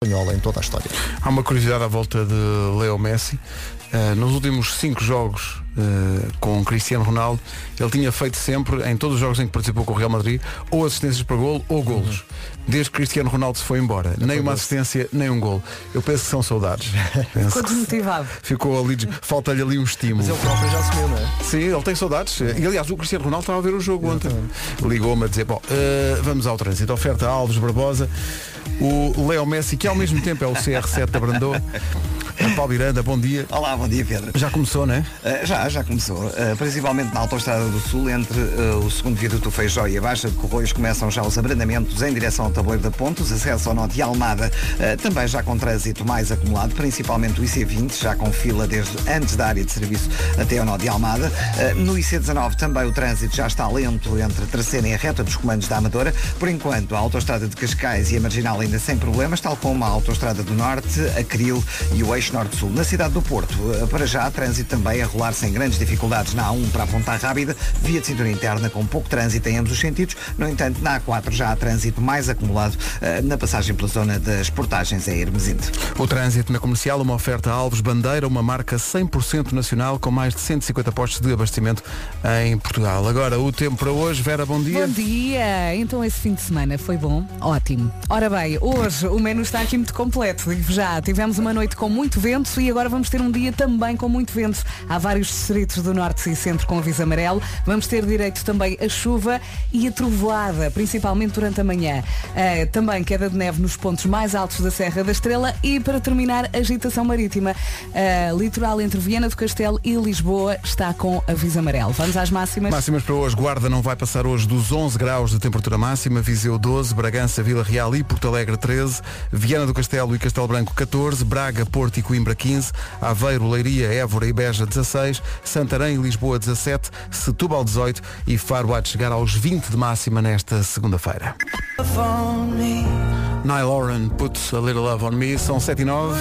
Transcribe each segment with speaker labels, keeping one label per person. Speaker 1: espanhola em toda a história.
Speaker 2: Há uma curiosidade à volta de Leo Messi. Eh, nos últimos cinco jogos eh, com Cristiano Ronaldo, ele tinha feito sempre, em todos os jogos em que participou com o Real Madrid, ou assistências para golo ou golos. Desde que Cristiano Ronaldo se foi embora. Nem uma assistência, nem um golo. Eu penso que são saudades. Penso
Speaker 3: Ficou
Speaker 2: que
Speaker 3: desmotivado.
Speaker 2: Ficou ali, des- falta-lhe ali um estímulo.
Speaker 1: Mas ele próprio já assumiu, não é?
Speaker 2: Sim, ele tem saudades. E aliás, o Cristiano Ronaldo estava a ver o jogo ontem. Ligou-me a dizer, bom, eh, vamos ao trânsito. Oferta a Alves Barbosa, o Leo Messi, que ao mesmo tempo é o CR7 da Brandoa. A Paulo Miranda, bom dia.
Speaker 4: Olá, bom dia Pedro.
Speaker 2: Já começou, não é?
Speaker 4: Ah, já, já começou. Ah, principalmente na Autostrada do Sul, entre ah, o segundo viaduto Feijó e a Baixa de Corroios, começam já os abrandamentos em direção ao tabuleiro da Pontos, acesso ao Norte de Almada, ah, também já com trânsito mais acumulado, principalmente o IC20, já com fila desde antes da área de serviço até ao Norte de Almada. Ah, no IC19 também o trânsito já está lento entre a terceira e a reta dos comandos da Amadora. Por enquanto, a Autostrada de Cascais e a Marginal ainda sem problemas, tal como a Autostrada do Norte, a Cril e o Eixo Norte-Sul. Na cidade do Porto, eh, para já, há trânsito também a rolar sem grandes dificuldades na A1 para a Ponta Rábida, via de cintura interna com pouco trânsito em ambos os sentidos. No entanto, na A4 já há trânsito mais acumulado eh, na passagem pela zona das portagens a Hermesinde.
Speaker 2: O trânsito na comercial, uma oferta a Alves Bandeira, uma marca 100% nacional com mais de 150 postos de abastecimento em Portugal. Agora, o tempo para hoje. Vera, bom dia.
Speaker 3: Bom dia! Então esse fim de semana foi bom? Ótimo. Ora bem, hoje o menu está aqui muito completo. Digo já, tivemos uma noite com muito vento e agora vamos ter um dia também com muito vento. Há vários distritos do norte e centro com aviso amarelo. Vamos ter direito também a chuva e a trovoada, principalmente durante a manhã. Ah, também queda de neve nos pontos mais altos da Serra da Estrela e, para terminar, agitação marítima. Ah, litoral entre Viena do Castelo e Lisboa está com aviso amarelo. Vamos às máximas?
Speaker 2: Máximas para hoje. Guarda não vai passar hoje dos 11 graus de temperatura máxima. Viseu 12, Bragança, Vila Real e Porto Alegre 13, Viana do Castelo e Castelo Branco 14, Braga, Porto e Coimbra 15, Aveiro, Leiria, Évora e Beja 16, Santarém e Lisboa 17, Setúbal 18 e Faro há de chegar aos 20 de máxima nesta segunda-feira. Nile Oren puts a little love on me. São 7 e 9.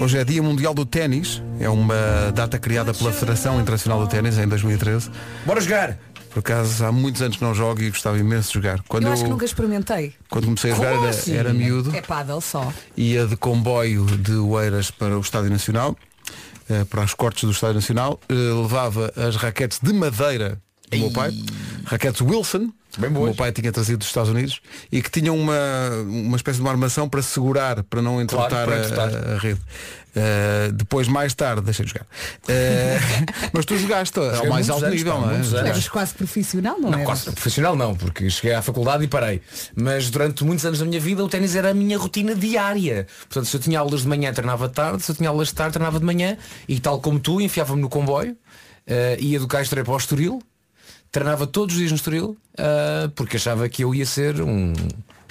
Speaker 2: Hoje é Dia Mundial do Ténis, é uma data criada pela Federação Internacional do Ténis em 2013.
Speaker 5: Bora jogar!
Speaker 2: Por acaso há muitos anos que não jogo e gostava imenso de jogar. Quando
Speaker 3: Eu acho que nunca experimentei.
Speaker 2: quando comecei a jogar
Speaker 5: Como
Speaker 2: era,
Speaker 5: assim?
Speaker 2: era miúdo,
Speaker 3: É pádel só.
Speaker 2: ia de comboio de Oeiras para o Estádio Nacional, eh, para as cortes do Estádio Nacional, eh, levava as raquetes de madeira do meu pai, raquetes Wilson,
Speaker 5: Bem
Speaker 2: que o
Speaker 5: boas.
Speaker 2: meu pai tinha trazido dos Estados Unidos, e que tinham uma, uma espécie de uma armação para segurar, para não
Speaker 5: Claro,
Speaker 2: entretar
Speaker 5: para
Speaker 2: a-
Speaker 5: entretar.
Speaker 2: a, a rede. Eh, depois mais tarde deixei de jogar Eh, mas tu jogaste ao
Speaker 5: Joguei
Speaker 2: mais
Speaker 5: muitos
Speaker 2: alto
Speaker 5: anos,
Speaker 2: nível
Speaker 5: pá,
Speaker 2: não é?
Speaker 5: muitos anos.
Speaker 3: Eras quase profissional, não, é?
Speaker 5: Não,
Speaker 3: eras?
Speaker 5: quase profissional não, porque cheguei à faculdade e parei. Mas durante muitos anos da minha vida o ténis era a minha rotina diária. Portanto, se eu tinha aulas de manhã, treinava de tarde, se eu tinha aulas de tarde, treinava de manhã e tal como tu, enfiava-me no comboio, eh, ia do Castro para o Estoril, treinava todos os dias no Estoril, eh, porque achava que eu ia ser um,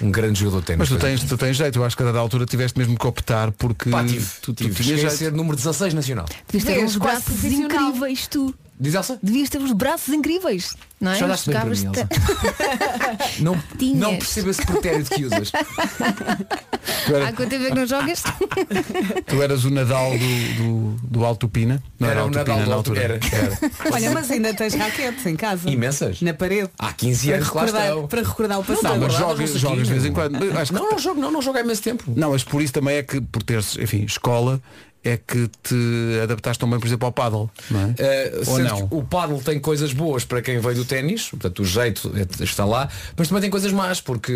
Speaker 5: um grande jogador de ténis.
Speaker 2: Mas tu tens, tu tens jeito, eu acho que a dada altura tiveste mesmo que optar porque
Speaker 5: Pá, tive,
Speaker 2: tu, tu
Speaker 5: tive.
Speaker 2: tinhas
Speaker 5: Cheguei a
Speaker 2: jeito.
Speaker 5: ser número 16 nacional.
Speaker 6: Devias ter
Speaker 3: Vês,
Speaker 6: uns
Speaker 3: quase
Speaker 6: braços
Speaker 3: profissional.
Speaker 6: incríveis, tu.
Speaker 5: Diz Elsa?
Speaker 6: Devias ter uns braços incríveis, não é?
Speaker 5: Já olhaste bem para mim,
Speaker 6: Jogavas-te-
Speaker 5: Elsa. Não,
Speaker 6: Tinhas.
Speaker 5: não percebo esse pretérito que usas.
Speaker 2: Tu, era-
Speaker 6: Há quanto tempo é que não jogas?
Speaker 2: tu eras o Nadal do, do, do Alto Pina. Não era,
Speaker 5: Era o
Speaker 2: Alto
Speaker 5: Nadal
Speaker 2: Pina
Speaker 5: do
Speaker 2: na
Speaker 5: Alto-
Speaker 2: altura.
Speaker 5: era,
Speaker 3: Olha, mas ainda tens raquetes em casa.
Speaker 5: Imensas.
Speaker 3: Na parede.
Speaker 7: Ah,
Speaker 5: Há 15
Speaker 3: Hum.
Speaker 7: é
Speaker 3: Para
Speaker 5: anos, lá
Speaker 3: recordar,
Speaker 5: estão.
Speaker 3: para recordar o
Speaker 2: Não,
Speaker 3: passado.
Speaker 2: mas
Speaker 5: guardavas
Speaker 2: jogas,
Speaker 5: um
Speaker 2: jogas de vez em
Speaker 5: saquinho.
Speaker 2: quando. Acho que-
Speaker 5: Não, não jogo, não, não jogo há imenso tempo.
Speaker 2: não, mas por isso também é que, por teres, enfim, escola, é que te adaptaste também, por exemplo, ao paddle. Não é?
Speaker 5: Uh,
Speaker 2: Ou
Speaker 5: sendo
Speaker 2: não?
Speaker 5: que O paddle tem coisas boas para quem veio do ténis, portanto o jeito é- está lá, mas também tem coisas más, porque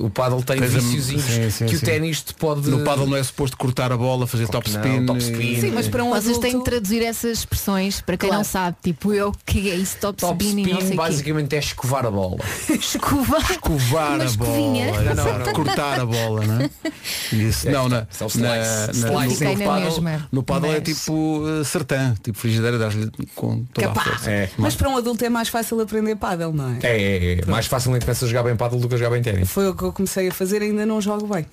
Speaker 5: o paddle tem
Speaker 2: Tens a-
Speaker 5: viciozinhos
Speaker 2: sim, sim,
Speaker 5: que
Speaker 2: sim.
Speaker 5: o ténis te pode.
Speaker 2: No paddle não é suposto cortar a bola, fazer top
Speaker 5: Não,
Speaker 2: spin.
Speaker 5: top
Speaker 2: eh,
Speaker 5: spin.
Speaker 3: Sim, mas para um
Speaker 6: Vocês
Speaker 3: adulto...
Speaker 6: têm de traduzir essas expressões para quem
Speaker 3: Claro.
Speaker 6: não sabe. Tipo, eu que é isso, top,
Speaker 5: Top
Speaker 6: spin, e não
Speaker 5: spin
Speaker 6: sei o quê.
Speaker 5: basicamente é escovar a bola.
Speaker 6: Escova.
Speaker 2: Covar
Speaker 6: Uma
Speaker 2: a
Speaker 6: escovinha.
Speaker 2: bola,
Speaker 5: Não, não,
Speaker 2: exato,
Speaker 5: não.
Speaker 2: cortar a bola, não é? Isso. Não, na,
Speaker 5: Isso é
Speaker 2: na,
Speaker 5: o slice.
Speaker 2: na-
Speaker 5: Slice
Speaker 2: no,
Speaker 6: Fiquei
Speaker 2: no
Speaker 6: é na
Speaker 2: paddle,
Speaker 6: mesma,
Speaker 2: no paddle é
Speaker 6: mas-
Speaker 2: tipo eh, sertã, tipo frigideira, dás-lhe com toda
Speaker 3: Capaz.
Speaker 2: a força.
Speaker 5: É.
Speaker 3: Mas para um adulto é mais fácil aprender pádel, não é?
Speaker 5: É, é, é. mais facilmente pensa jogar bem paddle do que jogar bem ténis.
Speaker 3: Foi o que eu comecei a fazer ainda não jogo bem.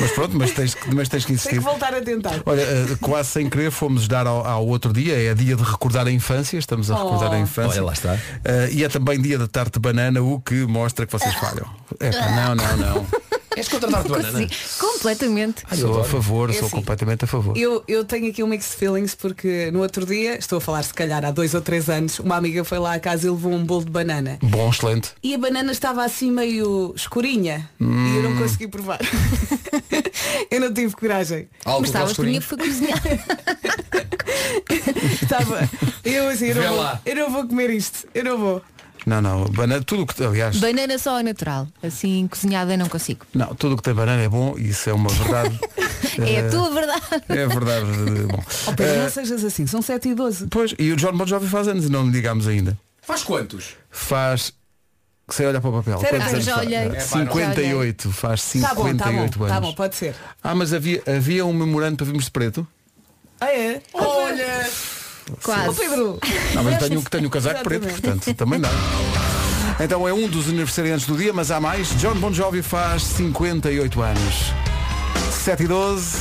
Speaker 2: Mas pronto, mas tens, que- mas tens que
Speaker 3: Tenho
Speaker 2: insistir.
Speaker 3: que voltar a tentar.
Speaker 2: Olha, eh, quase sem querer fomos dar ao, ao outro dia, é dia de recordar a infância, estamos a recordar a
Speaker 3: Oh.
Speaker 2: infância.
Speaker 5: Olha, lá está.
Speaker 2: Eh, e é também dia da tarte de banana, o que mostra que vocês falham. É, não, não, não.
Speaker 5: És contra a tartuana, não é?
Speaker 6: Consegui. Completamente.
Speaker 5: Ai, eu
Speaker 2: Sou a
Speaker 5: adoro.
Speaker 2: favor,
Speaker 3: É
Speaker 2: sou
Speaker 3: assim.
Speaker 2: completamente a favor.
Speaker 3: Eu, eu tenho aqui um mixed feelings porque no outro dia, estou a falar se calhar há dois ou três anos, uma amiga foi lá à casa e levou um bolo de banana.
Speaker 2: Bom, excelente.
Speaker 3: E a banana estava assim meio escurinha e
Speaker 2: Hum.
Speaker 3: eu não consegui provar. eu não tive coragem.
Speaker 5: Algo
Speaker 6: Mas estavas que tinha
Speaker 5: escurinho.
Speaker 6: foi cozinhar.
Speaker 3: Estava. Eu assim, eu
Speaker 5: Vê
Speaker 3: não, vou,
Speaker 5: lá.
Speaker 3: eu não vou comer isto. Eu não vou.
Speaker 2: Não, não, banana, tudo o que, aliás,
Speaker 6: Banana só ao natural. Assim, cozinhada não consigo.
Speaker 2: não, tudo o que tem banana é bom, isso é uma verdade.
Speaker 6: É
Speaker 2: Eh,
Speaker 6: a tua verdade.
Speaker 2: É verdade. eh, Bom.
Speaker 3: Oh, Pedro, não sejas assim, são 7 e 12.
Speaker 2: Pois, e o John Bon Jovi faz anos, não digamos ainda.
Speaker 5: Faz quantos?
Speaker 2: Faz sem olhar para o papel.
Speaker 3: Sério?
Speaker 2: Quantos
Speaker 3: Ah,
Speaker 2: anos
Speaker 6: já
Speaker 2: faz?
Speaker 6: olhei. É, pá, não.
Speaker 2: 58, faz
Speaker 3: Tá bom, tá bom,
Speaker 2: 58 anos.
Speaker 3: tá bom, pode ser.
Speaker 2: Ah, mas havia, havia um memorando para virmos de preto?
Speaker 3: Ah, é? Olha! Ó
Speaker 6: Quase.
Speaker 3: Pedro!
Speaker 2: Não, mas eu tenho, tenho o casaco preto, portanto, também dá. Então é um dos aniversariantes do dia, mas há mais. John Bon Jovi faz 58 anos. 7 e 12.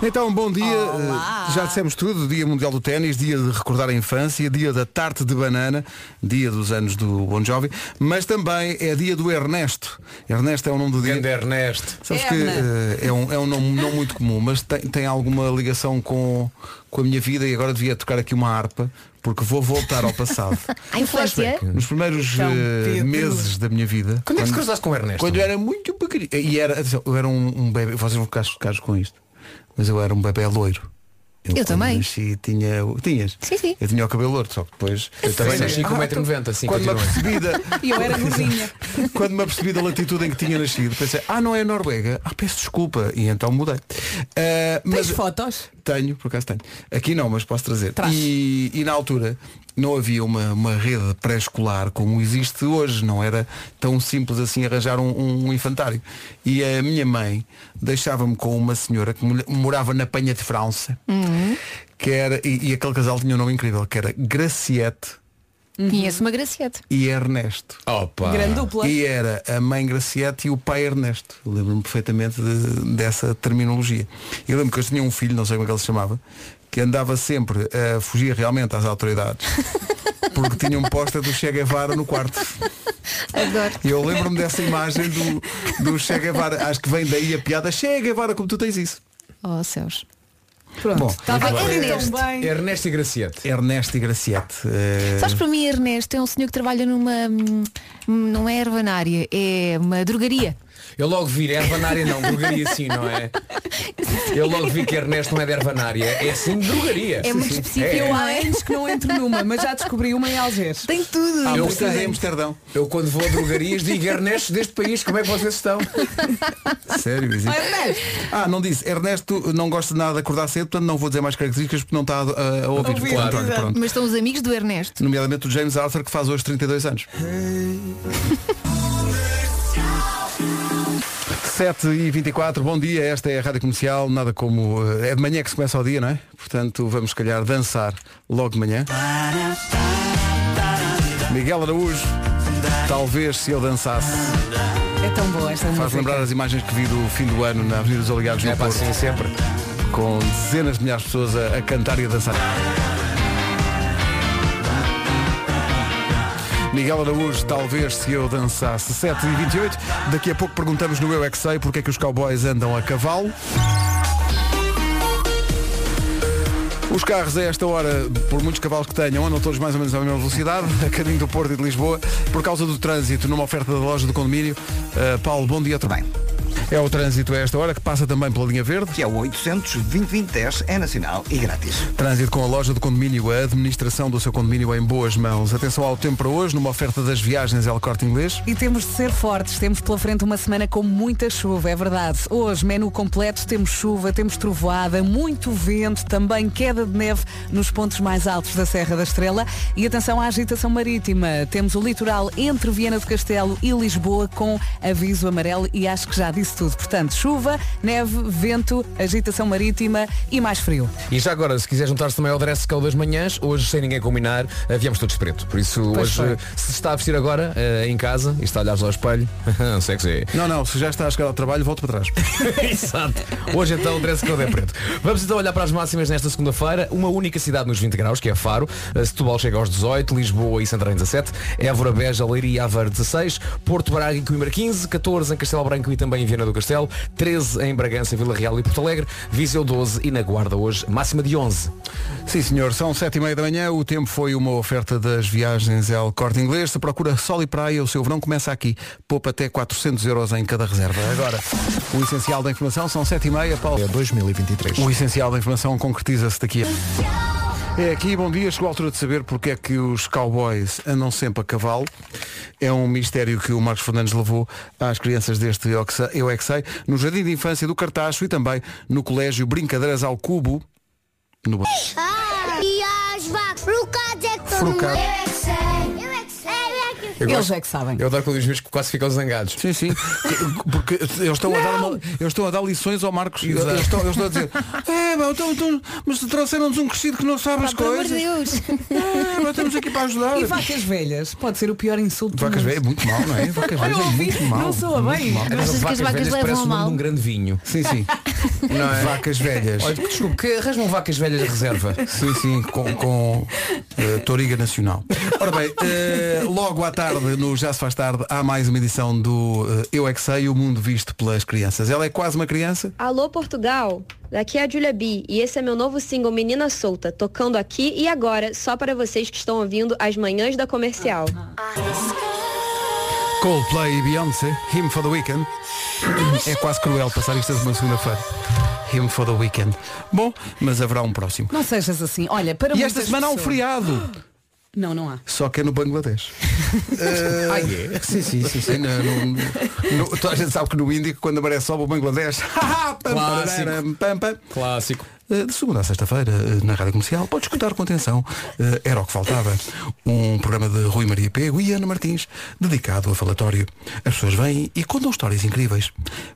Speaker 2: Então, bom dia. Eh, Já dissemos tudo. Dia Mundial do Ténis, dia de recordar a infância, dia da tarte de banana, dia dos anos do Bon Jovi, mas também é dia do Ernesto. Ernesto é o nome do dia.
Speaker 5: Grande Ernesto.
Speaker 2: Sabes que
Speaker 3: Erna.
Speaker 2: eh, é um, é um nome não muito comum, mas tem, tem alguma ligação com, com a minha vida e agora devia tocar aqui uma harpa, porque vou voltar ao passado.
Speaker 6: A infância.
Speaker 2: Nos primeiros
Speaker 3: Então,
Speaker 2: eh,
Speaker 3: Pedro.
Speaker 2: meses da minha vida.
Speaker 5: Quando é que te cruzaste com o Ernesto?
Speaker 2: Quando eu era muito pequenino. E era, atenção, eu era um, um bebê, vocês vão ficar chocados com isto, mas eu era um bebê loiro.
Speaker 6: Eu
Speaker 2: quando
Speaker 6: também.
Speaker 2: Nasci, tinha. Tinhas?
Speaker 6: Sim, sim.
Speaker 2: Eu tinha o cabelo loiro, só que depois.
Speaker 5: Eu também
Speaker 2: Sim.
Speaker 5: nasci com
Speaker 2: Ah,
Speaker 5: 1,90m, sim,
Speaker 2: quando me
Speaker 5: continua.
Speaker 2: apercebi da-
Speaker 3: E eu era gordinha.
Speaker 2: quando me apercebi da latitude em que tinha nascido, pensei, ah, não é a Noruega? Ah, peço desculpa. E então mudei. Ah,
Speaker 3: Tens
Speaker 2: mas
Speaker 3: fotos?
Speaker 2: tenho, por acaso tenho. Aqui não, mas posso trazer.
Speaker 3: Traz.
Speaker 2: E, e na altura não havia uma, uma rede pré-escolar como existe hoje. Não era tão simples assim arranjar um, um infantário. E a minha mãe deixava-me com uma senhora que mol- morava na Penha de França.
Speaker 3: Uhum.
Speaker 2: Que era, e, e aquele casal tinha um nome incrível, que era Graciete
Speaker 6: Uhum. Conheço uma graciete.
Speaker 2: e Ernesto.
Speaker 5: Opa.
Speaker 3: Grande dupla.
Speaker 2: E era a mãe Graciete e o pai Ernesto. Eu Lembro-me perfeitamente de- dessa terminologia. Eu lembro que eu tinha um filho, não sei como é que ele se chamava, que andava sempre a fugir realmente às autoridades. Porque tinha um posta do Che Guevara no quarto.
Speaker 6: Adoro.
Speaker 2: E eu lembro-me dessa imagem do, do Che Guevara. Acho que vem daí a piada. Che Guevara, como tu tens isso.
Speaker 6: Oh céus.
Speaker 3: Pronto.
Speaker 2: Bom,
Speaker 3: Estava
Speaker 6: muito
Speaker 3: a
Speaker 6: bem.
Speaker 3: correr tão bem.
Speaker 5: Ernesto e Graciete.
Speaker 2: Ernesto e Graciete. eh,
Speaker 6: Sabes para mim, Ernesto é um senhor que trabalha numa. hum, Não é ervanária, é uma drogaria.
Speaker 5: Eu logo vi é ervanária não, drogaria sim, não é? Eu logo vi que Ernesto não é de ervanária, é sim drogaria.
Speaker 6: É muito específico.
Speaker 5: É.
Speaker 3: Eu há
Speaker 6: Não é?
Speaker 3: anos que não entro numa, mas já descobri uma em Algés.
Speaker 6: Tem tudo.
Speaker 2: Ah,
Speaker 5: Eu
Speaker 2: mas tens
Speaker 5: sei.
Speaker 2: em Amsterdão.
Speaker 5: Eu quando vou a drogarias digo Ernesto deste país, como é que vocês estão?
Speaker 2: Sério, existe. Ah, não disse. Ernesto não gosta de nada de acordar cedo, portanto não vou dizer mais características porque não está a, a ouvir.
Speaker 3: Ouvir,
Speaker 2: Portanto, olha,
Speaker 3: exato.
Speaker 2: pronto.
Speaker 6: Mas são os amigos do Ernesto.
Speaker 2: Nomeadamente o James Arthur que faz hoje 32 anos. 7 e 24 bom dia, esta é a Rádio Comercial, nada como. eh, É de manhã que se começa o dia, não é? Portanto, vamos se calhar dançar logo de manhã. Miguel Araújo, talvez se eu dançasse.
Speaker 3: É tão boa esta
Speaker 2: Faz
Speaker 3: música.
Speaker 2: lembrar as imagens que vi do fim do ano na Avenida dos Aliados no
Speaker 5: É pá,
Speaker 2: Porto
Speaker 5: sim, sempre.
Speaker 2: com dezenas de milhares de pessoas a, a cantar e a dançar. Miguel Araújo, talvez se eu dançasse 7 e 28 Daqui a pouco perguntamos no Eu É Que Sei porque é que os cowboys andam a cavalo. Os carros a esta hora, por muitos cavalos que tenham, andam todos mais ou menos à mesma velocidade, a caminho do Porto e de Lisboa, por causa do trânsito numa oferta da loja do condomínio. Uh, Paulo, bom dia também. É o trânsito a esta hora, que passa também pela linha verde.
Speaker 4: Que é o 800 é nacional e grátis.
Speaker 2: Trânsito com a loja do condomínio, a administração do seu condomínio em boas mãos. Atenção ao tempo para hoje, numa oferta das viagens El Corte Inglês.
Speaker 3: E temos de ser fortes, temos pela frente uma semana com muita chuva, é verdade. Hoje, menu completo, temos chuva, temos trovoada, muito vento, também queda de neve nos pontos mais altos da Serra da Estrela. E atenção à agitação marítima, temos o litoral entre Viana do Castelo e Lisboa com aviso amarelo e acho que já disse isso tudo. Portanto, chuva, neve, vento, agitação marítima e mais frio.
Speaker 7: E já agora, se quiser juntar-se também ao dress code das manhãs, hoje sem ninguém combinar, eh, viemos todos de preto. Por isso
Speaker 3: Pois
Speaker 7: hoje,
Speaker 3: foi.
Speaker 7: eh, se está a vestir agora eh, em casa e está a olhar ao espelho,
Speaker 5: é
Speaker 7: sexy.
Speaker 2: Não, não, se já está a chegar ao trabalho, volto para trás.
Speaker 7: Exato. Hoje então o dress code é preto. Vamos então olhar para as máximas nesta segunda-feira. Uma única cidade nos 20 graus, que é Faro. A Setúbal chega aos 18, Lisboa e Santarém 17, Évora, Beja, Leiria e Aveiro 16, Porto Braga e Coimbra 15, 14 em Castelo Branco e também em Viana do Castelo, 13 em Bragança, Vila Real e Porto Alegre, Viseu 12 e na Guarda hoje máxima de 11.
Speaker 2: Sim, senhor, são sete e meia da manhã. O tempo foi uma oferta das viagens El Corte Inglês. Se procura sol e praia, o seu verão começa aqui. Poupa até 400 euros em cada reserva. Agora, o essencial da informação são sete e meia, Paulo.
Speaker 1: É
Speaker 8: 2023.
Speaker 2: O essencial da informação concretiza-se daqui a... É aqui, bom dia. Chegou a altura de saber porque é que os cowboys andam sempre a cavalo. É um mistério que o Marcos Fernandes levou às crianças deste Eu Que Sei- Eu É Que Sei, no Jardim de Infância do Cartacho e também no Colégio Brincadeiras ao Cubo, no...
Speaker 9: Ah, e as vacas. Frucados é que estão no
Speaker 2: Frucados.
Speaker 9: meio. Eu é que sei. Eu é que sei. Eu é que sei.
Speaker 3: Eles é que sabem.
Speaker 7: adoro quando os meus que quase ficam zangados.
Speaker 2: Sim, sim. Que- Porque eles estão, a dar uma- eles estão a dar lições ao Marcos. Eles
Speaker 7: Exato.
Speaker 2: estão, eles estão a dizer, é, mas, então, então, mas trouxeram-nos um crescido que não sabe as
Speaker 6: Ah, Pelo amor de
Speaker 2: coisas.
Speaker 6: Deus.
Speaker 2: É, mas estamos aqui para ajudar.
Speaker 3: E vacas velhas? Pode ser o pior insulto. do
Speaker 2: Vacas
Speaker 3: mundo.
Speaker 2: velhas é muito mal, não é? Vacas
Speaker 3: Olha,
Speaker 2: velhas é
Speaker 3: ouvi,
Speaker 2: muito mal.
Speaker 3: não soa
Speaker 2: muito
Speaker 3: bem.
Speaker 2: mal.
Speaker 6: Achas que as vacas levam
Speaker 7: parece
Speaker 6: a
Speaker 7: o nome
Speaker 6: mal?
Speaker 7: de um grande vinho.
Speaker 2: Sim, sim. Vacas velhas.
Speaker 7: Olha, desculpe, que arranjam vacas velhas de reserva.
Speaker 2: Sim, sim, com, com eh, Toriga Nacional. Ora bem, eh, logo à tarde, no Já se faz tarde, há mais uma edição do eh, Eu é que sei, o mundo visto pelas crianças. Ela é quase uma criança?
Speaker 10: Alô Portugal, daqui é a Julia B e esse é meu novo single Menina Solta, tocando aqui e agora, só para vocês que estão ouvindo as manhãs da comercial.
Speaker 2: Coldplay e Beyoncé, Him for the Weekend. É quase cruel passar isto de uma segunda-feira. Him for the Weekend. Bom, mas haverá um próximo.
Speaker 3: Não sejas assim. Olha, para
Speaker 2: E
Speaker 3: muitas
Speaker 2: esta semana há um
Speaker 3: pessoas-
Speaker 2: feriado,
Speaker 3: Não, não há.
Speaker 2: só que é no Bangladesh.
Speaker 7: Ah, é?
Speaker 2: Sim, sim, sim, sim. No, no- no- toda a gente sabe que no Índico, quando aparece sobe o Bangladesh. Pam,
Speaker 7: Clássico.
Speaker 2: pararam, pam, pam.
Speaker 7: Clássico.
Speaker 2: Eh, De segunda a sexta-feira, eh, na Rádio Comercial, pode escutar com atenção. eh, Era o que faltava. Um programa de Rui Maria Pego e Ana Martins, dedicado a falatório. As pessoas vêm e contam histórias incríveis.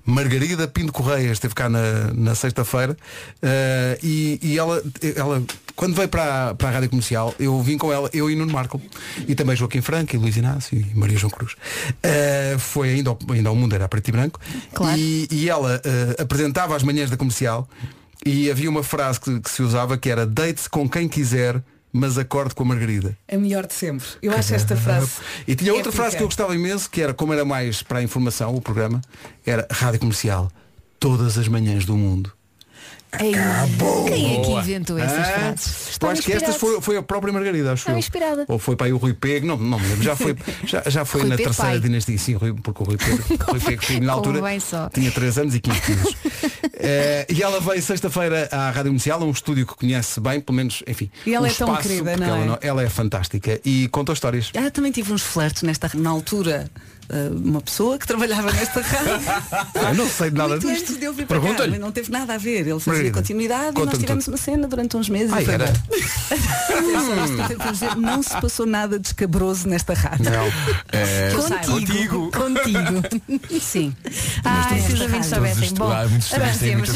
Speaker 2: Margarida Pinto Correia esteve cá na, na sexta-feira eh, e, e ela, ela, quando veio para, a- para a Rádio Comercial, eu vim com ela, eu e Nuno Marco, e também Joaquim Franco, e Luís Inácio e Maria João Cruz. Eh, foi ainda ao, ainda ao mundo, era a preto e branco.
Speaker 6: Claro.
Speaker 2: E- e, e ela eh, apresentava as manhãs da comercial e havia uma frase que, que se usava que era deite-se com quem quiser, mas acorde com a Margarida.
Speaker 3: É melhor de sempre. Eu acho esta frase.
Speaker 2: é. E tinha outra
Speaker 3: épica.
Speaker 2: frase que eu gostava imenso, que era, como era mais para a informação, o programa, era Rádio Comercial, todas as manhãs do mundo.
Speaker 3: Ah,
Speaker 6: Ei, Quem é que inventou essas
Speaker 2: Ah,
Speaker 6: frases?
Speaker 2: eu
Speaker 6: Estão
Speaker 2: acho que estas
Speaker 6: inspirados.
Speaker 2: foi, foi a própria Margarida, acho
Speaker 6: Estava
Speaker 2: eu.
Speaker 6: inspirada.
Speaker 2: Ou foi para aí o Rui Pego, não, não me lembro, já foi, já, já foi
Speaker 6: Rui
Speaker 2: na
Speaker 6: Pego
Speaker 2: terceira
Speaker 6: pai.
Speaker 2: dinastia, sim, Rui- porque o Rui Pego, Rui Pego filho, na altura
Speaker 6: Convém só.
Speaker 2: tinha 3 anos e 15 quilos. Eh, e ela veio sexta-feira à Rádio Comercial, a um estúdio que conhece bem, pelo menos, enfim.
Speaker 3: E ela
Speaker 2: o
Speaker 3: é tão
Speaker 2: espaço,
Speaker 3: querida,
Speaker 2: porque
Speaker 3: não
Speaker 2: ela,
Speaker 3: é?
Speaker 2: ela é fantástica e contou histórias.
Speaker 4: Ah, também tive uns flertes nesta na altura. ah, Uma pessoa que trabalhava nesta rádio.
Speaker 2: Eu não sei de nada
Speaker 4: Muito
Speaker 2: disto.
Speaker 4: antes de eu vir para cá,
Speaker 2: Pergunta-lhe.
Speaker 4: mas não teve nada a ver. Ele fazia
Speaker 2: Margarida,
Speaker 4: continuidade e nós
Speaker 2: conta-me
Speaker 4: tivemos
Speaker 2: tudo.
Speaker 4: uma cena durante uns meses
Speaker 2: Ai,
Speaker 4: e foi
Speaker 2: era.
Speaker 4: bom. Esse nosso tempo para dizer, não se passou nada de escabroso nesta rádio.
Speaker 2: é
Speaker 6: Contigo. Contigo. Sim.
Speaker 4: Ai,
Speaker 6: Mas
Speaker 4: Ah, é se
Speaker 6: tu
Speaker 4: os ouvintes
Speaker 6: sabes.
Speaker 4: soubessem.
Speaker 6: Bom,
Speaker 2: Ah.
Speaker 7: Ah, é
Speaker 6: avancemos.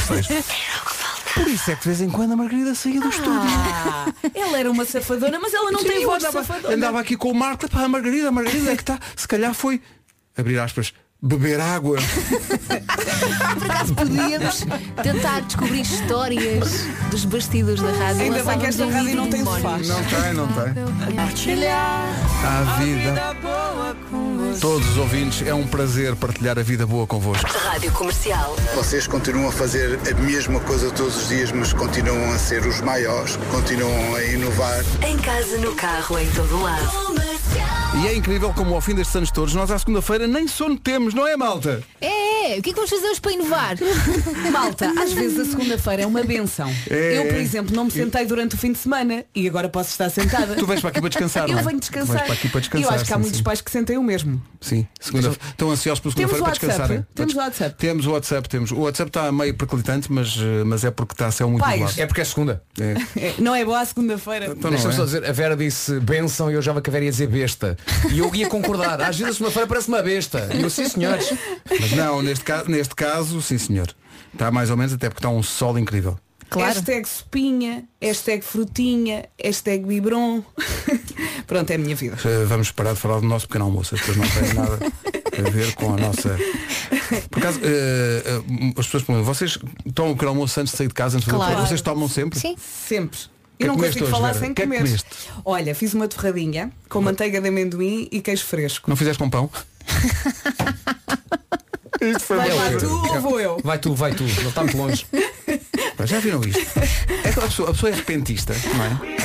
Speaker 2: Por isso é que de vez em quando a Margarida saía do estúdio.
Speaker 3: Ah, ela era uma safadona, mas ela não
Speaker 2: Sim,
Speaker 3: tem
Speaker 2: eu
Speaker 3: voz de
Speaker 2: andava,
Speaker 3: safadona.
Speaker 2: andava aqui com o Marco, pá, a Margarida, a Margarida é que está. Se calhar foi, abrir aspas, beber água.
Speaker 6: Por acaso podíamos tentar descobrir histórias dos bastidores da rádio.
Speaker 3: Ainda bem que
Speaker 6: Lançávamos
Speaker 3: esta
Speaker 6: um
Speaker 3: rádio
Speaker 6: livro
Speaker 3: não tem
Speaker 6: de memórias.
Speaker 2: Não tem, não tem. A vida. Todos os ouvintes, é um prazer partilhar a vida boa convosco.
Speaker 11: Rádio Comercial.
Speaker 5: Vocês continuam a fazer a mesma coisa todos os dias, mas continuam a ser os maiores, continuam a inovar.
Speaker 11: Em casa, no carro, em todo lado.
Speaker 2: E é incrível como ao fim destes anos todos, nós à segunda-feira nem sono temos, não é malta?
Speaker 6: É, é, o que é que vamos fazer hoje para inovar?
Speaker 3: Malta, às vezes a segunda-feira é uma benção.
Speaker 2: É,
Speaker 3: eu, por
Speaker 2: é.
Speaker 3: exemplo, não me sentei durante o fim de semana e agora posso estar sentada.
Speaker 2: Tu vens para aqui para descansar, não
Speaker 3: eu
Speaker 2: é?
Speaker 3: venho
Speaker 2: Tu
Speaker 3: descansar.
Speaker 2: Vens para aqui para descansar.
Speaker 3: eu acho que há
Speaker 2: sim,
Speaker 3: muitos
Speaker 2: sim.
Speaker 3: pais que sentem o mesmo.
Speaker 2: Sim, segunda Estão ansiosos pela segunda-feira para
Speaker 3: Temos
Speaker 2: descansarem.
Speaker 3: o WhatsApp? Temos o WhatsApp?
Speaker 2: Temos o WhatsApp, temos. O WhatsApp está meio perclitante, mas, eh, mas é porque está a ser muito
Speaker 3: Pais.
Speaker 2: nublado.
Speaker 7: É porque é segunda.
Speaker 2: É.
Speaker 3: É, Não é boa a segunda-feira.
Speaker 2: Então não
Speaker 7: Deixa-me
Speaker 2: é?
Speaker 7: só dizer, a Vera disse benção e eu já me caveria dizer besta. E eu ia concordar. Às vezes a segunda-feira parece uma besta. E eu, sim senhores.
Speaker 2: Mas não, Neste, ca- neste caso, sim senhor. Está mais ou menos, até porque está um sol incrível.
Speaker 3: Hashtag sopinha, hashtag frutinha, hashtag vibron. Pronto, é a minha vida.
Speaker 2: Eh, Vamos parar de falar do nosso pequeno almoço. As pessoas não têm nada a ver com a nossa. Por acaso, eh, eh, as pessoas perguntam, vocês tomam o pequeno almoço antes de sair de casa, antes de fazer
Speaker 3: Claro.
Speaker 2: o programa? Vocês tomam sempre?
Speaker 3: Sempre.
Speaker 2: Que
Speaker 3: Eu não
Speaker 2: comeste
Speaker 3: consigo
Speaker 2: hoje,
Speaker 3: falar
Speaker 2: Vera?
Speaker 3: sem
Speaker 2: Que é que
Speaker 3: comer.
Speaker 2: comeste?
Speaker 3: Olha, fiz uma torradinha com manteiga de amendoim e queijo fresco.
Speaker 2: Não fizeste com pão? Isto foi
Speaker 3: Vai
Speaker 2: bom.
Speaker 3: lá tu ou vou eu?
Speaker 5: Vai tu, vai tu, não está muito longe.
Speaker 2: Pá, Já viram isto? É que a, pessoa, a pessoa é repentista, não é?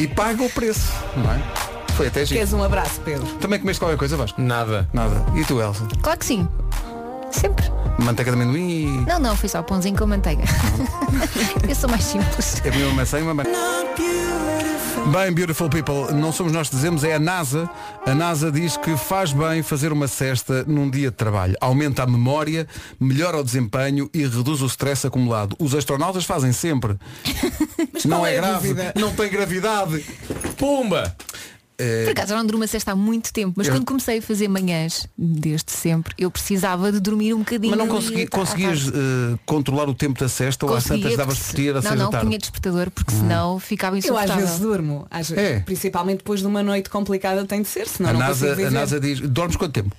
Speaker 2: E paga o preço, não é? Foi até giro.
Speaker 3: Queres um abraço, Pedro?
Speaker 2: Também comeste qualquer coisa, Vasco?
Speaker 5: Nada.
Speaker 2: Nada. E tu, Elsa?
Speaker 3: é-
Speaker 6: Claro que sim. Sempre.
Speaker 2: Manteiga de amendoim e...
Speaker 6: Não, não, foi só pãozinho com manteiga. Eu sou mais simples.
Speaker 2: É uma maçã e uma maçã. Bem, beautiful people, não somos nós que dizemos, é a NASA. A NASA diz que faz bem fazer uma cesta num dia de trabalho. Aumenta a memória, melhora o desempenho e reduz o stress acumulado. Os astronautas fazem sempre.
Speaker 3: Mas
Speaker 2: não
Speaker 3: qual
Speaker 2: é,
Speaker 3: a
Speaker 2: grave,
Speaker 3: dúvida?
Speaker 2: não tem gravidade.
Speaker 5: Pumba!
Speaker 6: Por acaso eu não durmo a cesta há muito tempo, mas
Speaker 2: Eu-
Speaker 6: quando comecei a fazer manhãs, desde sempre, eu precisava de dormir um bocadinho.
Speaker 2: Mas não
Speaker 6: e-
Speaker 2: consegui,
Speaker 3: tá,
Speaker 6: à
Speaker 2: conseguias eh, controlar o tempo da cesta ou às
Speaker 6: Conseguia,
Speaker 2: tantas davas por
Speaker 6: porque-
Speaker 2: ti a
Speaker 6: Não,
Speaker 2: seis da
Speaker 6: não,
Speaker 2: tarde? Uhum.
Speaker 6: punha despertador porque senão ficava
Speaker 3: Eu às
Speaker 6: insuportável.
Speaker 3: vezes durmo, às vezes,
Speaker 2: É.
Speaker 3: principalmente depois de uma noite complicada tem de ser, senão
Speaker 2: A
Speaker 3: não
Speaker 2: NASA,
Speaker 3: consigo viver.
Speaker 2: a NASA diz, dormes quanto tempo?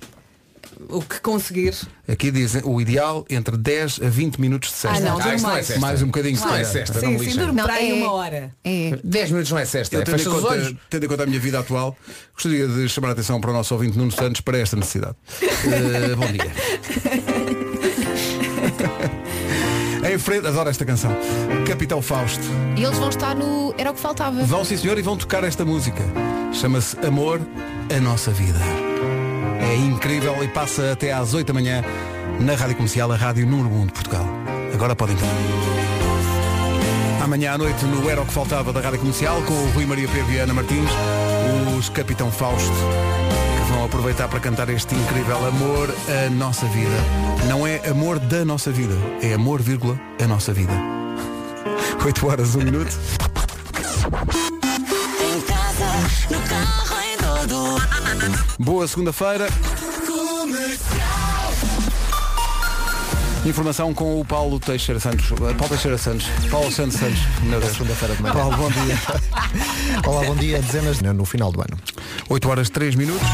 Speaker 3: O que conseguir.
Speaker 2: Aqui dizem o ideal entre 10 a 20 minutos de
Speaker 3: Ah,
Speaker 2: cesta.
Speaker 3: não,
Speaker 5: Ah,
Speaker 3: durmo
Speaker 5: isso não é
Speaker 3: mais.
Speaker 5: cesta.
Speaker 2: Mais um bocadinho, se
Speaker 5: Não é
Speaker 2: calhar.
Speaker 5: cesta, não
Speaker 3: Sim,
Speaker 5: me
Speaker 3: sim,
Speaker 5: lixa.
Speaker 3: durmo para aí
Speaker 6: é-
Speaker 3: uma hora.
Speaker 6: É.
Speaker 5: 10 minutos não é cesta,
Speaker 2: Eu
Speaker 5: é
Speaker 2: tendo, em
Speaker 5: fecha os olhos.
Speaker 2: conta, tendo em conta a minha vida atual, gostaria de chamar a atenção para o nosso ouvinte Nuno Santos para esta necessidade. Eh, bom dia. em frente, adoro esta canção. Capitão Fausto.
Speaker 6: E eles vão estar no. Era o que faltava.
Speaker 2: Vão sim senhor e vão tocar esta música. Chama-se Amor, a Nossa Vida. É incrível e passa até às 8 da manhã na Rádio Comercial, a Rádio Número 1 de Portugal. Agora podem cantar. Amanhã à noite no Era o que Faltava da Rádio Comercial com o Rui Maria Pego e a Ana Martins, os Capitão Fausto, que vão aproveitar para cantar este incrível Amor, a Nossa Vida. Não é amor da nossa vida, é amor, vírgula, a nossa vida. 8 horas, 1 minuto.
Speaker 9: Em casa, no carro, em todo
Speaker 2: Boa segunda-feira. Informação com o Paulo Teixeira Santos. Uh, Paulo Teixeira Santos. Paulo Santos Santos. Meu Deus.
Speaker 1: Segunda-feira de manhã.
Speaker 2: Paulo, bom dia.
Speaker 1: Olá, bom dia. Dezenas no final do ano.
Speaker 2: 8 horas 3 minutos.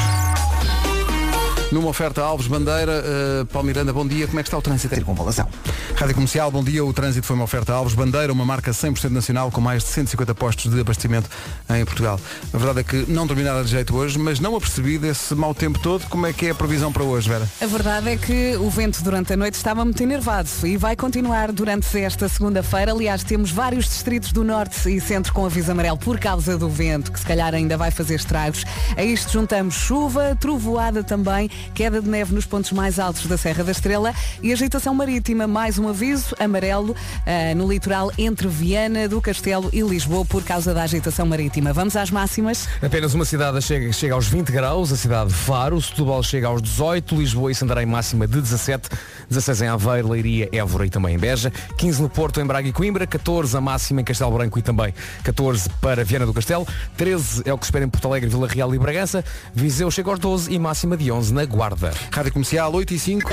Speaker 2: Numa oferta Alves Bandeira, uh, Paulo Miranda, bom dia. Como é que está o trânsito?
Speaker 4: Circunvalação.
Speaker 2: Rádio Comercial, bom dia. O trânsito foi uma oferta a Alves Bandeira, uma marca 100% nacional com mais de 150 postos de abastecimento em Portugal. A verdade é que não dormi nada de jeito hoje, mas não apercebi desse mau tempo todo. Como é que é a previsão para hoje, Vera?
Speaker 3: A verdade é que o vento durante a noite estava muito enervado e vai continuar durante esta segunda-feira. Aliás, temos vários distritos do norte e centro com aviso amarelo por causa do vento, que se calhar ainda vai fazer estragos. A isto juntamos chuva, trovoada também, queda de neve nos pontos mais altos da Serra da Estrela e agitação marítima. Mais um aviso amarelo ah, no litoral entre Viana do Castelo e Lisboa por causa da agitação marítima. Vamos às máximas?
Speaker 5: Apenas uma cidade chega, chega aos 20 graus, a cidade de Faro, Setúbal chega aos 18, Lisboa e Santarém máxima de 17, 16 em Aveiro, Leiria, Évora e também em Beja, 15 no Porto, em Braga e Coimbra, 14 a máxima em Castelo Branco e também 14 para Viana do Castelo, 13 é o que se espera em Porto Alegre, Vila Real e Bragança, Viseu chega aos 12 e máxima de 11 na Guarda.
Speaker 2: Rádio Comercial 8 e 5.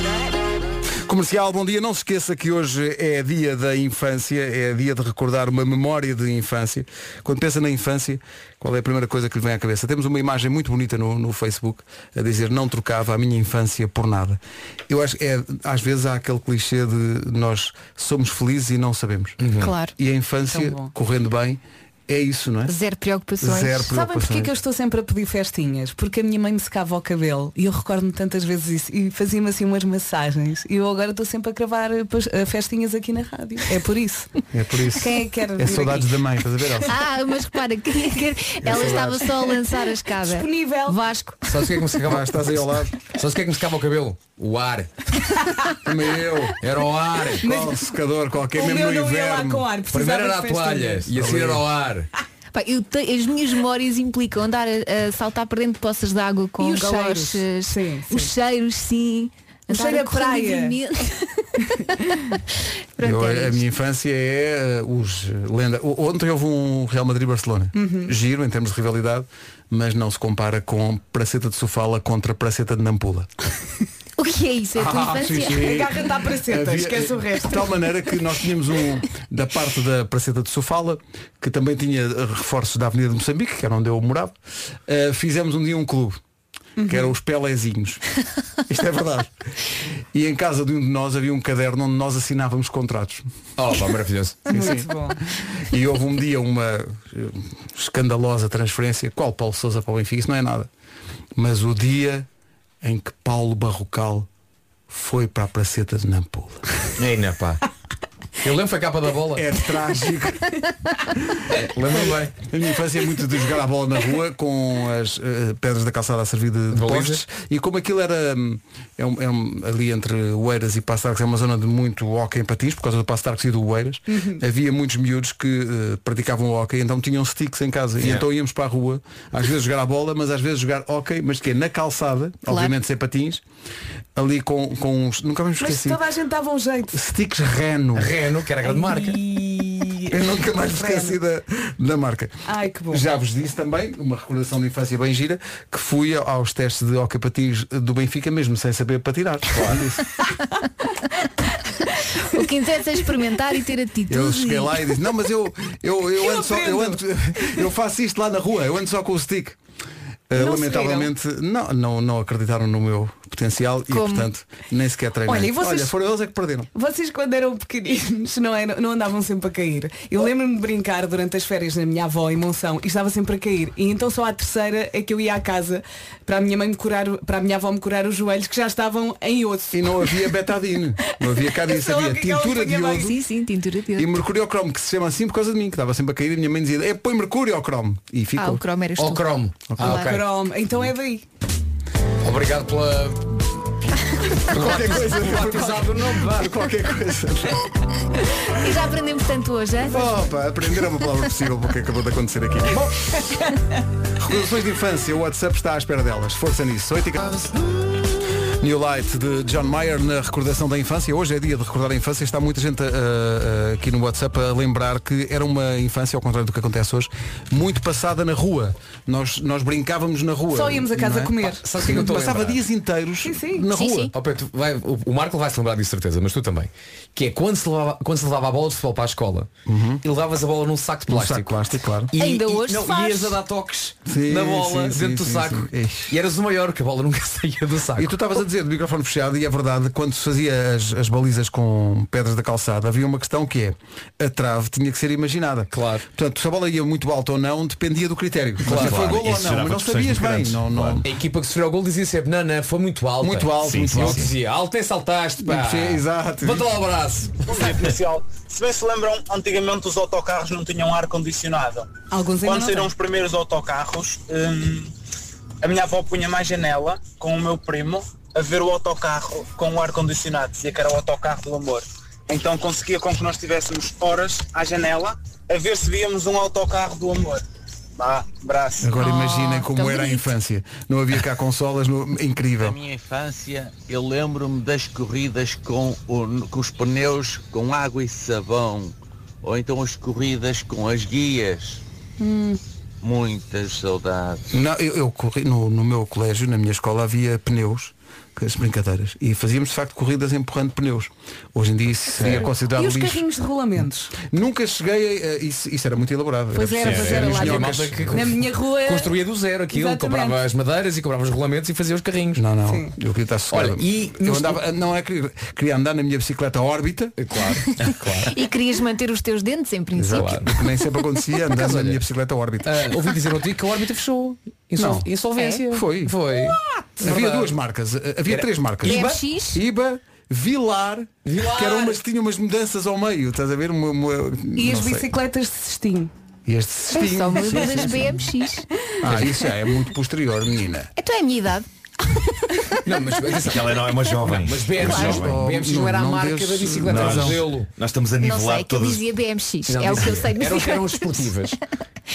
Speaker 2: Comercial, bom dia. Não se esqueça que hoje é dia da infância, é dia de recordar uma memória de infância. Quando pensa na infância, qual é a primeira coisa que lhe vem à cabeça? Temos uma imagem muito bonita no, no Facebook a dizer não trocava a minha infância por nada. Eu acho que é, às vezes há aquele clichê de nós somos felizes e não sabemos.
Speaker 6: Claro.
Speaker 2: E a infância,
Speaker 3: Uhum. Tão bom.
Speaker 2: correndo bem, é isso, não é?
Speaker 6: Zero preocupações.
Speaker 2: Zero
Speaker 3: Sabem
Speaker 2: preocupações.
Speaker 3: porquê que eu estou sempre a pedir festinhas? Porque a minha mãe me secava o cabelo e eu recordo-me tantas vezes isso e fazia-me assim umas massagens e eu agora estou sempre a cravar eh, pas- eh, festinhas aqui na rádio. É por isso.
Speaker 2: É por isso.
Speaker 3: Quem é que quer
Speaker 2: É
Speaker 3: vir
Speaker 2: saudades
Speaker 3: aqui?
Speaker 2: da mãe, estás a ver? Elsa?
Speaker 6: Ah, mas repara, que que-
Speaker 2: é
Speaker 6: ela estava só a lançar a escada.
Speaker 3: Disponível.
Speaker 6: Vasco.
Speaker 5: Sabes o que é que me secava?
Speaker 2: Ah, estás aí ao lado.
Speaker 5: Sabes o que é que me secava o cabelo? O ar.
Speaker 2: Também eu.
Speaker 5: Era o ar.
Speaker 2: Qual é secador qualquer,
Speaker 3: O
Speaker 2: mesmo
Speaker 3: meu
Speaker 2: no
Speaker 3: não ia lá
Speaker 2: inverno.
Speaker 3: com ar, é precisava
Speaker 5: Primeiro era a
Speaker 3: de
Speaker 5: toalha
Speaker 3: festinhas.
Speaker 5: e a seguir era o ar.
Speaker 6: Pá, eu te- as minhas memórias implicam andar a, a saltar por dentro de poças de água com
Speaker 3: E os
Speaker 6: galochas.
Speaker 3: cheiros? Sim, sim.
Speaker 6: Os cheiros, sim.
Speaker 3: O
Speaker 6: Andar
Speaker 3: cheiro a
Speaker 6: correr
Speaker 3: praia.
Speaker 6: livremente. Pronto,
Speaker 2: Eu, eh,
Speaker 6: era
Speaker 2: a
Speaker 6: isto.
Speaker 2: minha infância é uh, os uh, lenda. O- Ontem houve um Real Madrid-Barcelona.
Speaker 3: Uhum.
Speaker 2: Giro em termos de rivalidade, mas não se compara com Praceta de Sofala contra Praceta de Nampula.
Speaker 6: O que é isso? É a tua
Speaker 2: Ah,
Speaker 6: infância?
Speaker 2: Havia- De tal maneira que nós tínhamos um da parte da praceta de Sofala, que também tinha eh, reforços da Avenida de Moçambique, que era onde eu morava, eh, fizemos um dia um clube, que eram os Pelezinhos. Isto é verdade. E em casa de um de nós havia um caderno onde nós assinávamos contratos.
Speaker 5: Oh, pá, maravilhoso.
Speaker 2: Sim, sim.
Speaker 3: Muito bom.
Speaker 2: E houve um dia uma eh, escandalosa transferência, qual Paulo Sousa para o Benfica, isso não é nada. Mas o dia em que Paulo Barrocal foi para a praceta de Nampula.
Speaker 5: Ainda pá. Eu lembro foi a capa da bola.
Speaker 2: É trágico.
Speaker 5: Lembro bem.
Speaker 2: A minha infância é muito de jogar a bola na rua com as eh, pedras da calçada a servir de, de
Speaker 5: Baliza.
Speaker 2: postes. E como aquilo era hum, é um- é um- ali entre Oeiras e Passo de Arcos, é uma zona de muito hóquei em patins, por causa do Passo de Arcos e do Oeiras,
Speaker 5: Uhum.
Speaker 2: havia muitos miúdos que eh, praticavam hóquei, então tinham sticks em casa. E
Speaker 5: Yeah.
Speaker 2: então íamos para a rua, às vezes jogar a bola, mas às vezes jogar hóquei, mas que é na calçada,
Speaker 3: Claro.
Speaker 2: obviamente sem patins, ali com, com uns, nunca me
Speaker 3: Mas
Speaker 2: esqueci,
Speaker 3: toda a gente dava um jeito.
Speaker 2: sticks Reno.
Speaker 5: Reno, que era a grande marca.
Speaker 2: Eu nunca mais me esqueci da, da marca.
Speaker 3: Ai, que bom.
Speaker 2: Já vos disse também, uma recordação de infância bem gira, que fui aos testes de hockey patins do Benfica mesmo sem saber para tirar. Claro.
Speaker 6: O que interessa é experimentar e ter atitude.
Speaker 2: Eu cheguei lá e disse, não, mas eu, eu, eu,
Speaker 6: Eu
Speaker 2: ando só, eu, ando, eu faço isto lá na rua, eu ando só com o stick. Uh,
Speaker 3: Não
Speaker 2: lamentavelmente não, não, não acreditaram no meu potencial
Speaker 3: Como?
Speaker 2: e portanto nem sequer treinei.
Speaker 3: Olha, e vocês-
Speaker 2: foram eles é que perderam.
Speaker 3: Vocês quando eram pequeninos não, eram- não andavam sempre a cair. Eu lembro-me de brincar durante as férias na minha avó em Monção e estava sempre a cair. E então só à terceira é que eu ia à casa para a minha mãe me curar, o- para a minha avó me curar os joelhos que já estavam em osso.
Speaker 2: E não havia betadine, não havia cá disso,
Speaker 3: Sei lá o
Speaker 2: havia
Speaker 3: que é que ela
Speaker 2: tintura de
Speaker 3: punha lá.
Speaker 2: iodo.
Speaker 6: Sim, sim, tintura de
Speaker 2: E
Speaker 6: ouro.
Speaker 2: mercúrio cromo, que se chama assim por causa de mim, que estava sempre a cair e a minha mãe dizia, é põe mercúrio ao cromo. E ficou.
Speaker 6: Ah, o cromo eras
Speaker 2: "Oh,
Speaker 6: tu.
Speaker 5: cromo. Ah, ok.
Speaker 3: Cromo. Então é daí.
Speaker 5: Obrigado pela.
Speaker 2: Qualquer coisa,
Speaker 5: batizado não
Speaker 2: Por qualquer coisa.
Speaker 6: E já aprendemos tanto hoje, é?
Speaker 2: Opa, aprender é uma palavra possível porque acabou de acontecer aqui. Bom, recordações de infância, o WhatsApp está à espera delas. Força nisso. 8 e 14. New Light de John Mayer na recordação da infância. Hoje é dia de recordar a infância. Está muita gente ah, ah, aqui no WhatsApp a lembrar que era uma infância, ao contrário do que acontece hoje, muito passada na rua. Nós, nós brincávamos na rua.
Speaker 3: Só íamos a casa
Speaker 2: não é?
Speaker 3: comer.
Speaker 5: Sabe o que é que eu estou a
Speaker 2: Passava
Speaker 5: lembrar?
Speaker 2: dias inteiros na
Speaker 6: Sim,
Speaker 2: rua.
Speaker 6: sim.
Speaker 5: Ó, Pedro, vai- o- o Marco vai se lembrar disso certeza, mas tu também. Que é quando se levava, quando se levava a bola de futebol para a escola, e levavas a bola num saco de
Speaker 2: Um Uhum.
Speaker 5: plástico.
Speaker 2: saco de plástico, claro.
Speaker 5: E,
Speaker 6: Ainda
Speaker 5: e-
Speaker 6: hoje
Speaker 5: não,
Speaker 6: se faz.
Speaker 5: ias a dar toques
Speaker 2: Sim,
Speaker 5: na bola
Speaker 2: sim,
Speaker 5: dentro do
Speaker 2: sim,
Speaker 5: saco.
Speaker 2: sim. Ixi.
Speaker 5: E eras o maior, que a bola nunca saía do saco.
Speaker 2: E tu estavas a dizer do microfone fechado e é verdade, quando se fazia as, as balizas com pedras da calçada, havia uma questão que é, a trave tinha que ser imaginada.
Speaker 5: Claro.
Speaker 2: Portanto, se a bola ia muito alta ou não, dependia do critério.
Speaker 5: Claro.
Speaker 2: se foi
Speaker 5: Claro.
Speaker 2: gol ou
Speaker 12: Isso
Speaker 2: não,
Speaker 12: gerava
Speaker 2: mas não
Speaker 12: discussões
Speaker 2: sabias
Speaker 12: muito
Speaker 2: bem.
Speaker 12: grandes.
Speaker 2: Não, não.
Speaker 12: Claro.
Speaker 5: A equipa que sofreu o gol dizia sempre, não, não, foi muito alta.
Speaker 2: Muito alto,
Speaker 5: Sim,
Speaker 2: muito
Speaker 5: sim,
Speaker 2: alto.
Speaker 5: sim. dizia, alto é saltaste, pá.
Speaker 2: Muito- sim, exato.
Speaker 5: Bota lá um o braço.
Speaker 13: comercial. Se bem se lembram, antigamente os autocarros não tinham ar-condicionado.
Speaker 3: Alguns ainda
Speaker 13: Quando
Speaker 3: não
Speaker 13: saíram
Speaker 3: têm.
Speaker 13: os primeiros autocarros, hum, a minha avó punha mais janela com o meu primo a ver o autocarro com o ar-condicionado, dizia que era o autocarro do amor. Então conseguia com que nós tivéssemos horas à janela a ver se víamos um autocarro do amor. Vá, braço.
Speaker 2: Agora imaginem
Speaker 13: Oh,
Speaker 2: como
Speaker 13: tão
Speaker 2: era a
Speaker 13: bonito.
Speaker 2: infância. Não havia cá consolas, no-
Speaker 12: Na
Speaker 2: incrível.
Speaker 12: minha infância, eu lembro-me das corridas com, o- com os pneus com água e sabão, ou então as corridas com as guias.
Speaker 3: Hum.
Speaker 12: Muitas saudades.
Speaker 2: Não, eu, eu corri no, no meu colégio, na minha escola, havia pneus, que- as brincadeiras, e fazíamos de facto corridas empurrando pneus. Hoje em dia isso seria considerado
Speaker 3: E os
Speaker 2: lixo.
Speaker 3: carrinhos de regulamentos?
Speaker 2: Nunca cheguei a. a- Isso, isso era muito elaborado.
Speaker 3: Pois era,
Speaker 2: preciso
Speaker 3: pois era
Speaker 2: ter
Speaker 3: lá.
Speaker 2: minhocas.
Speaker 5: Havia malta que-
Speaker 3: Na minha rua.
Speaker 5: Construía do zero aquilo,
Speaker 3: Exatamente.
Speaker 5: comprava as madeiras e comprava os regulamentos e fazia os carrinhos.
Speaker 2: Não, não.
Speaker 5: Sim.
Speaker 2: Eu queria estar sossegado.
Speaker 5: Olha, e
Speaker 2: eu
Speaker 5: nos-
Speaker 2: andava, não é queria, queria andar na minha bicicleta à órbita.
Speaker 5: Claro, claro.
Speaker 6: E querias manter os teus dentes, em princípio.
Speaker 2: Exato. Nem sempre acontecia andar na minha bicicleta à órbita.
Speaker 5: Ah, ouvi dizer outro dia que a órbita fechou. Insol-
Speaker 2: Não.
Speaker 5: Insolvência.
Speaker 2: É? Foi.
Speaker 5: Foi.
Speaker 2: Havia
Speaker 5: é Verdade.
Speaker 2: duas marcas, eh, havia
Speaker 5: Era
Speaker 2: três marcas.
Speaker 5: BMX?
Speaker 2: IBA, Vilar,
Speaker 5: Vilar.
Speaker 2: que eram umas, que tinham umas mudanças ao meio, estás a ver? Uma- uma-
Speaker 3: E
Speaker 2: É? não
Speaker 3: as
Speaker 2: sei.
Speaker 3: bicicletas de cestinho.
Speaker 2: E este cestinho.
Speaker 6: Só me
Speaker 2: Sim,
Speaker 6: lembro
Speaker 2: sim,
Speaker 6: das
Speaker 2: sim.
Speaker 6: BMX.
Speaker 2: Ah, isso já é muito posterior, menina.
Speaker 6: Então é a minha idade.
Speaker 5: Não, mas atenção.
Speaker 12: Ela não é uma jovem.
Speaker 5: Mas BMX,
Speaker 12: Claro.
Speaker 5: não- BMX não,
Speaker 2: Não,
Speaker 5: era a
Speaker 2: não
Speaker 5: marca
Speaker 2: deixes-
Speaker 5: da bicicleta,
Speaker 12: Nós,
Speaker 5: era o modelo.
Speaker 12: nós estamos a
Speaker 6: Não
Speaker 12: nivelar
Speaker 6: sei, é que eu
Speaker 12: todas.
Speaker 6: dizia BMX.
Speaker 5: Não,
Speaker 6: é o que
Speaker 5: dizia.
Speaker 6: eu sei de
Speaker 5: eram, eram
Speaker 6: bicicleta.
Speaker 5: esportivas.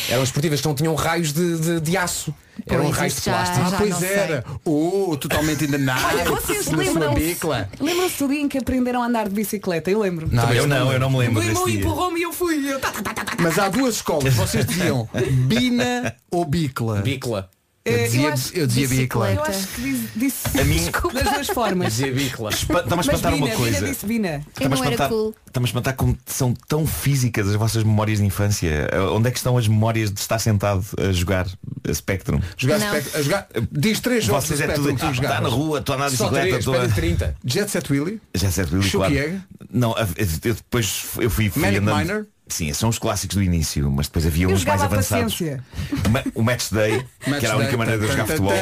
Speaker 5: Eram esportivas que não tinham raios de, de, de aço. eram
Speaker 6: Pois,
Speaker 5: raios de
Speaker 6: já-
Speaker 5: plástico.
Speaker 2: Ah,
Speaker 6: já
Speaker 2: pois
Speaker 6: não sei.
Speaker 2: era. Oh, totalmente ainda nada.
Speaker 3: Olha, vocês
Speaker 2: na sua
Speaker 3: lembram-se
Speaker 2: bicla.
Speaker 3: lembram-se do dia em que aprenderam a andar de bicicleta? Eu lembro.
Speaker 2: Não,
Speaker 12: eu não, eu não me
Speaker 3: O
Speaker 12: lembro
Speaker 3: meu irmão
Speaker 12: desse dia.
Speaker 3: empurrou-me e eu fui. Eu... tá, tá, tá, tá, tá.
Speaker 2: Mas há duas escolas, vocês diziam Bina ou Bicla?
Speaker 5: Bicla.
Speaker 3: Eh,
Speaker 14: Eu dizia-
Speaker 3: acho-
Speaker 14: eu dizia bicicleta.
Speaker 3: Eu acho que diz- disse
Speaker 14: A mim-
Speaker 3: desculpa das duas formas.
Speaker 14: Dizia bicla.
Speaker 12: tá,
Speaker 14: Espa- está-me a
Speaker 3: Mas
Speaker 14: espantar uma
Speaker 3: Vina,
Speaker 14: coisa.
Speaker 3: Vina disse Vina.
Speaker 14: Está-me a
Speaker 15: um
Speaker 14: espantar- está-me a espantar como são tão físicas as vossas memórias de infância. Eh, Onde é que estão as memórias de estar sentado a jogar a Spectrum?
Speaker 2: Jogar Não. Spectrum- a jogar- diz três jogos
Speaker 14: Vocês
Speaker 2: de
Speaker 14: é tudo.
Speaker 2: Spectrum que tu
Speaker 14: ah, Está
Speaker 2: jogavas.
Speaker 14: na rua, estou na
Speaker 2: Só
Speaker 14: bicicleta,
Speaker 2: três,
Speaker 14: estou
Speaker 2: espera
Speaker 14: a...
Speaker 2: 30. Jet Set Willy.
Speaker 14: Já certo, Willy,
Speaker 2: Chuck
Speaker 3: é-
Speaker 14: claro.
Speaker 2: Yeager.
Speaker 14: Não, a- eu eu depois eu fui, fui
Speaker 2: Manic
Speaker 14: andando.
Speaker 2: Miner.
Speaker 14: Sim, são os clássicos do início, mas depois havia
Speaker 3: Eu
Speaker 14: uns mais
Speaker 3: jogava à
Speaker 14: avançados.
Speaker 3: paciência.
Speaker 14: Ma- O Match Day, que era a única maneira de eu jogar futebol.
Speaker 2: E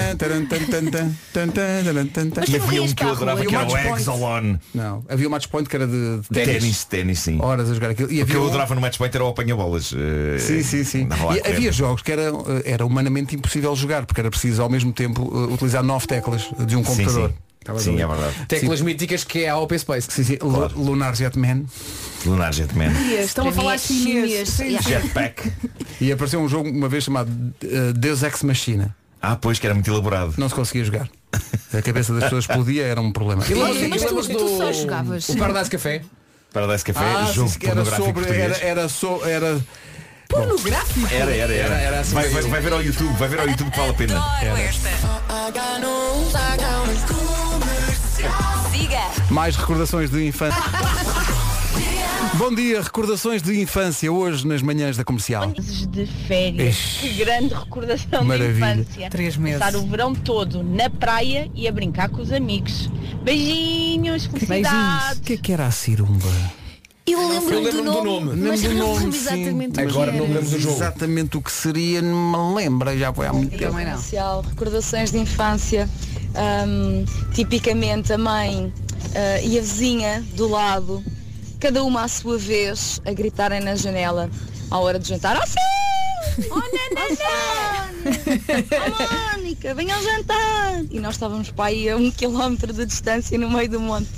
Speaker 14: E havia um que eu adorava que era o Exolon.
Speaker 2: Não, havia o match point que era de de
Speaker 14: Ténis, ténis, sim.
Speaker 2: Horas a jogar aquilo. E
Speaker 14: o que
Speaker 2: havia
Speaker 14: eu
Speaker 2: um-
Speaker 14: adorava no Match Point era o apanha-bolas. eh,
Speaker 2: Sim, sim, sim.
Speaker 14: andava lá a
Speaker 2: E
Speaker 14: correr.
Speaker 2: havia jogos que era, eh, era humanamente impossível jogar, porque era preciso ao mesmo tempo eh, utilizar nove teclas de um
Speaker 14: Sim,
Speaker 2: computador.
Speaker 14: sim.
Speaker 2: Estavas
Speaker 14: Sim,
Speaker 2: ali.
Speaker 14: é verdade.
Speaker 5: Teclas míticas que é a Open Space.
Speaker 2: Sim, sim. Lu- Lunar Jetman.
Speaker 14: Lunar Jetman.
Speaker 3: Estão a falar chinês. Sim, sim.
Speaker 14: Jetpack.
Speaker 2: E apareceu um jogo uma vez chamado eh, Deus Ex Machina.
Speaker 14: Ah, pois que era muito elaborado.
Speaker 2: Não se conseguia jogar. A cabeça das pessoas explodia, era um problema.
Speaker 5: E lembras-
Speaker 6: Mas
Speaker 5: e
Speaker 6: tu-
Speaker 5: lembras
Speaker 6: tu
Speaker 5: do-
Speaker 6: só jogavas.
Speaker 5: O Paradise Café.
Speaker 14: Paradise Café,
Speaker 2: Ah, sim,
Speaker 14: jogo
Speaker 2: sim, era
Speaker 14: pornográfico
Speaker 2: sobre, era,
Speaker 14: português.
Speaker 2: era, so, era
Speaker 3: Pornográfico?
Speaker 14: Era, era, era.
Speaker 5: Era assim
Speaker 14: vai, vai,
Speaker 5: mesmo.
Speaker 14: vai ver ao YouTube, vai ver ao YouTube que vale a pena.
Speaker 9: Siga.
Speaker 2: Mais recordações de infância. Bom dia, recordações de infância hoje nas manhãs da comercial.
Speaker 15: de férias.
Speaker 2: Ixi.
Speaker 15: Que grande recordação
Speaker 2: Maravilha.
Speaker 15: da infância.
Speaker 3: Três meses.
Speaker 15: Passar o verão todo na praia e a brincar com os amigos. Beijinhos, felicidade.
Speaker 2: O que é que era a cirumba?
Speaker 6: Eu
Speaker 15: Eu
Speaker 6: lembro-me do
Speaker 15: lembro-me do
Speaker 6: nome,
Speaker 2: Lembro
Speaker 6: mas
Speaker 2: do
Speaker 6: eu não
Speaker 2: um nome, sim.
Speaker 6: lembro exatamente o que
Speaker 2: Agora
Speaker 6: era.
Speaker 2: não lembro do jogo. Exatamente o que seria, não me lembro, já foi há muito tempo.
Speaker 11: Comercial, recordações de infância. Ahm, tipicamente a mãe ah, e a vizinha do lado, cada uma à sua vez, a gritarem na janela à hora de jantar. Oh, Fio! Oh, Nenê! Oh, Mónica, venham jantar! E nós estávamos para aí a um quilómetro de distância no meio do monte,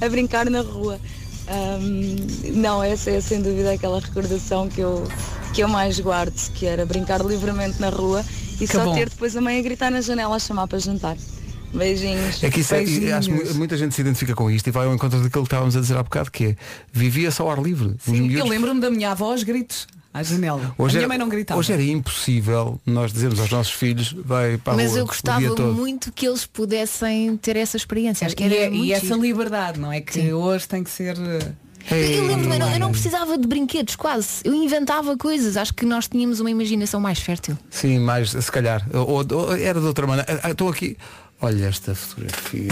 Speaker 11: a brincar na rua. Ahm, não, essa é sem dúvida aquela recordação que eu, que eu mais guardo, que era brincar livremente na rua
Speaker 3: Que
Speaker 11: e só
Speaker 3: bom.
Speaker 11: ter depois a mãe a gritar na janela a chamar para jantar. Beijinhos.
Speaker 2: É que isso é, e acho que mu- muita gente se identifica com isto e vai ao encontro daquilo que estávamos a dizer há bocado, que é vivia só ao ar livre. Os
Speaker 3: Eu
Speaker 2: miúdos-
Speaker 3: lembro-me da minha avó aos gritos à janela.
Speaker 2: Hoje
Speaker 3: a minha
Speaker 2: era-
Speaker 3: mãe não gritava.
Speaker 2: Hoje era impossível nós dizermos aos nossos filhos, vai para a
Speaker 6: Mas
Speaker 2: rua
Speaker 6: eu
Speaker 2: o
Speaker 6: gostava
Speaker 2: dia todo.
Speaker 6: muito que eles pudessem ter essa experiência. Acho que
Speaker 3: E,
Speaker 6: era
Speaker 3: é-
Speaker 6: muito
Speaker 3: e essa
Speaker 6: giro.
Speaker 3: liberdade, não é? Que hoje tem que ser. eh,
Speaker 2: É,
Speaker 6: Eu lembro-me, eu não- eu não precisava de brinquedos, quase. Eu inventava coisas. Acho que nós tínhamos uma imaginação mais fértil.
Speaker 2: Sim, mais se calhar. Ou, ou- era de outra maneira. Ah, Estou aqui. Olha esta fotografia.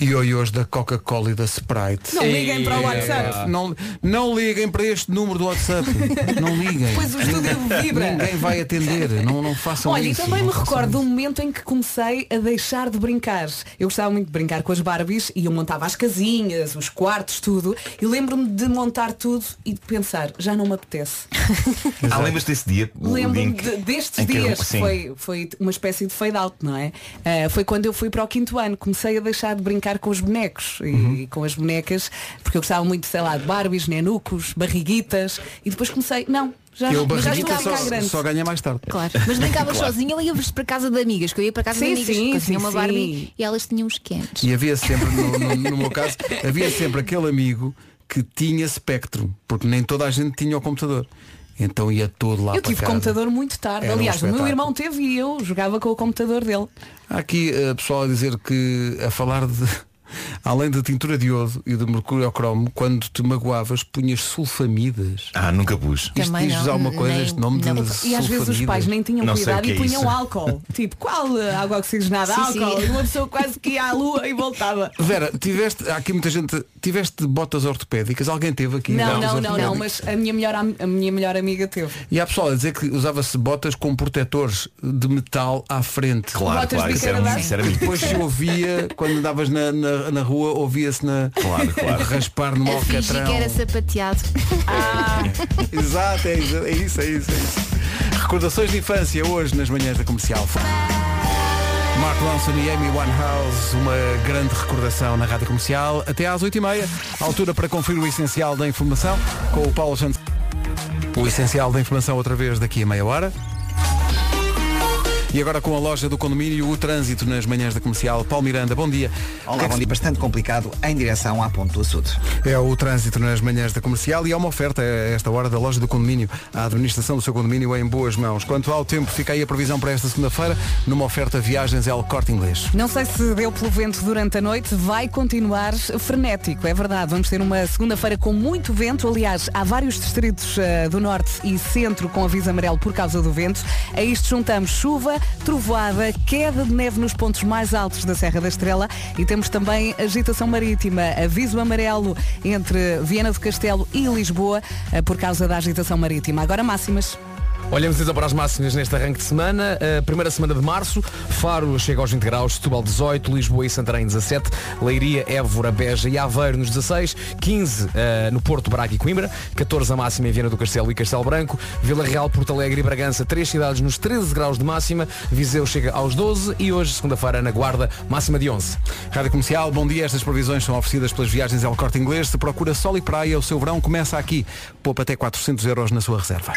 Speaker 2: Ioiôs da Coca-Cola e da Sprite.
Speaker 3: Não liguem para o WhatsApp.
Speaker 2: Não, não liguem para este número do WhatsApp. não liguem.
Speaker 3: Pois o estúdio vibra.
Speaker 2: Ninguém vai atender. Não, não façam
Speaker 3: Olha,
Speaker 2: isso.
Speaker 3: e também
Speaker 2: não
Speaker 3: me
Speaker 2: façam
Speaker 3: recordo do momento em que comecei a deixar de brincar. Eu gostava muito de brincar com as Barbies e eu montava as casinhas, os quartos, tudo. E lembro-me de montar tudo e de pensar, já não me apetece.
Speaker 14: Ah, lembras desse dia? O dia
Speaker 3: Lembro-me
Speaker 14: em que-
Speaker 3: de- destes
Speaker 14: em que-
Speaker 3: dias,
Speaker 14: sim.
Speaker 3: foi, foi uma espécie de fade out, não é? Ah, foi quando eu fui para o quinto ano, comecei a deixar de brincar com os bonecos e, e com as bonecas, porque eu gostava muito, sei lá, de Barbies, nenucos, barriguitas, e depois comecei, não, já,
Speaker 2: Eu
Speaker 3: já
Speaker 2: barriguita
Speaker 3: estava cá
Speaker 2: só,
Speaker 3: grande.
Speaker 2: só ganha mais tarde.
Speaker 6: Claro. Mas brincava sozinha, eu ia para casa de amigas, que eu ia para casa
Speaker 3: Sim,
Speaker 6: de amigas,
Speaker 3: sim,
Speaker 6: que eu
Speaker 3: sim,
Speaker 6: tinha uma
Speaker 3: sim.
Speaker 6: Barbie e elas tinham uns quentes.
Speaker 2: E havia sempre, no, no- no meu caso, havia sempre aquele amigo que tinha Spectrum, porque nem toda a gente tinha o computador. Então ia todo lá
Speaker 3: eu
Speaker 2: para
Speaker 3: tive
Speaker 2: casa.
Speaker 3: computador muito tarde.
Speaker 2: Era um
Speaker 3: Aliás, o meu
Speaker 2: espetáculo.
Speaker 3: irmão teve e eu jogava com o computador dele.
Speaker 2: Há aqui eh, pessoal a dizer que a falar de além da tintura de iodo e do mercúrio ao cromo, quando te magoavas punhas sulfamidas.
Speaker 14: Ah, nunca pus.
Speaker 2: Isto
Speaker 3: Também
Speaker 2: diz-vos
Speaker 3: não,
Speaker 2: alguma coisa,
Speaker 3: nem-
Speaker 2: este nome de
Speaker 3: não. E às vezes os
Speaker 2: sulfamidas?
Speaker 3: pais nem tinham
Speaker 2: Não sei o
Speaker 3: cuidado
Speaker 2: que
Speaker 3: e
Speaker 2: é
Speaker 3: punham
Speaker 2: isso.
Speaker 3: álcool. tipo, qual eh, água oxigenada?
Speaker 2: Sim, sim.
Speaker 3: álcool. E uma pessoa quase que ia à lua e voltava.
Speaker 2: Vera, tiveste, há aqui muita gente, tiveste botas ortopédicas, alguém teve aqui?
Speaker 3: Não,
Speaker 2: botas
Speaker 3: não, não, não,
Speaker 2: ortopédicas?
Speaker 3: mas a minha melhor, am- a minha melhor amiga teve.
Speaker 2: E há pessoal a dizer que usava-se botas com protetores de metal à frente.
Speaker 14: Claro, Botas claro, de isso era bicarbonato. muito- isso era muito
Speaker 2: Depois se
Speaker 14: interessante.
Speaker 2: ouvia, quando andavas na, na, na rua, ouvia-se na
Speaker 14: Claro, claro.
Speaker 2: raspar no
Speaker 6: A fingir que
Speaker 2: alcatrão.
Speaker 6: era sapateado.
Speaker 3: Ah,
Speaker 2: Exato, é isso, é isso, é isso, é isso. Recordações de infância hoje nas manhãs da comercial. Mark Ronson e Amy Winehouse, uma grande recordação na rádio comercial. Até às 8h30, altura para conferir o essencial da informação com o Paulo Santos. O essencial da informação outra vez daqui a meia hora. E agora com a loja do condomínio, o trânsito nas manhãs da comercial. Paulo Miranda, bom dia.
Speaker 4: Olá, bom dia. Bastante complicado em direção à Ponte do Açude.
Speaker 2: É o trânsito nas manhãs da comercial e há uma oferta a esta hora da loja do condomínio. A administração do seu condomínio é em boas mãos. Quanto ao tempo, fica aí a previsão para esta segunda-feira numa oferta Viagens El Corte Inglês.
Speaker 3: Não sei se deu pelo vento durante a noite, vai continuar frenético, é verdade. Vamos ter uma segunda-feira com muito vento. Aliás, há vários distritos eh, do norte e centro com aviso amarelo por causa do vento. A isto juntamos chuva, trovoada, queda de neve nos pontos mais altos da Serra da Estrela e temos também agitação marítima, aviso amarelo entre Viena do Castelo e Lisboa eh, por causa da agitação marítima. Agora máximas.
Speaker 7: Olhamos então para as máximas neste arranque de semana. A primeira semana de março, Faro chega aos 20 graus, Setúbal 18, Lisboa e Santarém 17, Leiria, Évora, Beja e Aveiro nos 16, 15 eh, no Porto, Braga e Coimbra, 14 a máxima em Viana do Castelo e Castelo Branco, Vila Real, Porto Alegre e Bragança, três cidades nos 13 graus de máxima, Viseu chega aos 12 e hoje, segunda-feira, na Guarda, máxima de 11.
Speaker 2: Rádio Comercial, bom dia. Estas previsões são oferecidas pelas Viagens El Corte Inglês. Se procura sol e praia, o seu verão começa aqui. Poupa até 400 euros na sua reserva.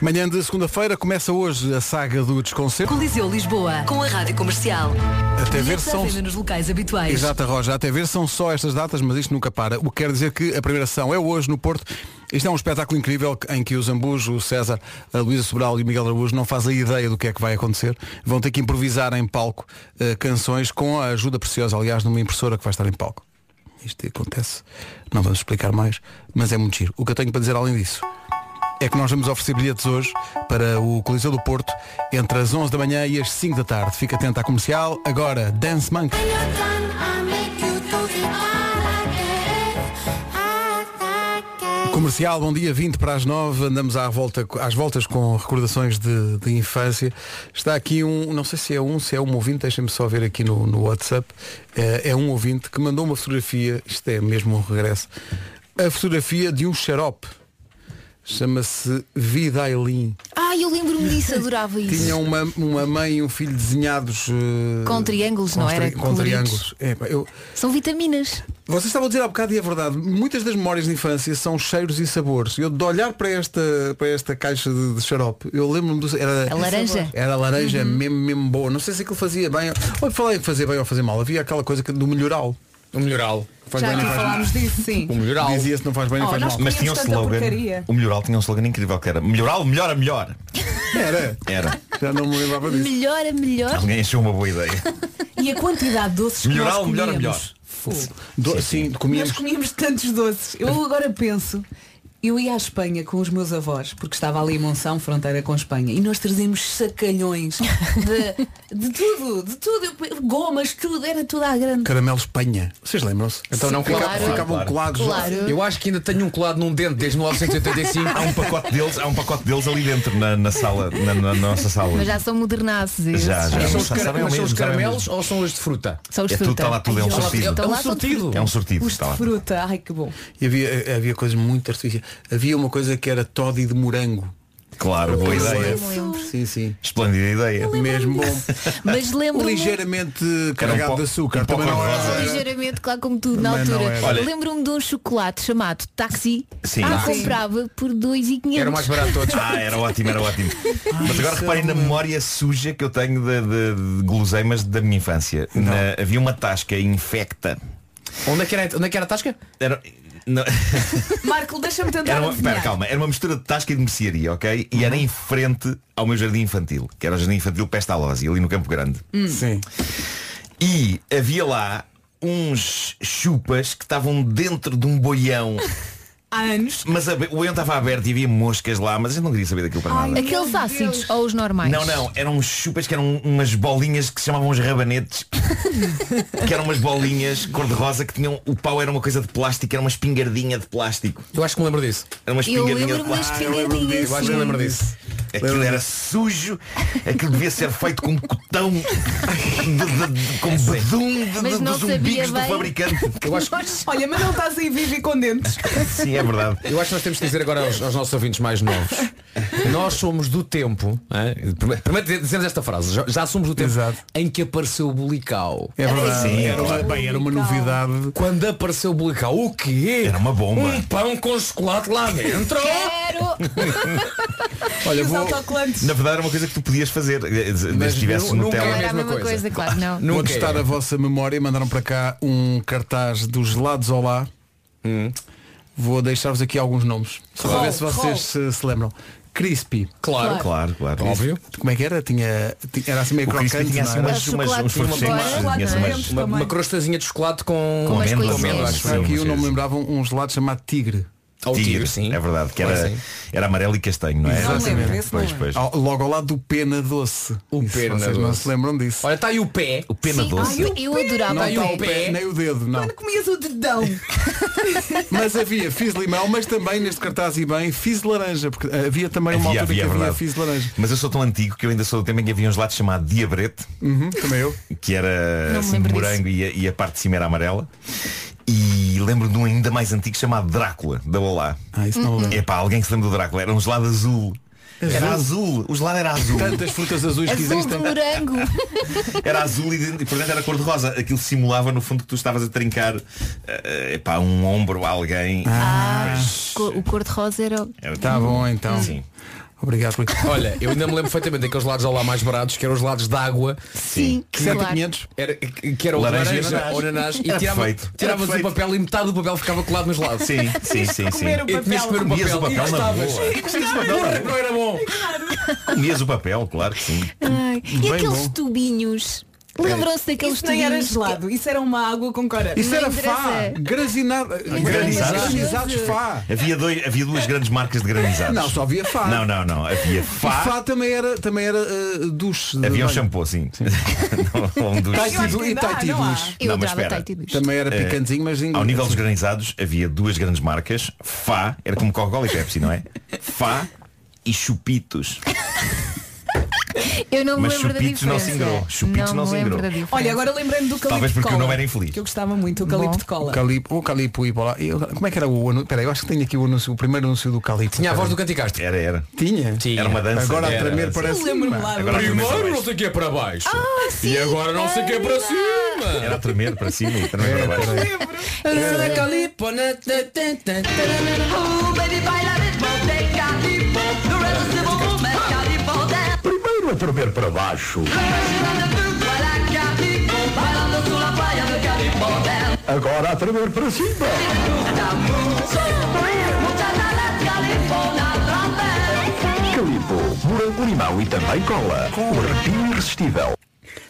Speaker 2: Manhã de segunda-feira começa hoje a saga do desconcerto.
Speaker 16: Coliseu Lisboa, com a Rádio Comercial.
Speaker 2: Até ver
Speaker 16: Bilhetes
Speaker 2: se
Speaker 16: à
Speaker 2: são...
Speaker 16: venda nos locais habituais.
Speaker 2: Exato, Roja. Até ver são só estas datas, mas isto nunca para. O que quer dizer que a primeira sessão é hoje no Porto. Isto é um espetáculo incrível em que o Zambujo, o César, a Luísa Sobral e o Miguel Araújo não fazem ideia do que é que vai acontecer. Vão ter que improvisar em palco eh, canções com a ajuda preciosa, aliás, de uma impressora que vai estar em palco. Isto acontece. Não vamos explicar mais, mas é muito giro. O que eu tenho para dizer além disso é que nós vamos oferecer bilhetes hoje para o Coliseu do Porto entre as 11 da manhã e as 5 da tarde. Fica atento à comercial. Agora, Dance Monk. Comercial, bom dia, 20 para as 9, andamos à volta, às voltas com recordações de, de infância. Está aqui um, não sei se é um, se é um ouvinte, deixem-me só ver aqui no, no WhatsApp. É, é um ouvinte que mandou uma fotografia, isto é mesmo um regresso, a fotografia de um xarope. Chama-se Vidailin.
Speaker 6: Ah, eu lembro-me disso, adorava isso.
Speaker 2: Tinha uma, uma mãe e um filho desenhados. eh,
Speaker 6: Com triângulos,
Speaker 2: com
Speaker 6: não
Speaker 2: os
Speaker 6: era?
Speaker 2: tri- Com
Speaker 6: Coloridos.
Speaker 2: triângulos. É, pá, eu,
Speaker 6: São vitaminas.
Speaker 2: vocês estavam a dizer há bocado e é verdade, muitas das memórias de infância são cheiros e sabores. Eu de olhar para esta, para esta caixa de, de xarope, eu lembro-me do. Era,
Speaker 3: é
Speaker 6: A laranja.
Speaker 2: Era a laranja mesmo, mesmo boa. Não sei se aquilo fazia bem. Ou falei que fazia bem ou fazer mal. Havia aquela coisa que- do melhoral.
Speaker 5: O melhoral.
Speaker 2: Faz
Speaker 3: Já
Speaker 2: bem,
Speaker 3: aqui
Speaker 2: não faz mal.
Speaker 3: falámos disso, sim.
Speaker 2: Dizia-se não faz bem, não
Speaker 3: Oh,
Speaker 2: faz
Speaker 3: nós
Speaker 2: mal.
Speaker 3: comíamos
Speaker 14: Mas tinha um
Speaker 3: tanta
Speaker 14: slogan.
Speaker 3: porcaria.
Speaker 14: O melhoral tinha um slogan incrível que era melhoral, melhora, melhor.
Speaker 2: Era.
Speaker 14: Era.
Speaker 2: Já não me lembrava
Speaker 6: Melhor a
Speaker 2: Tá
Speaker 6: melhor.
Speaker 14: Alguém achou uma boa ideia.
Speaker 3: E a quantidade de doces
Speaker 14: Melhoral,
Speaker 3: que nós
Speaker 14: melhor,
Speaker 3: comíamos.
Speaker 14: melhor.
Speaker 2: Do- sim,
Speaker 3: Nós
Speaker 2: comíamos.
Speaker 3: comíamos tantos doces. Eu agora penso, eu ia à Espanha com os meus avós, porque estava ali em Monção, fronteira com a Espanha, e nós trazíamos sacalhões de, de tudo, de tudo, gomas, tudo, era tudo à grande.
Speaker 2: Caramelo Espanha. Vocês lembram-se?
Speaker 5: Então não
Speaker 2: Ficava-
Speaker 5: claro.
Speaker 2: ficavam
Speaker 5: Claro.
Speaker 2: colados.
Speaker 5: Claro. Eu acho que ainda tenho um colado num dente desde 1985.
Speaker 7: É
Speaker 14: há um pacote deles, há um pacote deles ali dentro na, na sala, na, na nossa sala.
Speaker 6: Mas já são modernaços esses.
Speaker 14: Já, já.
Speaker 5: Mas
Speaker 7: um
Speaker 5: são os,
Speaker 14: Sabem
Speaker 5: cara-
Speaker 7: é
Speaker 14: ao
Speaker 5: mas são
Speaker 14: mesmo,
Speaker 5: os
Speaker 14: sabem ao
Speaker 5: caramelos ou são os de fruta?
Speaker 6: São os
Speaker 14: É tudo, fruta. tá lá tudo, é um Ai, sortido.
Speaker 5: É
Speaker 14: tá
Speaker 5: um
Speaker 14: lá tudo.
Speaker 5: sortido.
Speaker 14: É um sortido, Os de está lá.
Speaker 3: Fruta, ai que bom.
Speaker 2: E havia, havia coisas muito artificiais. Havia uma coisa que era toddy de morango.
Speaker 14: Claro, boa ideia.
Speaker 2: Sim, sim.
Speaker 14: Esplêndida ideia.
Speaker 2: Mesmo bom.
Speaker 6: Mas lembro-me-
Speaker 2: Ligeiramente
Speaker 14: Era um
Speaker 2: carregado
Speaker 14: pouco-
Speaker 2: de açúcar.
Speaker 14: um pouco
Speaker 2: Também não é
Speaker 14: rosa.
Speaker 2: era.
Speaker 6: Ligeiramente, claro, como tudo na
Speaker 2: Mas não
Speaker 6: altura.
Speaker 2: era. Olha-
Speaker 6: Lembro-me de um chocolate chamado Taxi.
Speaker 14: Sim.
Speaker 6: Ah,
Speaker 14: Ah, sim.
Speaker 6: comprava por 2,500.
Speaker 14: Ah, era ótimo, era ótimo.
Speaker 4: Ah,
Speaker 14: Mas agora reparem na memória suja que eu tenho de, de- de guloseimas da minha infância. Na- havia uma tasca infecta.
Speaker 5: Onde é que era, onde é que era a tasca?
Speaker 14: Era, não-
Speaker 3: Marco, deixa-me tentar.
Speaker 14: era uma,
Speaker 3: adivinhar.
Speaker 14: espera, calma, era uma mistura de tasca e de mercearia, ok? E
Speaker 11: Uhum.
Speaker 14: era em frente ao meu jardim infantil, que era o jardim infantil Pestalozzi, ali no Campo Grande.
Speaker 11: Hum.
Speaker 2: Sim.
Speaker 14: E havia lá uns chupas que estavam dentro de um boião.
Speaker 3: Há anos.
Speaker 14: Mas a- o boião estava aberto e havia moscas lá, mas eu não queria saber daquilo para nada.
Speaker 6: Aqueles ácidos ou os normais?
Speaker 14: Não, não, eram uns chupas que eram umas bolinhas que se chamavam os rabanetes. que eram umas bolinhas cor-de-rosa que tinham. O pau era uma coisa de plástico, era uma espingardinha de plástico.
Speaker 5: Eu acho que me lembro disso.
Speaker 14: Era uma
Speaker 6: Eu
Speaker 14: espingardinha de
Speaker 6: lembro-me das
Speaker 14: plástico.
Speaker 6: pingadinhas.
Speaker 14: Eu acho que eu lembro disso. Aquilo era sujo, aquilo devia ser feito com cotão, de- de- de- com bedum de-
Speaker 3: Mas
Speaker 14: de-
Speaker 3: não
Speaker 14: dos
Speaker 3: sabia
Speaker 14: umbigos do
Speaker 3: bem.
Speaker 14: fabricante.
Speaker 5: Eu acho
Speaker 3: Olha, mas não estás aí vivo e com dentes.
Speaker 14: Sim, é verdade.
Speaker 5: Eu acho que nós temos que dizer agora aos, aos nossos ouvintes mais novos
Speaker 7: Nós somos do tempo. hã? Prime- Primeiro dizemos esta frase. já- Já somos do tempo em que apareceu o Bulical.
Speaker 2: É verdade. Sim, era uma- bem, era uma novidade.
Speaker 7: Quando apareceu o Bulical, o quê? Era
Speaker 14: uma bomba.
Speaker 7: Um pão com chocolate lá dentro.
Speaker 14: Olha,
Speaker 7: Os
Speaker 14: vou...
Speaker 7: autocolantes.
Speaker 14: Na verdade era uma coisa que tu podias fazer, eh, se
Speaker 2: Mas
Speaker 14: estivesse
Speaker 2: nu-
Speaker 14: no
Speaker 2: nunca
Speaker 14: tela.
Speaker 2: era a
Speaker 6: Era É a mesma coisa, claro, não.
Speaker 2: Vou testar a vossa memória. Mandaram para cá um cartaz dos gelados Olá. Vou deixar-vos aqui alguns nomes. Só para
Speaker 14: Rol,
Speaker 2: ver se vocês se, se lembram. Crispy.
Speaker 14: Claro. Claro, claro.
Speaker 2: Óbvio. Como é que era? Tinha, ti- era assim meio
Speaker 14: O Crispy
Speaker 2: crocante.
Speaker 14: tinha
Speaker 2: não
Speaker 14: assim
Speaker 2: era?
Speaker 14: umas- umas- Chocolate, uns frutos tinha uma secos, bola, tinha assim não é? umas-
Speaker 7: Uma, uma crostazinha de chocolate com,
Speaker 14: Com amêndoas,
Speaker 7: coisinhas.
Speaker 14: amêndoas,
Speaker 7: acho
Speaker 2: Há
Speaker 7: eu.
Speaker 2: Aqui eu não me lembrava um um gelado chamado Tigre.
Speaker 14: Tigre, sim. É verdade, que
Speaker 2: Claro,
Speaker 14: era,
Speaker 2: sim.
Speaker 14: era amarelo e castanho, não é? Pois, pois.
Speaker 2: Ao- Logo ao lado do Pena Doce. O
Speaker 7: Pena
Speaker 2: vocês não
Speaker 7: Doce.
Speaker 2: se lembram disso.
Speaker 7: Olha, está aí o pé.
Speaker 14: O Pena é Doce. um
Speaker 6: Eu adorava
Speaker 2: Não
Speaker 6: o
Speaker 2: está o
Speaker 6: pé.
Speaker 2: pé, nem o dedo, não.
Speaker 3: Comias o dedão.
Speaker 2: Mas havia fiz limão, mas também neste cartaz e bem fiz laranja, porque eh, havia também uma altura
Speaker 14: Havia, havia, é
Speaker 2: que havia
Speaker 14: verdade.
Speaker 2: fiz laranja.
Speaker 14: Mas eu sou tão antigo que eu ainda sou do tempo em que havia um gelado chamado Diabrete,
Speaker 2: Uhum, também eu.
Speaker 14: que era
Speaker 2: Não me
Speaker 14: assim,
Speaker 2: lembro
Speaker 14: de
Speaker 2: disso.
Speaker 14: morango e a, e a parte de cima era amarela. E lembro de um ainda mais antigo chamado Drácula, da Olá.
Speaker 2: Ah, isso não lembro.
Speaker 14: É pá, alguém que se lembra do Drácula, era um gelado azul. Era azul, o gelado era azul.
Speaker 2: Tantas frutas azuis que
Speaker 6: Azul de
Speaker 2: existem.
Speaker 6: morango.
Speaker 14: Era azul e, dentro- e por dentro era cor de rosa. Aquilo simulava no fundo que tu estavas a trincar eh, epá, um ombro a alguém.
Speaker 2: Ah.
Speaker 14: Mas-
Speaker 6: Co- O cor-de-rosa era.
Speaker 14: era-
Speaker 2: Tá bom então.
Speaker 14: Sim.
Speaker 2: Obrigado por
Speaker 7: Olha, eu ainda me lembro perfeitamente daqueles lados ao lá mais baratos, que eram os lados de água.
Speaker 6: Sim,
Speaker 7: que,
Speaker 6: claro.
Speaker 7: Era, que que era o
Speaker 14: Laranja
Speaker 7: laranja,
Speaker 14: e ananás.
Speaker 7: o ananás e
Speaker 14: Era
Speaker 7: tirava,
Speaker 14: perfeito.
Speaker 7: tiravas
Speaker 14: Era
Speaker 7: o papel e metade do papel ficava colado nos lados.
Speaker 14: Sim, sim, sim, sim.
Speaker 7: E tinhas de comer o
Speaker 14: Comias
Speaker 7: papel.
Speaker 14: o
Speaker 7: e
Speaker 14: papel na
Speaker 7: gostavas.
Speaker 14: boa.
Speaker 7: E gostavas. Porra, que não era bom.
Speaker 14: Comias o papel, claro que sim.
Speaker 6: Ai, E
Speaker 14: Bem
Speaker 6: aqueles
Speaker 14: bom. É.
Speaker 6: tubinhos? Lembram-se daqueles
Speaker 3: Isso nem era
Speaker 6: tubinhos?
Speaker 3: gelado, isso era uma água com cora.
Speaker 2: Isso era fá,
Speaker 6: interessa.
Speaker 2: grazinado,
Speaker 14: Granizados.
Speaker 2: granizados fá.
Speaker 14: Havia, dois, havia duas grandes marcas de granizados.
Speaker 2: Não, só havia Fá.
Speaker 14: Não, não, não. Havia
Speaker 2: Fá,
Speaker 14: Fá.
Speaker 2: fá também era, também era eh, duche. de
Speaker 14: Havia um
Speaker 2: banho.
Speaker 14: shampoo, sim. Não, um dos-
Speaker 2: Taiti du- e Taiti duche.
Speaker 6: Eu
Speaker 14: Não, mas
Speaker 6: adorava
Speaker 14: espera.
Speaker 6: Taiti duche.
Speaker 2: Também era
Speaker 14: Eh,
Speaker 2: picantezinho, mas
Speaker 14: Ao nível dos granizados havia duas grandes marcas. Fá, era como Coca-Cola e Pepsi, não é? Fá e Chupitos.
Speaker 6: Eu não me
Speaker 14: Mas
Speaker 6: lembro da
Speaker 14: chupitos
Speaker 6: diferença.
Speaker 14: não se engrou. Chupitos não
Speaker 6: me
Speaker 14: se
Speaker 6: lembro
Speaker 14: engrou.
Speaker 6: da diferença.
Speaker 3: Olha, agora lembrei-me do calipo
Speaker 14: Talvez
Speaker 3: de
Speaker 14: porque
Speaker 3: cola.
Speaker 14: eu não era infeliz.
Speaker 3: Que eu gostava muito, o calipo de cola.
Speaker 2: O Calipo, o Calipo e bola. Eu, como é que era o anúncio? Espera, aí, eu acho que tenho aqui o anúncio, o primeiro anúncio do Calipo.
Speaker 7: Tinha a voz do
Speaker 2: Espera
Speaker 7: Canticastro.
Speaker 14: Era, era.
Speaker 2: aí. Tinha?
Speaker 14: Era uma dança.
Speaker 2: Agora a
Speaker 14: era,
Speaker 2: tremer
Speaker 14: era,
Speaker 2: parece.
Speaker 14: sim. Agora a tremer
Speaker 7: Primeiro
Speaker 14: parece.
Speaker 7: não sei o que é para baixo.
Speaker 6: Ah, sim,
Speaker 7: E agora não sei o que é para cima.
Speaker 14: Era a tremer para cima e a
Speaker 2: É,
Speaker 14: tremer para baixo.
Speaker 9: Oh, Primeiro a tremer para baixo. Agora a tremer para cima. Calipo, morango, limão e também cola. Com um arrepio irresistível.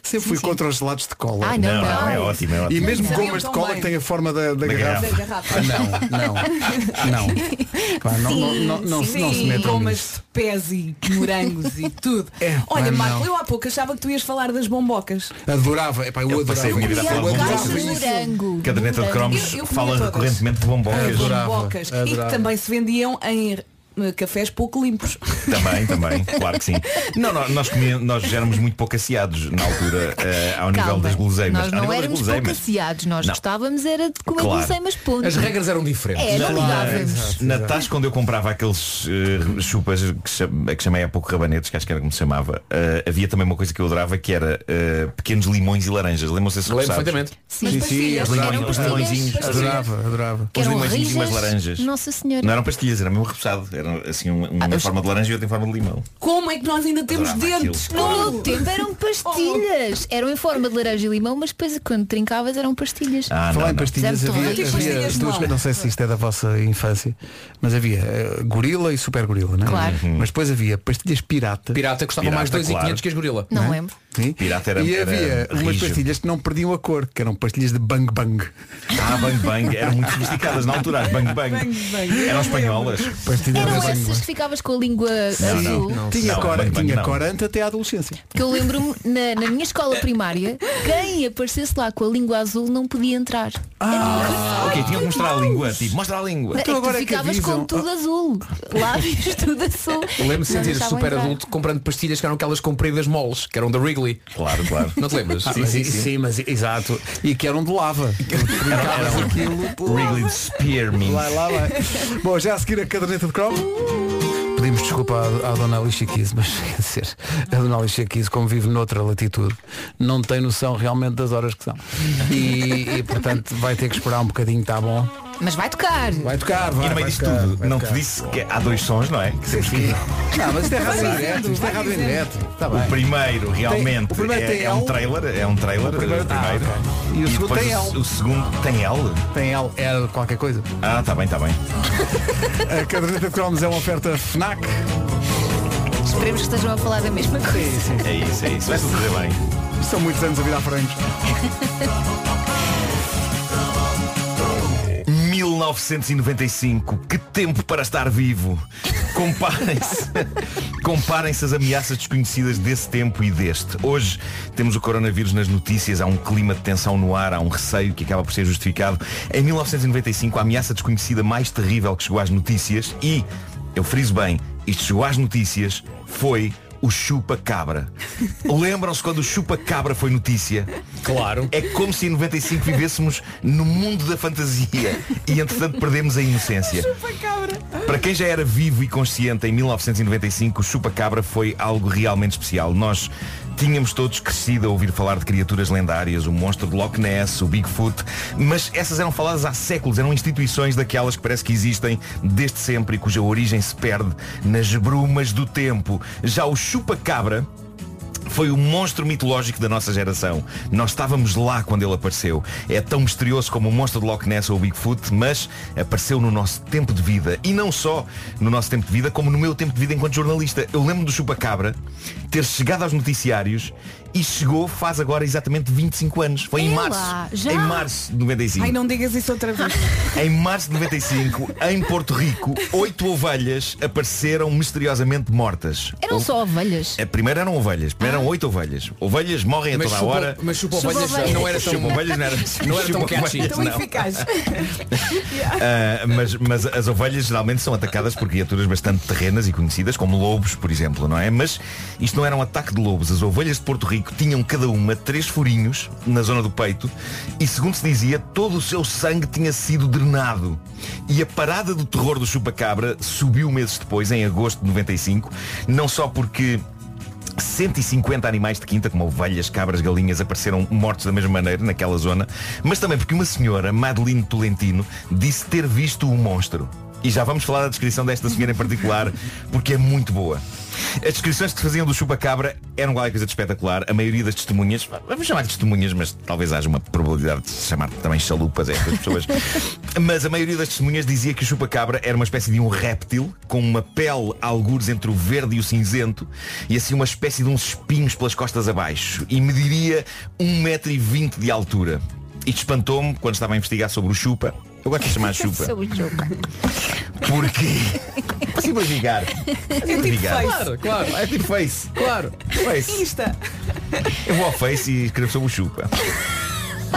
Speaker 2: Sempre fui contra os gelados de cola.
Speaker 6: Ai, não, Não, não, não.
Speaker 14: é ótimo, é
Speaker 2: E
Speaker 14: ótimo.
Speaker 2: mesmo
Speaker 6: Sabiam
Speaker 2: gomas de
Speaker 6: tão
Speaker 2: cola
Speaker 6: bem.
Speaker 2: que têm a forma da, da
Speaker 14: Da
Speaker 2: garrafa.
Speaker 14: garrafa.
Speaker 3: garrafa.
Speaker 2: Ah, Não, não, não. Pá, não, não, não, não,
Speaker 3: sim,
Speaker 2: não se metam
Speaker 3: gomas
Speaker 2: nisso.
Speaker 3: de pés e morangos e tudo.
Speaker 14: É,
Speaker 3: Olha,
Speaker 2: mas
Speaker 3: Marco,
Speaker 2: não.
Speaker 3: eu há pouco achava que tu ias falar das bombocas.
Speaker 2: Adorava, epá, eu,
Speaker 14: Eu
Speaker 2: adorava.
Speaker 14: passei a minha vida a falar
Speaker 2: Eu
Speaker 14: de
Speaker 2: adorava
Speaker 14: bombocas.
Speaker 2: isso.
Speaker 6: Morango.
Speaker 14: Caderneta de cromos
Speaker 3: Eu- eu comia
Speaker 14: fala
Speaker 3: todas.
Speaker 14: recorrentemente de bombocas.
Speaker 3: bombocas. E que também se vendiam em eh, cafés pouco limpos.
Speaker 14: Também, também, claro que sim. Não, não, nós, comíamos, nós éramos muito pouco asseados na altura eh, ao nível
Speaker 6: Calma,
Speaker 14: das guloseimas.
Speaker 6: Nós
Speaker 14: ao
Speaker 6: não
Speaker 14: nível das
Speaker 6: éramos pouco
Speaker 14: guloseimas.
Speaker 6: aciados, nós
Speaker 14: Não.
Speaker 6: gostávamos era de comer
Speaker 14: Claro.
Speaker 6: guloseimas ponto.
Speaker 7: As regras eram diferentes.
Speaker 6: É, não
Speaker 14: Na-
Speaker 6: ligávamos.
Speaker 14: Na Tasca onde eu comprava aqueles eh, chupas que, cham- a que chamei há pouco rabanetes, que acho que era como se chamava, eh, havia também uma coisa que eu adorava que era eh, pequenos limões e laranjas. Lembram-se desses
Speaker 7: Lembro
Speaker 14: roçados?
Speaker 7: perfeitamente.
Speaker 6: Sim,
Speaker 2: Sim, sim,
Speaker 14: Os
Speaker 2: adorava,
Speaker 14: limões- os
Speaker 2: adorava.
Speaker 14: limõezinhos.
Speaker 2: Adorava, adorava.
Speaker 6: Que eram
Speaker 14: Os limõezinhos e umas
Speaker 6: rijas,
Speaker 14: laranjas.
Speaker 6: Nossa Senhora.
Speaker 14: Não eram pastilhas, era mesmo repousado. Era assim um- uma em forma de laranja e outra em forma de limão.
Speaker 3: Como é que nós ainda temos
Speaker 14: Adorava
Speaker 3: dentes?
Speaker 14: aquilo.
Speaker 6: No meu tempo eram pastilhas. Eram em forma de laranja e limão, mas depois quando trincavas eram pastilhas.
Speaker 14: Ah, não,
Speaker 2: Falar em
Speaker 14: não.
Speaker 2: pastilhas,
Speaker 6: Zero
Speaker 2: havia,
Speaker 6: tolerância.
Speaker 2: havia
Speaker 6: Pastilhas
Speaker 2: duas,
Speaker 6: não.
Speaker 2: não sei se isto é da vossa infância, mas havia eh, gorila e super gorila, não é?
Speaker 6: Claro.
Speaker 14: Uhum.
Speaker 2: Mas depois havia pastilhas pirata.
Speaker 7: Pirata custava
Speaker 14: Pirata,
Speaker 7: mais 2,500
Speaker 14: claro.
Speaker 7: que as gorila.
Speaker 6: Não
Speaker 14: é?
Speaker 6: lembro.
Speaker 2: Sim.
Speaker 14: Pirata era-
Speaker 2: e
Speaker 14: era
Speaker 2: havia umas
Speaker 14: rijo.
Speaker 2: pastilhas que não perdiam a cor, que eram pastilhas de bang bang.
Speaker 14: Ah, bang bang, eram muito sofisticadas na altura, as bang bang. Eram espanholas.
Speaker 2: Pastilhas
Speaker 6: Eram
Speaker 2: de bang
Speaker 6: essas
Speaker 2: bang.
Speaker 6: que ficavas com a língua
Speaker 14: é. Não,
Speaker 6: azul.
Speaker 14: não, não.
Speaker 2: Tinha,
Speaker 14: Não,
Speaker 2: cora,
Speaker 14: bang bang
Speaker 2: tinha
Speaker 14: não.
Speaker 2: corante até à adolescência.
Speaker 6: Porque eu lembro-me na, na minha escola primária, quem aparecesse lá com a língua azul não podia entrar.
Speaker 14: Ah, ok, tinha que mostrar a língua, tipo, mostra a língua.
Speaker 6: É que tu
Speaker 2: agora é que
Speaker 6: ficavas
Speaker 2: avisam.
Speaker 6: com tudo azul. Lábios tudo azul.
Speaker 7: Lembro-me de
Speaker 6: Não
Speaker 7: sentir
Speaker 6: deixavam
Speaker 7: super
Speaker 6: entrar.
Speaker 7: adulto comprando pastilhas que eram aquelas compridas moles, que eram da Wrigley.
Speaker 14: Claro, claro.
Speaker 7: Não te lembras?
Speaker 2: Ah, mas i- mas i- exato. E que eram de lava. Tu Brincavas aquilo. pô.
Speaker 14: Wrigley Spearmint.
Speaker 2: Vai lá, vai. Bom, já a seguir a caderneta de Chrome. pedimos desculpa à, à dona Alicia Keys, mas quer dizer, a dona Alicia Keys, como vive noutra latitude, não tem noção realmente das horas que são. E, e, portanto vai ter que esperar um bocadinho, está bom?
Speaker 6: Mas vai tocar.
Speaker 2: Vai tocar,
Speaker 14: E
Speaker 2: vai,
Speaker 14: no
Speaker 2: vai
Speaker 14: meio disto
Speaker 2: tocar,
Speaker 14: tudo,
Speaker 2: vai
Speaker 14: não
Speaker 2: tocar.
Speaker 14: te disse que há dois sons, não é? Que temos que-
Speaker 2: Não, mas isto é rádio
Speaker 14: Vai
Speaker 2: em direto,
Speaker 14: dizendo,
Speaker 2: isto é
Speaker 14: vai
Speaker 2: rádio em
Speaker 14: dizendo.
Speaker 2: direto. Está bem.
Speaker 14: O primeiro realmente
Speaker 2: o primeiro
Speaker 14: é,
Speaker 2: tem
Speaker 14: é um
Speaker 2: L.
Speaker 14: trailer, é um trailer.
Speaker 2: O primeiro
Speaker 14: o
Speaker 2: tem
Speaker 14: primeiro.
Speaker 2: L. E o segundo
Speaker 14: depois
Speaker 2: tem
Speaker 14: o-
Speaker 2: L.
Speaker 14: O segundo tem L?
Speaker 2: Tem L, era qualquer coisa.
Speaker 14: Ah, está bem, está bem.
Speaker 2: A caderneta de cromos é uma oferta FNAC.
Speaker 6: Esperemos que estejam a falar da mesma coisa.
Speaker 14: É isso, é isso. Vai-se fazer bem.
Speaker 2: São muitos anos a virar frangos.
Speaker 14: 1995, que tempo para estar vivo. Comparem-se. Comparem-se as ameaças desconhecidas desse tempo e deste. Hoje temos o coronavírus nas notícias, há um clima de tensão no ar, há um receio que acaba por ser justificado. Em 1995, a ameaça desconhecida mais terrível que chegou às notícias e, eu friso bem, isto chegou às notícias, foi o chupa-cabra. Lembram-se quando o chupa-cabra foi notícia? Claro. É como se em 95 vivêssemos no mundo da fantasia e entretanto perdemos a inocência. Para quem já era vivo e consciente em 1995, o chupa-cabra foi algo realmente especial. Nós tínhamos todos crescido a ouvir falar de criaturas lendárias, o monstro de Loch Ness, o Bigfoot, mas essas eram faladas há séculos, eram instituições daquelas que parece que existem desde sempre e cuja origem se perde nas brumas do tempo. Já o chupa-cabra foi o monstro mitológico da nossa geração. Nós estávamos lá quando ele apareceu. É tão misterioso como o monstro de Loch Ness ou o Bigfoot, mas apareceu no nosso tempo de vida. E não só no nosso tempo de vida, como no meu tempo de vida enquanto jornalista. Eu lembro do Chupacabra ter chegado aos noticiários e chegou faz agora exatamente 25 anos. Foi em
Speaker 3: Ei
Speaker 14: março.
Speaker 3: lá, já?
Speaker 14: Em março de 95.
Speaker 3: Ai, não digas isso outra vez.
Speaker 14: Em março de 95, em Porto Rico, oito ovelhas apareceram misteriosamente mortas.
Speaker 6: Eram
Speaker 14: Ou-
Speaker 6: só ovelhas.
Speaker 14: a primeira eram ovelhas, primeiro eram oito ovelhas. Ovelhas morrem a
Speaker 7: Mas
Speaker 14: toda
Speaker 7: chupa-
Speaker 14: a hora.
Speaker 7: mas chupa Chupa ovelhas
Speaker 6: ovelhas.
Speaker 7: não era tão-
Speaker 14: Chupa ovelhas não era,
Speaker 7: não era tão
Speaker 14: chupa
Speaker 7: catchy.
Speaker 3: Então
Speaker 7: Então,
Speaker 14: ovelhas,
Speaker 3: é
Speaker 7: Tão
Speaker 14: não.
Speaker 3: tipo
Speaker 14: Ah, mas, mas as ovelhas geralmente são atacadas por criaturas bastante terrenas e conhecidas, como lobos, por exemplo, não é? Mas isto não era um ataque de lobos. As ovelhas de Porto Rico tinham cada uma três furinhos na zona do peito e, segundo se dizia, todo o seu sangue tinha sido drenado. E a parada do terror do chupacabra subiu meses depois, em agosto de 95, não só porque 150 animais de quinta, como ovelhas, cabras, galinhas, apareceram mortos da mesma maneira naquela zona, mas também porque uma senhora, Madeline Tolentino, disse ter visto o monstro. E já vamos falar da descrição desta senhora em particular, porque é muito boa. As descrições que se faziam do chupa-cabra eram qualquer coisa de espetacular. A maioria das testemunhas, vamos chamar de testemunhas, mas talvez haja uma probabilidade de se chamar também chalupas a estas pessoas. mas a maioria das testemunhas dizia que o chupa-cabra era uma espécie de um réptil, com uma pele algures entre o verde e o cinzento, e assim uma espécie de uns espinhos pelas costas abaixo, e mediria 1,20m de altura. Isto espantou-me quando estava a investigar sobre o chupa. Eu gosto de chamar chupa.
Speaker 6: Sou o Chupa.
Speaker 14: Porque. Para simplificar. Para simplificar.
Speaker 7: Claro, claro.
Speaker 14: É tipo face. Claro. Face.
Speaker 3: Insta.
Speaker 14: Eu vou ao Face e escrevo sobre o Chupa.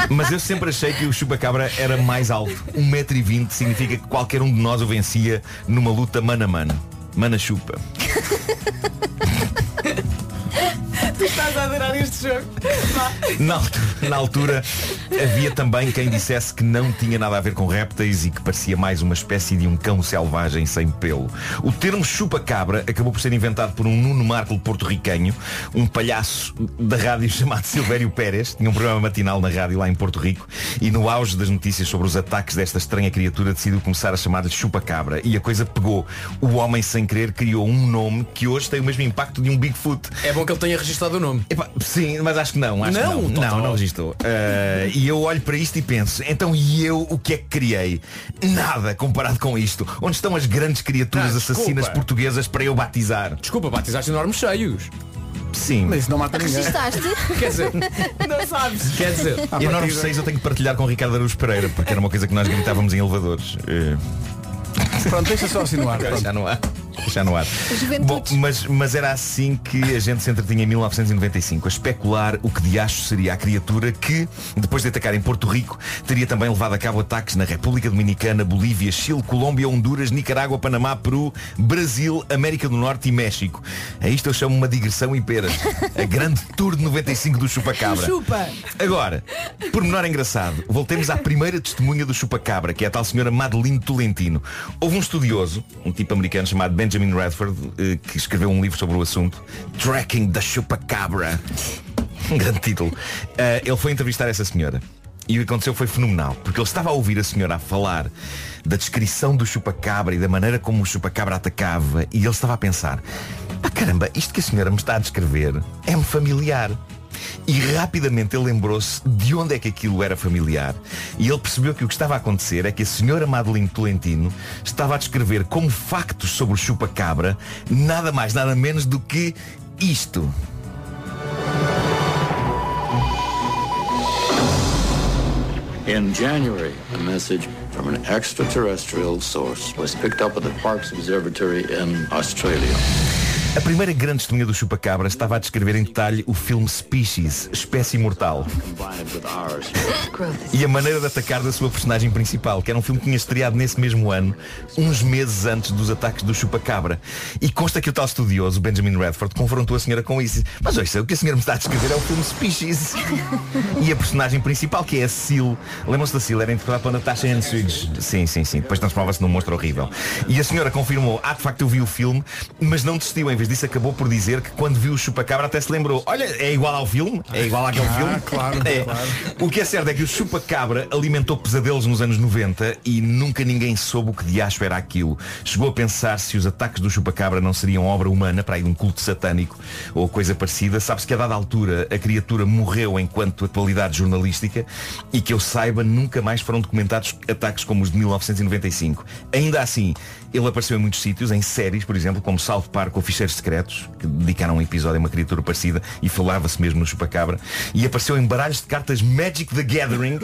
Speaker 14: Mas eu sempre achei que o chupa-cabra era mais alto. 1,20m significa que qualquer um de nós o vencia numa luta mano a mano. Mana chupa.
Speaker 3: Tu estás a adorar este jogo.
Speaker 14: Na altura, na altura, havia também quem dissesse que não tinha nada a ver com répteis e que parecia mais uma espécie de um cão selvagem sem pelo. O termo chupa-cabra acabou por ser inventado por um Nuno Marco porto-riquenho, um palhaço da rádio chamado Silvério Pérez. Tinha um programa matinal na rádio lá em Porto Rico e no auge das notícias sobre os ataques desta estranha criatura decidiu começar a chamar-lhe chupa-cabra e a coisa pegou. O homem sem querer criou um nome que hoje tem o mesmo impacto de um Bigfoot.
Speaker 7: É bom que ele tenha registrado o nome.
Speaker 14: sim, mas acho que não. Acho
Speaker 7: Não? Então.
Speaker 14: que não,
Speaker 7: Totó.
Speaker 14: não, não registou. Eh, e eu olho para isto e penso, então e eu o que é que criei? Nada comparado com isto. Onde estão as grandes criaturas
Speaker 7: Ah, desculpa.
Speaker 14: assassinas portuguesas para eu batizar?
Speaker 7: Desculpa, batizaste enormes cheios.
Speaker 14: Sim.
Speaker 7: Mas isso não mata
Speaker 6: Registaste?
Speaker 7: Quer dizer-
Speaker 6: Não sabes.
Speaker 7: Quer dizer,
Speaker 14: E a norma 6 eu tenho que partilhar com o Ricardo Araújo Pereira, porque era uma coisa que nós gritávamos em elevadores. Eh,
Speaker 2: Pronto, deixa só assim no ar.
Speaker 14: Já no ar. Já no ar. Bom,
Speaker 6: Juventudes.
Speaker 14: mas, mas era assim que a gente se entretinha em 1995, a especular o que de acho seria a criatura que, depois de atacar em Porto Rico, teria também levado a cabo ataques na República Dominicana, Bolívia, Chile, Colômbia, Honduras, Nicarágua, Panamá, Peru, Brasil, América do Norte e México. A isto eu chamo uma digressão em peras. A grande tour de 95 do Chupacabra.
Speaker 3: Chupa.
Speaker 14: Agora, pormenor engraçado, voltemos à primeira testemunha do chupacabra, que é a tal senhora Madeline Tolentino. Houve um estudioso, um tipo americano chamado Ben Benjamin Radford, eh, que escreveu um livro sobre o assunto, Tracking the Chupacabra. Um grande título. Eh, ele foi entrevistar essa senhora. E o que aconteceu foi fenomenal, porque ele estava a ouvir a senhora a falar da descrição do chupacabra e da maneira como o chupacabra atacava, e ele estava a pensar, pá caramba, isto que a senhora me está a descrever é-me familiar. E rapidamente ele lembrou-se de onde é que aquilo era familiar. E ele percebeu que o que estava a acontecer é que a senhora Madeline Tolentino estava a descrever como factos sobre o chupa-cabra nada mais, nada menos do que isto.
Speaker 17: In January, a message from an extraterrestrial source was picked up at the Parkes Observatory in Australia.
Speaker 14: A primeira grande testemunha do chupa-cabra estava a descrever em detalhe o filme Species, Espécie Imortal.
Speaker 17: Combined with ours.
Speaker 14: E a maneira de atacar da sua personagem principal, que era um filme que tinha estreado nesse mesmo ano, uns meses antes dos ataques do Chupacabra. E consta que o tal estudioso, Benjamin Radford, confrontou a senhora com isso. Mas ouça, o que a senhora me está a descrever é o filme Species. e a personagem principal, que é a Sil, lembram-se da Sil, era interpretada pela Natasha Hensuigs. Sim, sim, sim. Depois transformava-se num monstro horrível. E a senhora confirmou, ah, de facto eu vi o filme, mas não desistiu. Em vez disso, acabou por dizer que quando viu o Chupacabra até se lembrou, olha, é igual ao filme, é igual àquele
Speaker 2: Ah,
Speaker 14: filme.
Speaker 2: claro,
Speaker 14: É.
Speaker 2: claro.
Speaker 14: O que é certo é que o chupa-cabra alimentou pesadelos nos anos 90 e nunca ninguém soube o que de acho era aquilo. Chegou a pensar se os ataques do chupa-cabra não seriam obra humana para ir de um culto satânico ou coisa parecida. Sabe-se que a dada altura a criatura morreu enquanto atualidade jornalística e que eu saiba nunca mais foram documentados ataques como os de 1995. Ainda assim, ele apareceu em muitos sítios, em séries, por exemplo, como South Park ou Ficheiros Secretos, que dedicaram um episódio a uma criatura parecida e falava-se mesmo no chupacabra. E apareceu em baralhos de cartas Magic the Gathering.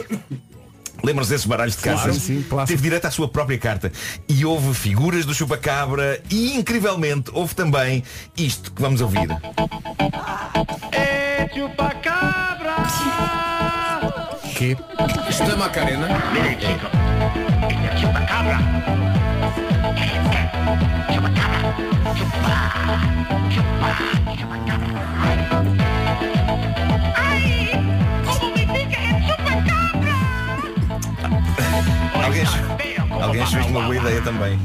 Speaker 14: Lembram-se desses baralhos de
Speaker 2: Claro,
Speaker 14: cartas?
Speaker 2: sim,
Speaker 14: Teve direito à sua própria carta. E houve figuras do chupacabra e, incrivelmente, houve também isto que vamos ouvir.
Speaker 7: Que? Isto é Macarena?
Speaker 14: Alguém, alguém fez uma boa ideia também.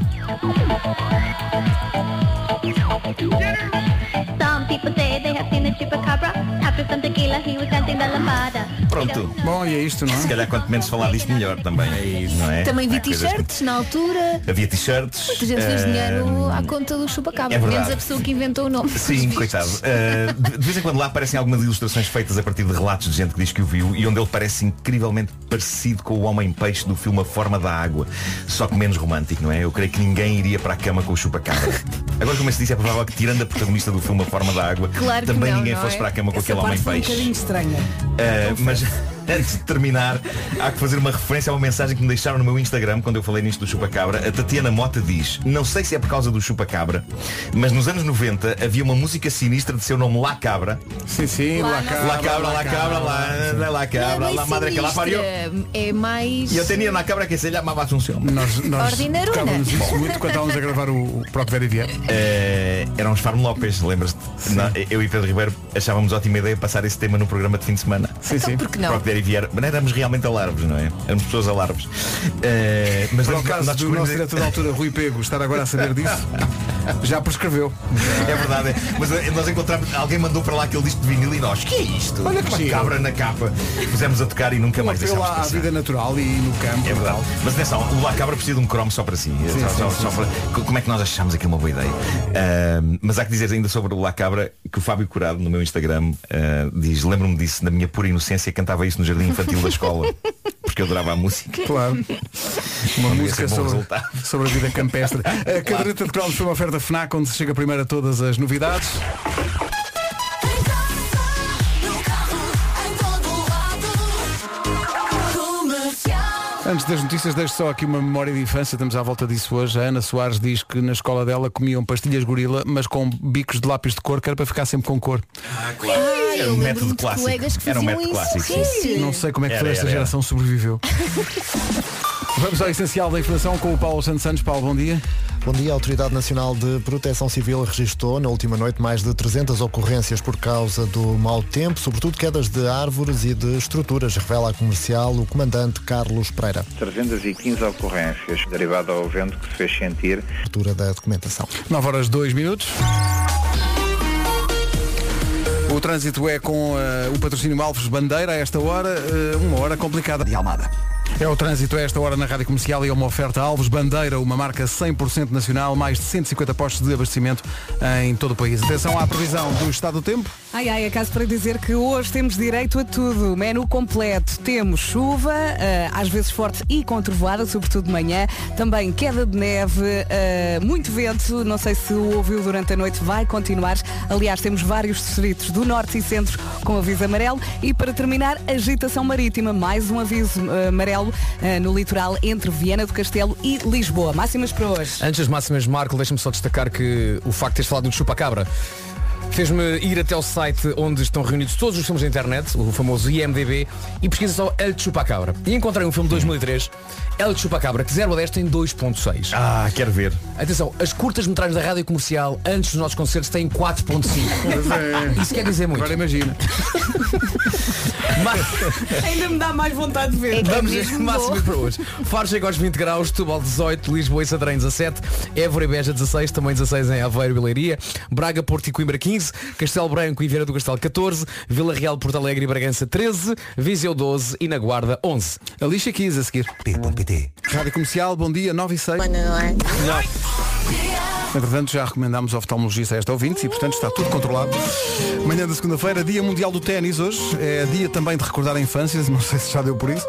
Speaker 18: Some people say they have seen the chupacabra. After some tequila, he was dancing the lambada.
Speaker 14: Pronto. Bom, e é isto, não é? Se calhar quanto menos falar disto, melhor também. É isso. Não é?
Speaker 6: Também vi
Speaker 14: Há coisas
Speaker 6: t-shirts na altura.
Speaker 14: que- Havia t-shirts.
Speaker 6: Muita gente fez
Speaker 14: ah,
Speaker 6: dinheiro à conta do chupacabra.
Speaker 14: é
Speaker 6: menos
Speaker 14: verdade.
Speaker 6: a pessoa que inventou o nome.
Speaker 14: Sim, coitado. Uh, de de vez em quando lá aparecem algumas ilustrações feitas a partir de relatos de gente que diz que o viu e onde ele parece incrivelmente parecido com o homem-peixe do filme A Forma da Água, só que menos romântico, não é? Eu creio que ninguém iria para a cama com o chupacabra. Agora, como se disse, é provável que tirando a protagonista do filme A Forma da Água,
Speaker 3: Claro que
Speaker 14: também
Speaker 3: não,
Speaker 14: ninguém
Speaker 3: não
Speaker 14: fosse
Speaker 3: é?
Speaker 14: para a cama com
Speaker 3: Essa
Speaker 14: aquele
Speaker 3: parte foi um
Speaker 14: homem-peixe.
Speaker 3: bocadinho estranha.
Speaker 14: Uh, mas antes de terminar, há que fazer uma referência a uma mensagem que me deixaram no meu Instagram quando eu falei nisto do chupacabra. A Tatiana Mota diz, não sei se é por causa do chupacabra, mas nos anos 90 havia uma música sinistra de seu nome La Cabra. Sim, sim,
Speaker 6: La La Cabra,
Speaker 14: Ah, La Cabra, La Cabra, La, la Cabra,
Speaker 6: Não é
Speaker 14: La
Speaker 6: bem
Speaker 14: Madre que la pariu.
Speaker 6: sinistra, É mais.
Speaker 14: E eu tinha na cabra que se chamava Assunção. Nós,
Speaker 6: nós Ordinaruna. tocávamos isso muito
Speaker 14: quando estávamos a gravar o, Proc Verivier. eram os Eh, um Farm Lopes, lembras-te? Não, Eu e Pedro Ribeiro achávamos ótima ideia passar esse tema no programa de fim de semana. Sim,
Speaker 6: Então, sim. por que não?
Speaker 14: Proc Verivier. Mas não éramos realmente alarves, não é? Éramos pessoas alarves. Eh, mas
Speaker 2: Por
Speaker 14: nós-
Speaker 2: acaso
Speaker 14: nós
Speaker 2: do nosso
Speaker 14: descobrimos-
Speaker 2: diretor da altura, Rui Pego, estar agora a saber disso, já prescreveu.
Speaker 14: É verdade, é. mas eh, nós encontramos, alguém mandou para lá aquele disco de vinil e nós, que é isto?
Speaker 2: Olha que
Speaker 14: uma
Speaker 2: giro.
Speaker 14: cabra na capa. Pusemos a tocar e nunca mais
Speaker 2: Foi
Speaker 14: deixámos de
Speaker 2: lá à
Speaker 14: passar.
Speaker 2: vida natural e no campo.
Speaker 14: É verdade. Mas atenção, o La Cabra precisa de um cromo só para si.
Speaker 2: Sim,
Speaker 14: Só-
Speaker 2: sim,
Speaker 14: só-
Speaker 2: sim,
Speaker 14: só
Speaker 2: sim.
Speaker 14: para- co- Como é que nós achámos aqui uma boa ideia? Ahm, mas há que dizer ainda sobre o La Cabra que o Fábio Curado no meu Instagram ah, diz, lembro-me disso, na minha pura inocência cantava isso no jardim infantil da escola. Porque eu adorava a música.
Speaker 2: Claro. Uma
Speaker 14: Não ia
Speaker 2: música
Speaker 14: ser bom
Speaker 2: sobre,
Speaker 14: resultado.
Speaker 2: sobre a vida campestre. A caderneta de cromos foi uma oferta FNAC onde se chega primeiro a todas as novidades. Antes das notícias, deixo só aqui uma memória de infância, estamos à volta disso hoje. A Ana Soares diz que na escola dela comiam pastilhas gorila, mas com bicos de lápis de cor, que era para ficar sempre com cor.
Speaker 14: Ah,
Speaker 6: claro. Ah, eu
Speaker 14: Era um
Speaker 6: lembro-me
Speaker 14: método
Speaker 6: de
Speaker 14: clássico.
Speaker 6: colegas que
Speaker 14: Era um
Speaker 6: faziam
Speaker 14: método
Speaker 6: isso.
Speaker 14: clássico, sim.
Speaker 6: Sim.
Speaker 2: Não sei como é que
Speaker 14: Era,
Speaker 2: toda esta
Speaker 14: era, era.
Speaker 2: geração sobreviveu. Vamos ao essencial da informação com o Paulo Santos Santos. Paulo, bom dia.
Speaker 1: Bom dia, a Autoridade Nacional de Proteção Civil registrou na última noite mais de 300 ocorrências por causa do mau tempo, sobretudo quedas de árvores e de estruturas, revela a comercial o comandante Carlos Pereira.
Speaker 19: 315 ocorrências derivadas ao vento que se fez sentir.
Speaker 1: Abertura da documentação.
Speaker 2: 9 horas 2 minutos. O trânsito é com eh, o patrocínio Alves Bandeira a esta hora, eh, uma hora complicada. De Almada. É o trânsito a esta hora na Rádio Comercial e é uma oferta Alves Bandeira, uma marca 100% nacional, mais de 150 postos de abastecimento em todo o país. Atenção à previsão do estado do tempo.
Speaker 3: Ai ai, acaso para dizer que hoje temos direito a tudo. Menu completo. Temos chuva, eh, às vezes forte e controvoada, sobretudo de manhã. Também queda de neve, eh, muito vento. Não sei se o ouviu durante a noite, vai continuar. Aliás, temos vários distritos do norte e centro com aviso amarelo. E para terminar, agitação marítima. Mais um aviso eh, amarelo eh, no litoral entre Viana do Castelo e Lisboa. Máximas para hoje.
Speaker 7: Antes das máximas, Marco, deixa-me só destacar que o facto de teres falado do Chupacabra fez-me ir até o site onde estão reunidos todos os filmes da internet, o famoso IMDB, e pesquisa só El Chupacabra. E encontrei um filme de 2003, El Chupacabra, que 0 a 10 tem 2.6.
Speaker 14: Ah, quero ver.
Speaker 7: Atenção, as curtas metragens da rádio comercial antes dos nossos concertos têm 4.5. Isso quer dizer muito. Agora
Speaker 2: imagina.
Speaker 3: Ainda me dá mais vontade de
Speaker 6: É
Speaker 3: ver.
Speaker 7: Vamos às máximas para hoje. Faro chega aos 20 graus, Tubal 18, Lisboa e Santarém 17, Évora e Beja 16, também 16 em Aveiro e Leiria, Braga, Porto e Coimbra 15, Castelo Branco e Vieira do Castelo 14, Vila Real, Porto Alegre e Bragança 13, Viseu 12 e na Guarda 11.
Speaker 2: A lixa 15 a seguir. P.pt. Rádio Comercial, bom dia, 9 e 6. Entretanto, já recomendámos oftalmologista a esta ouvinte e, portanto, está tudo controlado. Manhã da segunda-feira, Dia Mundial do Ténis hoje. É dia também de recordar a infância, não sei se já deu por isso.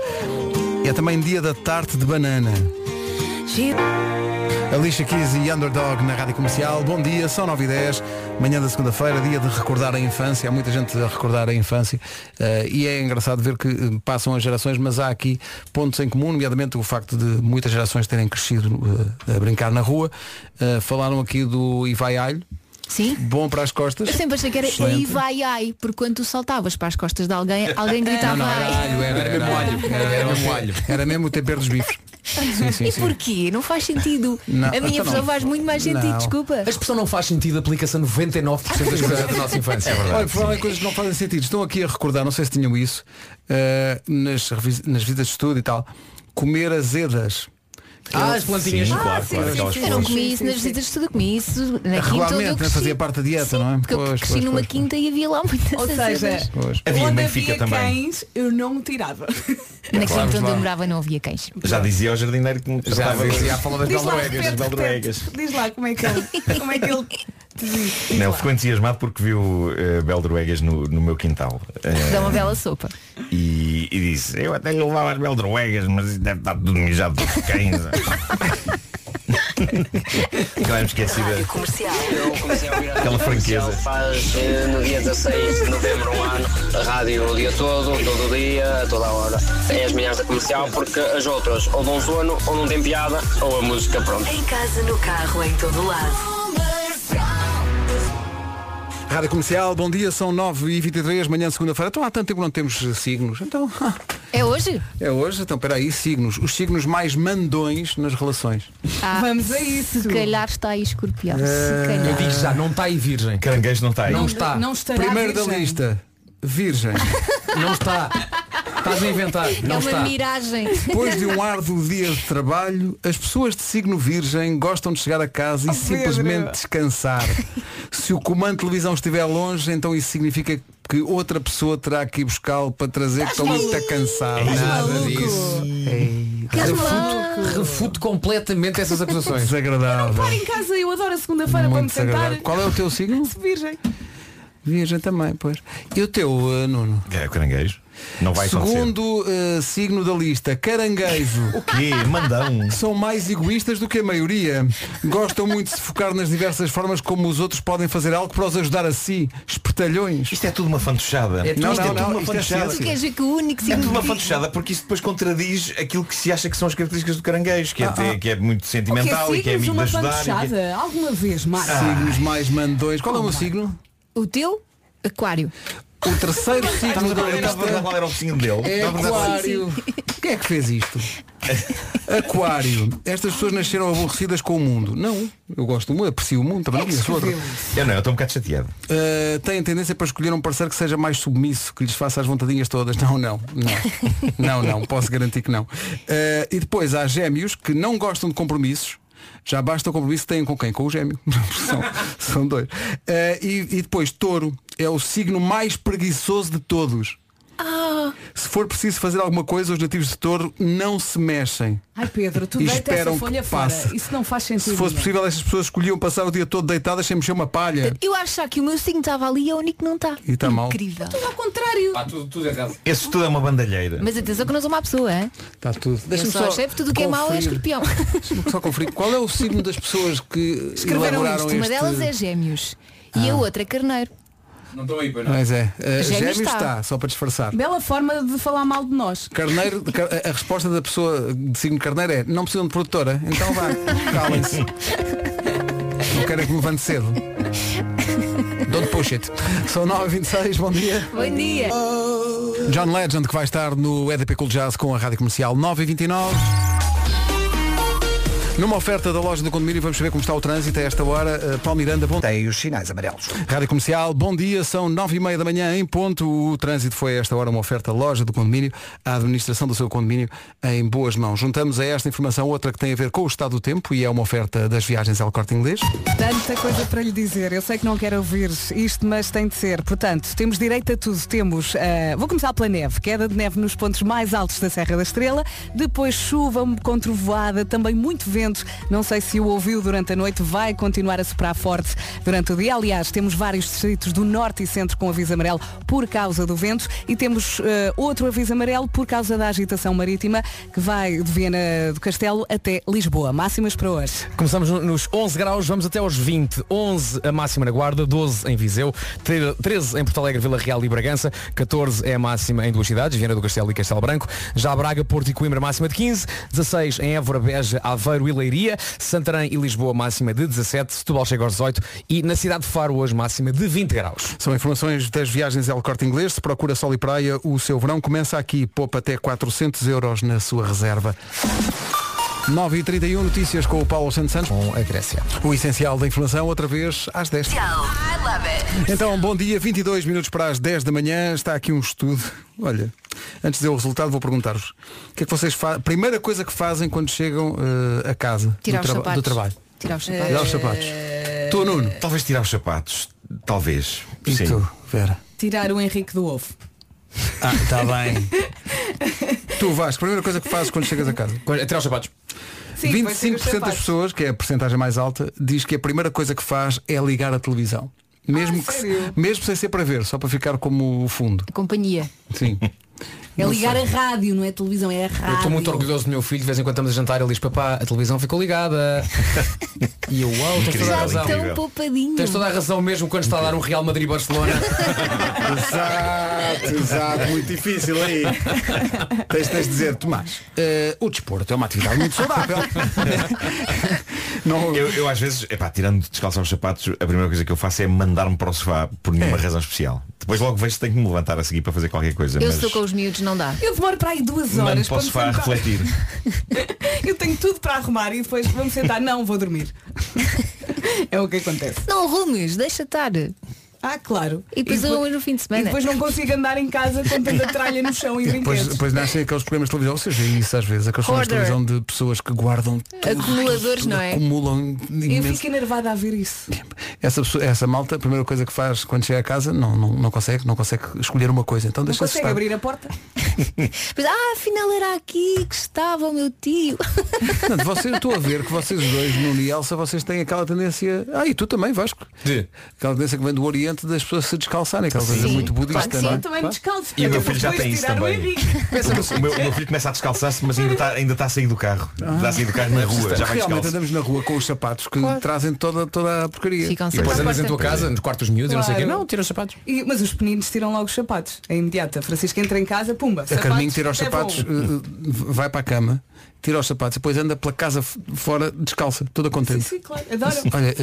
Speaker 2: É também dia da tarte de banana. Alicia Keys e Underdog na Rádio Comercial. Bom dia, são 9 e 10 Manhã da segunda-feira, dia de recordar a infância. Há muita gente a recordar a infância. eh, e é engraçado ver que eh, passam as gerações, mas há aqui pontos em comum, nomeadamente o facto de muitas gerações terem crescido eh, a brincar na rua. Eh, falaram aqui do Ivai Alho.
Speaker 6: Sim.
Speaker 2: Bom para as costas.
Speaker 6: Eu sempre achei que era
Speaker 2: Excelente.
Speaker 6: aí vai ai, porque quando tu saltavas para as costas de alguém, alguém gritava
Speaker 2: Não, não, era
Speaker 6: ai.
Speaker 2: alho, era, era, alho. Era, era mesmo alho. Era mesmo o tempero dos bifes. Sim, sim,
Speaker 6: e
Speaker 2: sim.
Speaker 6: porquê? Não faz sentido.
Speaker 2: Não,
Speaker 6: a minha
Speaker 2: então
Speaker 6: pessoa
Speaker 2: não.
Speaker 6: faz muito mais sentido,
Speaker 2: Não.
Speaker 6: desculpa.
Speaker 7: A expressão não faz sentido aplica-se a 99% das coisas da nossa infância.
Speaker 2: Olha, por falar em coisas que não fazem sentido. Estão aqui a recordar, não sei se tinham isso, eh, nas, revis- nas visitas de estudo e tal, comer azedas.
Speaker 6: Ah,
Speaker 2: Eu-
Speaker 6: as plantinhas.
Speaker 2: Sim,
Speaker 6: Ah, sim, sim, sim, Eu não comi isso nas visitas de tudo, comi isso na quinta onde eu
Speaker 2: Regularmente, né?
Speaker 6: cresci.
Speaker 2: fazia parte da dieta, não é?
Speaker 6: Porque eu
Speaker 2: Pois,
Speaker 6: cresci
Speaker 2: pois,
Speaker 6: numa
Speaker 2: pois.
Speaker 6: quinta e havia lá muitas
Speaker 3: Ou seja,
Speaker 6: azedas.
Speaker 2: Pois.
Speaker 14: Havia
Speaker 3: Onde
Speaker 14: Benfica
Speaker 3: havia
Speaker 14: também.
Speaker 3: cães, eu não tirava.
Speaker 6: Na
Speaker 14: Claro,
Speaker 6: quinta onde
Speaker 14: claro.
Speaker 6: eu morava não havia cães.
Speaker 14: Já dizia ao jardineiro que me
Speaker 7: Já
Speaker 14: tratava
Speaker 7: dizia a falar das
Speaker 3: Diz lá,
Speaker 14: beldroegas,
Speaker 3: repete,
Speaker 14: das beldroegas.
Speaker 3: Diz lá como é que ele. Como é que ele te diz.
Speaker 14: Não, ele ficou entusiasmado porque viu eh, beldroegas no, no meu quintal.
Speaker 2: É.
Speaker 14: Eh,
Speaker 6: Dá uma bela sopa.
Speaker 14: e, e disse, eu até lhe levava as beldroegas, mas isso deve estar tudo mijado dos cães. é Aquela esquecida.
Speaker 16: Comercial.
Speaker 14: Aquela franqueza.
Speaker 20: Faz eh, no dia 16 de novembro um ano, a rádio o dia todo, todo o dia, a toda a hora. É as manhãs da comercial porque as outras ou dão sono, ou não têm piada, ou a música pronto.
Speaker 16: Em casa, no carro, em todo lado.
Speaker 2: Rádio Comercial, bom dia, são 9h23, manhã de segunda-feira. Então há tanto tempo que não temos eh, signos. Então,
Speaker 6: É hoje?
Speaker 2: é hoje, então peraí, signos. Os signos mais mandões nas relações.
Speaker 6: Vamos a isso. Se calhar está aí escorpião.
Speaker 2: Eh,
Speaker 6: Se
Speaker 7: Eu
Speaker 6: calhar.
Speaker 7: digo já, não está aí virgem.
Speaker 14: Caranguejo não está aí.
Speaker 7: Não está.
Speaker 6: Não estará
Speaker 2: Primeiro da
Speaker 6: virgem.
Speaker 2: lista, virgem.
Speaker 7: Não está. Estás a inventar.
Speaker 6: é
Speaker 2: Não
Speaker 6: uma
Speaker 2: está.
Speaker 6: miragem.
Speaker 2: Depois de um árduo dia de trabalho, as pessoas de signo virgem gostam de chegar a casa e
Speaker 6: Oh, Pedro.
Speaker 2: simplesmente descansar. Se o comando de televisão estiver longe, então isso significa que outra pessoa terá que ir buscá-lo para trazer que estão muito cansados.
Speaker 7: Nada disso.
Speaker 2: Refuto,
Speaker 7: refuto completamente essas acusações.
Speaker 2: Desagradável.
Speaker 3: Para em casa, eu adoro a segunda-feira para me
Speaker 2: Muito
Speaker 3: sentar.
Speaker 2: desagradável. Qual é o teu signo?
Speaker 3: Virgem.
Speaker 2: Virgem também, pois. E o teu, eh, Nuno?
Speaker 14: É o caranguejo. Não vai acontecer.
Speaker 2: Segundo eh, signo da lista, caranguejo. O
Speaker 14: quê? Mandão.
Speaker 2: São mais egoístas do que a maioria. Gostam muito de se focar nas diversas formas como os outros podem fazer algo para os ajudar a si. Espertalhões.
Speaker 14: Isto é tudo uma fantochada.
Speaker 2: É
Speaker 14: Não,
Speaker 2: tudo,
Speaker 14: não,
Speaker 2: é tudo
Speaker 14: não,
Speaker 2: uma
Speaker 14: isto é
Speaker 2: fantochada.
Speaker 14: ciência.
Speaker 6: Tu queres ver que o único
Speaker 14: É tudo
Speaker 6: significa.
Speaker 14: uma fantochada porque isso depois contradiz aquilo que se acha que são as características do caranguejo, que é,
Speaker 3: Ah,
Speaker 14: ter-
Speaker 3: ah.
Speaker 14: que é muito sentimental
Speaker 3: O
Speaker 14: e que é
Speaker 3: signos,
Speaker 14: amigo de
Speaker 3: uma
Speaker 14: ajudar. e que é-
Speaker 3: panchada.
Speaker 14: Ah.
Speaker 3: Alguma vez, Marcos.
Speaker 2: Signos mais mandões. Qual é o meu signo?
Speaker 6: O teu? Aquário.
Speaker 2: O terceiro signo da
Speaker 14: Eu estava a perguntar
Speaker 2: lista
Speaker 14: qual era o signo dele.
Speaker 2: é
Speaker 14: Estava a perguntar-
Speaker 2: Aquário. Quem é que fez isto? Aquário. Estas pessoas nasceram aborrecidas com o mundo. Não, eu gosto do mundo, aprecio o mundo,
Speaker 14: É
Speaker 2: também não conheço outro.
Speaker 14: Eu não, eu estou um bocado chateado.
Speaker 2: Uh, têm tendência para escolher um parceiro que seja mais submisso, que lhes faça as vontadinhas todas. Não, não, não. não, não, posso garantir que não. Uh, e depois há gêmeos que não gostam de compromissos. Já basta o compromisso que têm com quem? Com o gêmeo. são, são dois. Uh, e, e depois, touro é o signo mais preguiçoso de todos.
Speaker 6: Ah.
Speaker 2: Se for preciso fazer alguma coisa, os nativos de touro não se mexem.
Speaker 3: Ai Pedro, tu
Speaker 2: E
Speaker 3: deita essa
Speaker 14: um
Speaker 2: esperam que
Speaker 3: folha fora.
Speaker 2: passe.
Speaker 3: Isso não faz sentido.
Speaker 2: Se fosse
Speaker 3: nenhum.
Speaker 2: possível, estas pessoas escolhiam passar o dia todo deitadas sem mexer uma palha.
Speaker 6: Eu acho já que o meu signo estava ali e é o único que não está.
Speaker 2: E está mal. tá
Speaker 6: Incrível. Tudo ao contrário.
Speaker 14: Esse tudo é uma bandalheira.
Speaker 6: Mas atenção que eu não sou uma pessoa, hein?
Speaker 2: Está tudo.
Speaker 6: Eu
Speaker 2: Deixa-me
Speaker 6: só achei que tudo o que é mau é
Speaker 2: conferir.
Speaker 6: escorpião.
Speaker 2: Deixa-me Só conferir. Qual é o signo das pessoas que
Speaker 6: Escreveram
Speaker 2: elaboraram
Speaker 6: isto.
Speaker 2: este...
Speaker 6: Uma delas é gêmeos. E a outra é carneiro.
Speaker 2: Não estão aí, pois não. Mas é. Uh,
Speaker 3: Gêmeos
Speaker 2: gêmeos
Speaker 3: está.
Speaker 2: está. só para disfarçar.
Speaker 3: Bela forma de falar mal de nós.
Speaker 2: Carneiro, car- a- a resposta da pessoa de signo carneiro é não precisam de produtora, então vá, calem-se. Não querem que me levante cedo. Don't push it. São 9h26, bom dia.
Speaker 6: Bom dia.
Speaker 2: John Legend que vai estar no EDP Cool Jazz com a Rádio Comercial 9h29. Numa oferta da loja do condomínio, vamos ver como está o trânsito a esta hora. Uh, Paulo Miranda, bom
Speaker 4: Tem os sinais amarelos.
Speaker 2: Rádio Comercial, bom dia, são nove e meia da manhã em ponto. O trânsito foi a esta hora uma oferta à loja do condomínio, à administração do seu condomínio em boas mãos. Juntamos a esta informação outra que tem a ver com o estado do tempo e é uma oferta das viagens ao corte inglês.
Speaker 3: Tanta coisa para lhe dizer. Eu sei que não quero ouvir isto, mas tem de ser. Portanto, temos direito a tudo. Temos, ah, vou começar pela neve, queda de neve nos pontos mais altos da Serra da Estrela, depois chuva com trovoada, também muito vento. Não sei se o ouviu durante a noite, vai continuar a soprar forte durante o dia. Aliás, temos vários distritos do norte e centro com aviso amarelo por causa do vento e temos eh, outro aviso amarelo por causa da agitação marítima que vai de Viena do Castelo até Lisboa. Máximas para hoje.
Speaker 7: Começamos no- nos 11 graus, vamos até aos 20. 11 a máxima na Guarda, 12 em Viseu, tre- 13 em Porto Alegre, Vila Real e Bragança, 14 é a máxima em duas cidades, Viana do Castelo e Castelo Branco, já Braga, Porto e Coimbra máxima de 15, 16 em Évora, Beja, Aveiro e Leiria, Santarém e Lisboa máxima de 17, Setúbal chega aos 18 e na cidade de Faro hoje máxima de 20 graus.
Speaker 2: São informações das viagens ao corte inglês. Se procura sol e praia, o seu verão começa aqui. Poupa até 400 euros na sua reserva. 9h31, notícias com o Paulo Santos Santos. Com a Grécia. O essencial da informação, outra vez, às 10
Speaker 21: Tchau. I love it.
Speaker 2: Então, bom dia, 22 minutos para as 10 da manhã, está aqui um estudo. Olha, antes de eu o resultado, vou perguntar-vos. O que é que vocês fazem? Primeira coisa que fazem quando chegam eh, a casa
Speaker 6: Tirar
Speaker 2: do,
Speaker 6: os
Speaker 2: traba-
Speaker 6: sapatos. Eh,
Speaker 2: do trabalho?
Speaker 6: Tirar os sapatos.
Speaker 2: Tirar os sapatos. Tu, Nuno?
Speaker 14: Talvez tirar os sapatos. Talvez.
Speaker 2: E
Speaker 14: Sim.
Speaker 2: tu, Vera?
Speaker 3: Tirar o Henrique do ovo.
Speaker 2: Ah, está bem. tu, Vasco, primeira coisa que fazes quando chegas a casa?
Speaker 7: Tirar os sapatos.
Speaker 3: Sim, depois tira os
Speaker 2: 25% das
Speaker 3: sapatos.
Speaker 2: pessoas, que é a porcentagem mais alta, diz que a primeira coisa que faz é ligar a televisão.
Speaker 6: Ah,
Speaker 2: Mesmo, que se- mesmo sem ser para ver, só para ficar como o fundo.
Speaker 6: A companhia.
Speaker 2: Sim.
Speaker 6: É
Speaker 2: Não
Speaker 6: ligar
Speaker 2: sei.
Speaker 6: a rádio, não é televisão, é a
Speaker 7: Eu estou
Speaker 6: rádio.
Speaker 7: muito orgulhoso do meu filho, de vez em quando estamos a jantar, ele diz, papá, a televisão ficou ligada. e eu, uau, tens toda a
Speaker 6: Já
Speaker 7: razão.
Speaker 6: tão poupadinho.
Speaker 7: Tens toda a razão mesmo quando está a dar um Real Madrid Barcelona.
Speaker 2: exato, exato, muito difícil aí. Tens, tens de dizer, Tomás, eh, o desporto é uma atividade muito saudável.
Speaker 14: Eu, eu às vezes, epá, tirando de descalçar os sapatos, a primeira coisa que eu faço é mandar-me para o sofá por nenhuma razão especial. Depois logo vejo se tenho que me levantar a seguir para fazer qualquer coisa.
Speaker 6: Eu
Speaker 14: mas
Speaker 6: estou com os miúdos, não dá.
Speaker 3: Eu demoro para aí duas
Speaker 14: mando
Speaker 3: horas.
Speaker 14: para o sofá a
Speaker 3: quando sentar.
Speaker 14: refletir.
Speaker 3: Eu tenho tudo para arrumar e depois vamos sentar. Não, vou dormir. é o que acontece.
Speaker 6: Não arrumes, deixa estar.
Speaker 3: Ah, claro.
Speaker 6: E depois arrumas no fim de semana.
Speaker 3: E depois não consigo andar em casa com tanta tralha no chão e
Speaker 2: Depois,
Speaker 3: brinquedos.
Speaker 2: depois nascem é assim aqueles programas de televisão, ou seja, é isso às vezes, aqueles programas de
Speaker 3: Hoarder.
Speaker 2: televisão de pessoas que guardam tudo,
Speaker 6: Acumuladores, não é?
Speaker 2: acumulam
Speaker 3: Eu
Speaker 2: um imenso.
Speaker 3: fico enervada a ver isso.
Speaker 2: Essa, pessoa- essa malta, a primeira coisa que faz quando chega a casa, não, não, não consegue, não consegue escolher uma coisa. Então
Speaker 3: Não
Speaker 2: deixa-se
Speaker 3: consegue
Speaker 2: estar.
Speaker 3: abrir a porta?
Speaker 6: Depois, ah, afinal era aqui que estava o meu tio.
Speaker 2: Portanto, vocês, estou a ver que vocês dois, Nuno e Elsa, vocês têm aquela tendência. Ah, e tu também, Vasco. Aquela tendência que vem do Oriente das pessoas se descalçarem, aquela coisa
Speaker 14: Sim.
Speaker 2: muito budista.
Speaker 3: Claro que sim,
Speaker 2: não é?
Speaker 3: eu também me descalço.
Speaker 14: E o meu
Speaker 3: porque
Speaker 14: filho já
Speaker 3: depois
Speaker 14: tem isso
Speaker 3: tirar um o
Speaker 14: também.
Speaker 3: Henrique.
Speaker 14: O meu, o meu filho começa a descalçar-se, mas ainda está ainda está a sair do carro. Está a sair do carro na rua, já vai
Speaker 2: Realmente
Speaker 14: descalço.
Speaker 2: andamos na rua com os sapatos que trazem toda, toda a porcaria.
Speaker 6: Ficam
Speaker 7: E depois andas em tua casa, nos quartos dos miúdos, e não sei o quê.
Speaker 3: Claro.
Speaker 7: Não, tira os sapatos.
Speaker 3: E- mas os pequeninos tiram logo os sapatos. um. É imediata. Francisco entra em casa, pumba.
Speaker 2: a Carminho
Speaker 7: sapatos
Speaker 2: tira os
Speaker 7: é bom.
Speaker 2: sapatos, eh, eh, vai para a cama, tira os sapatos, depois anda pela casa f- fora descalça, toda contente.
Speaker 22: Sim, claro, adoro.
Speaker 2: Olha, eh,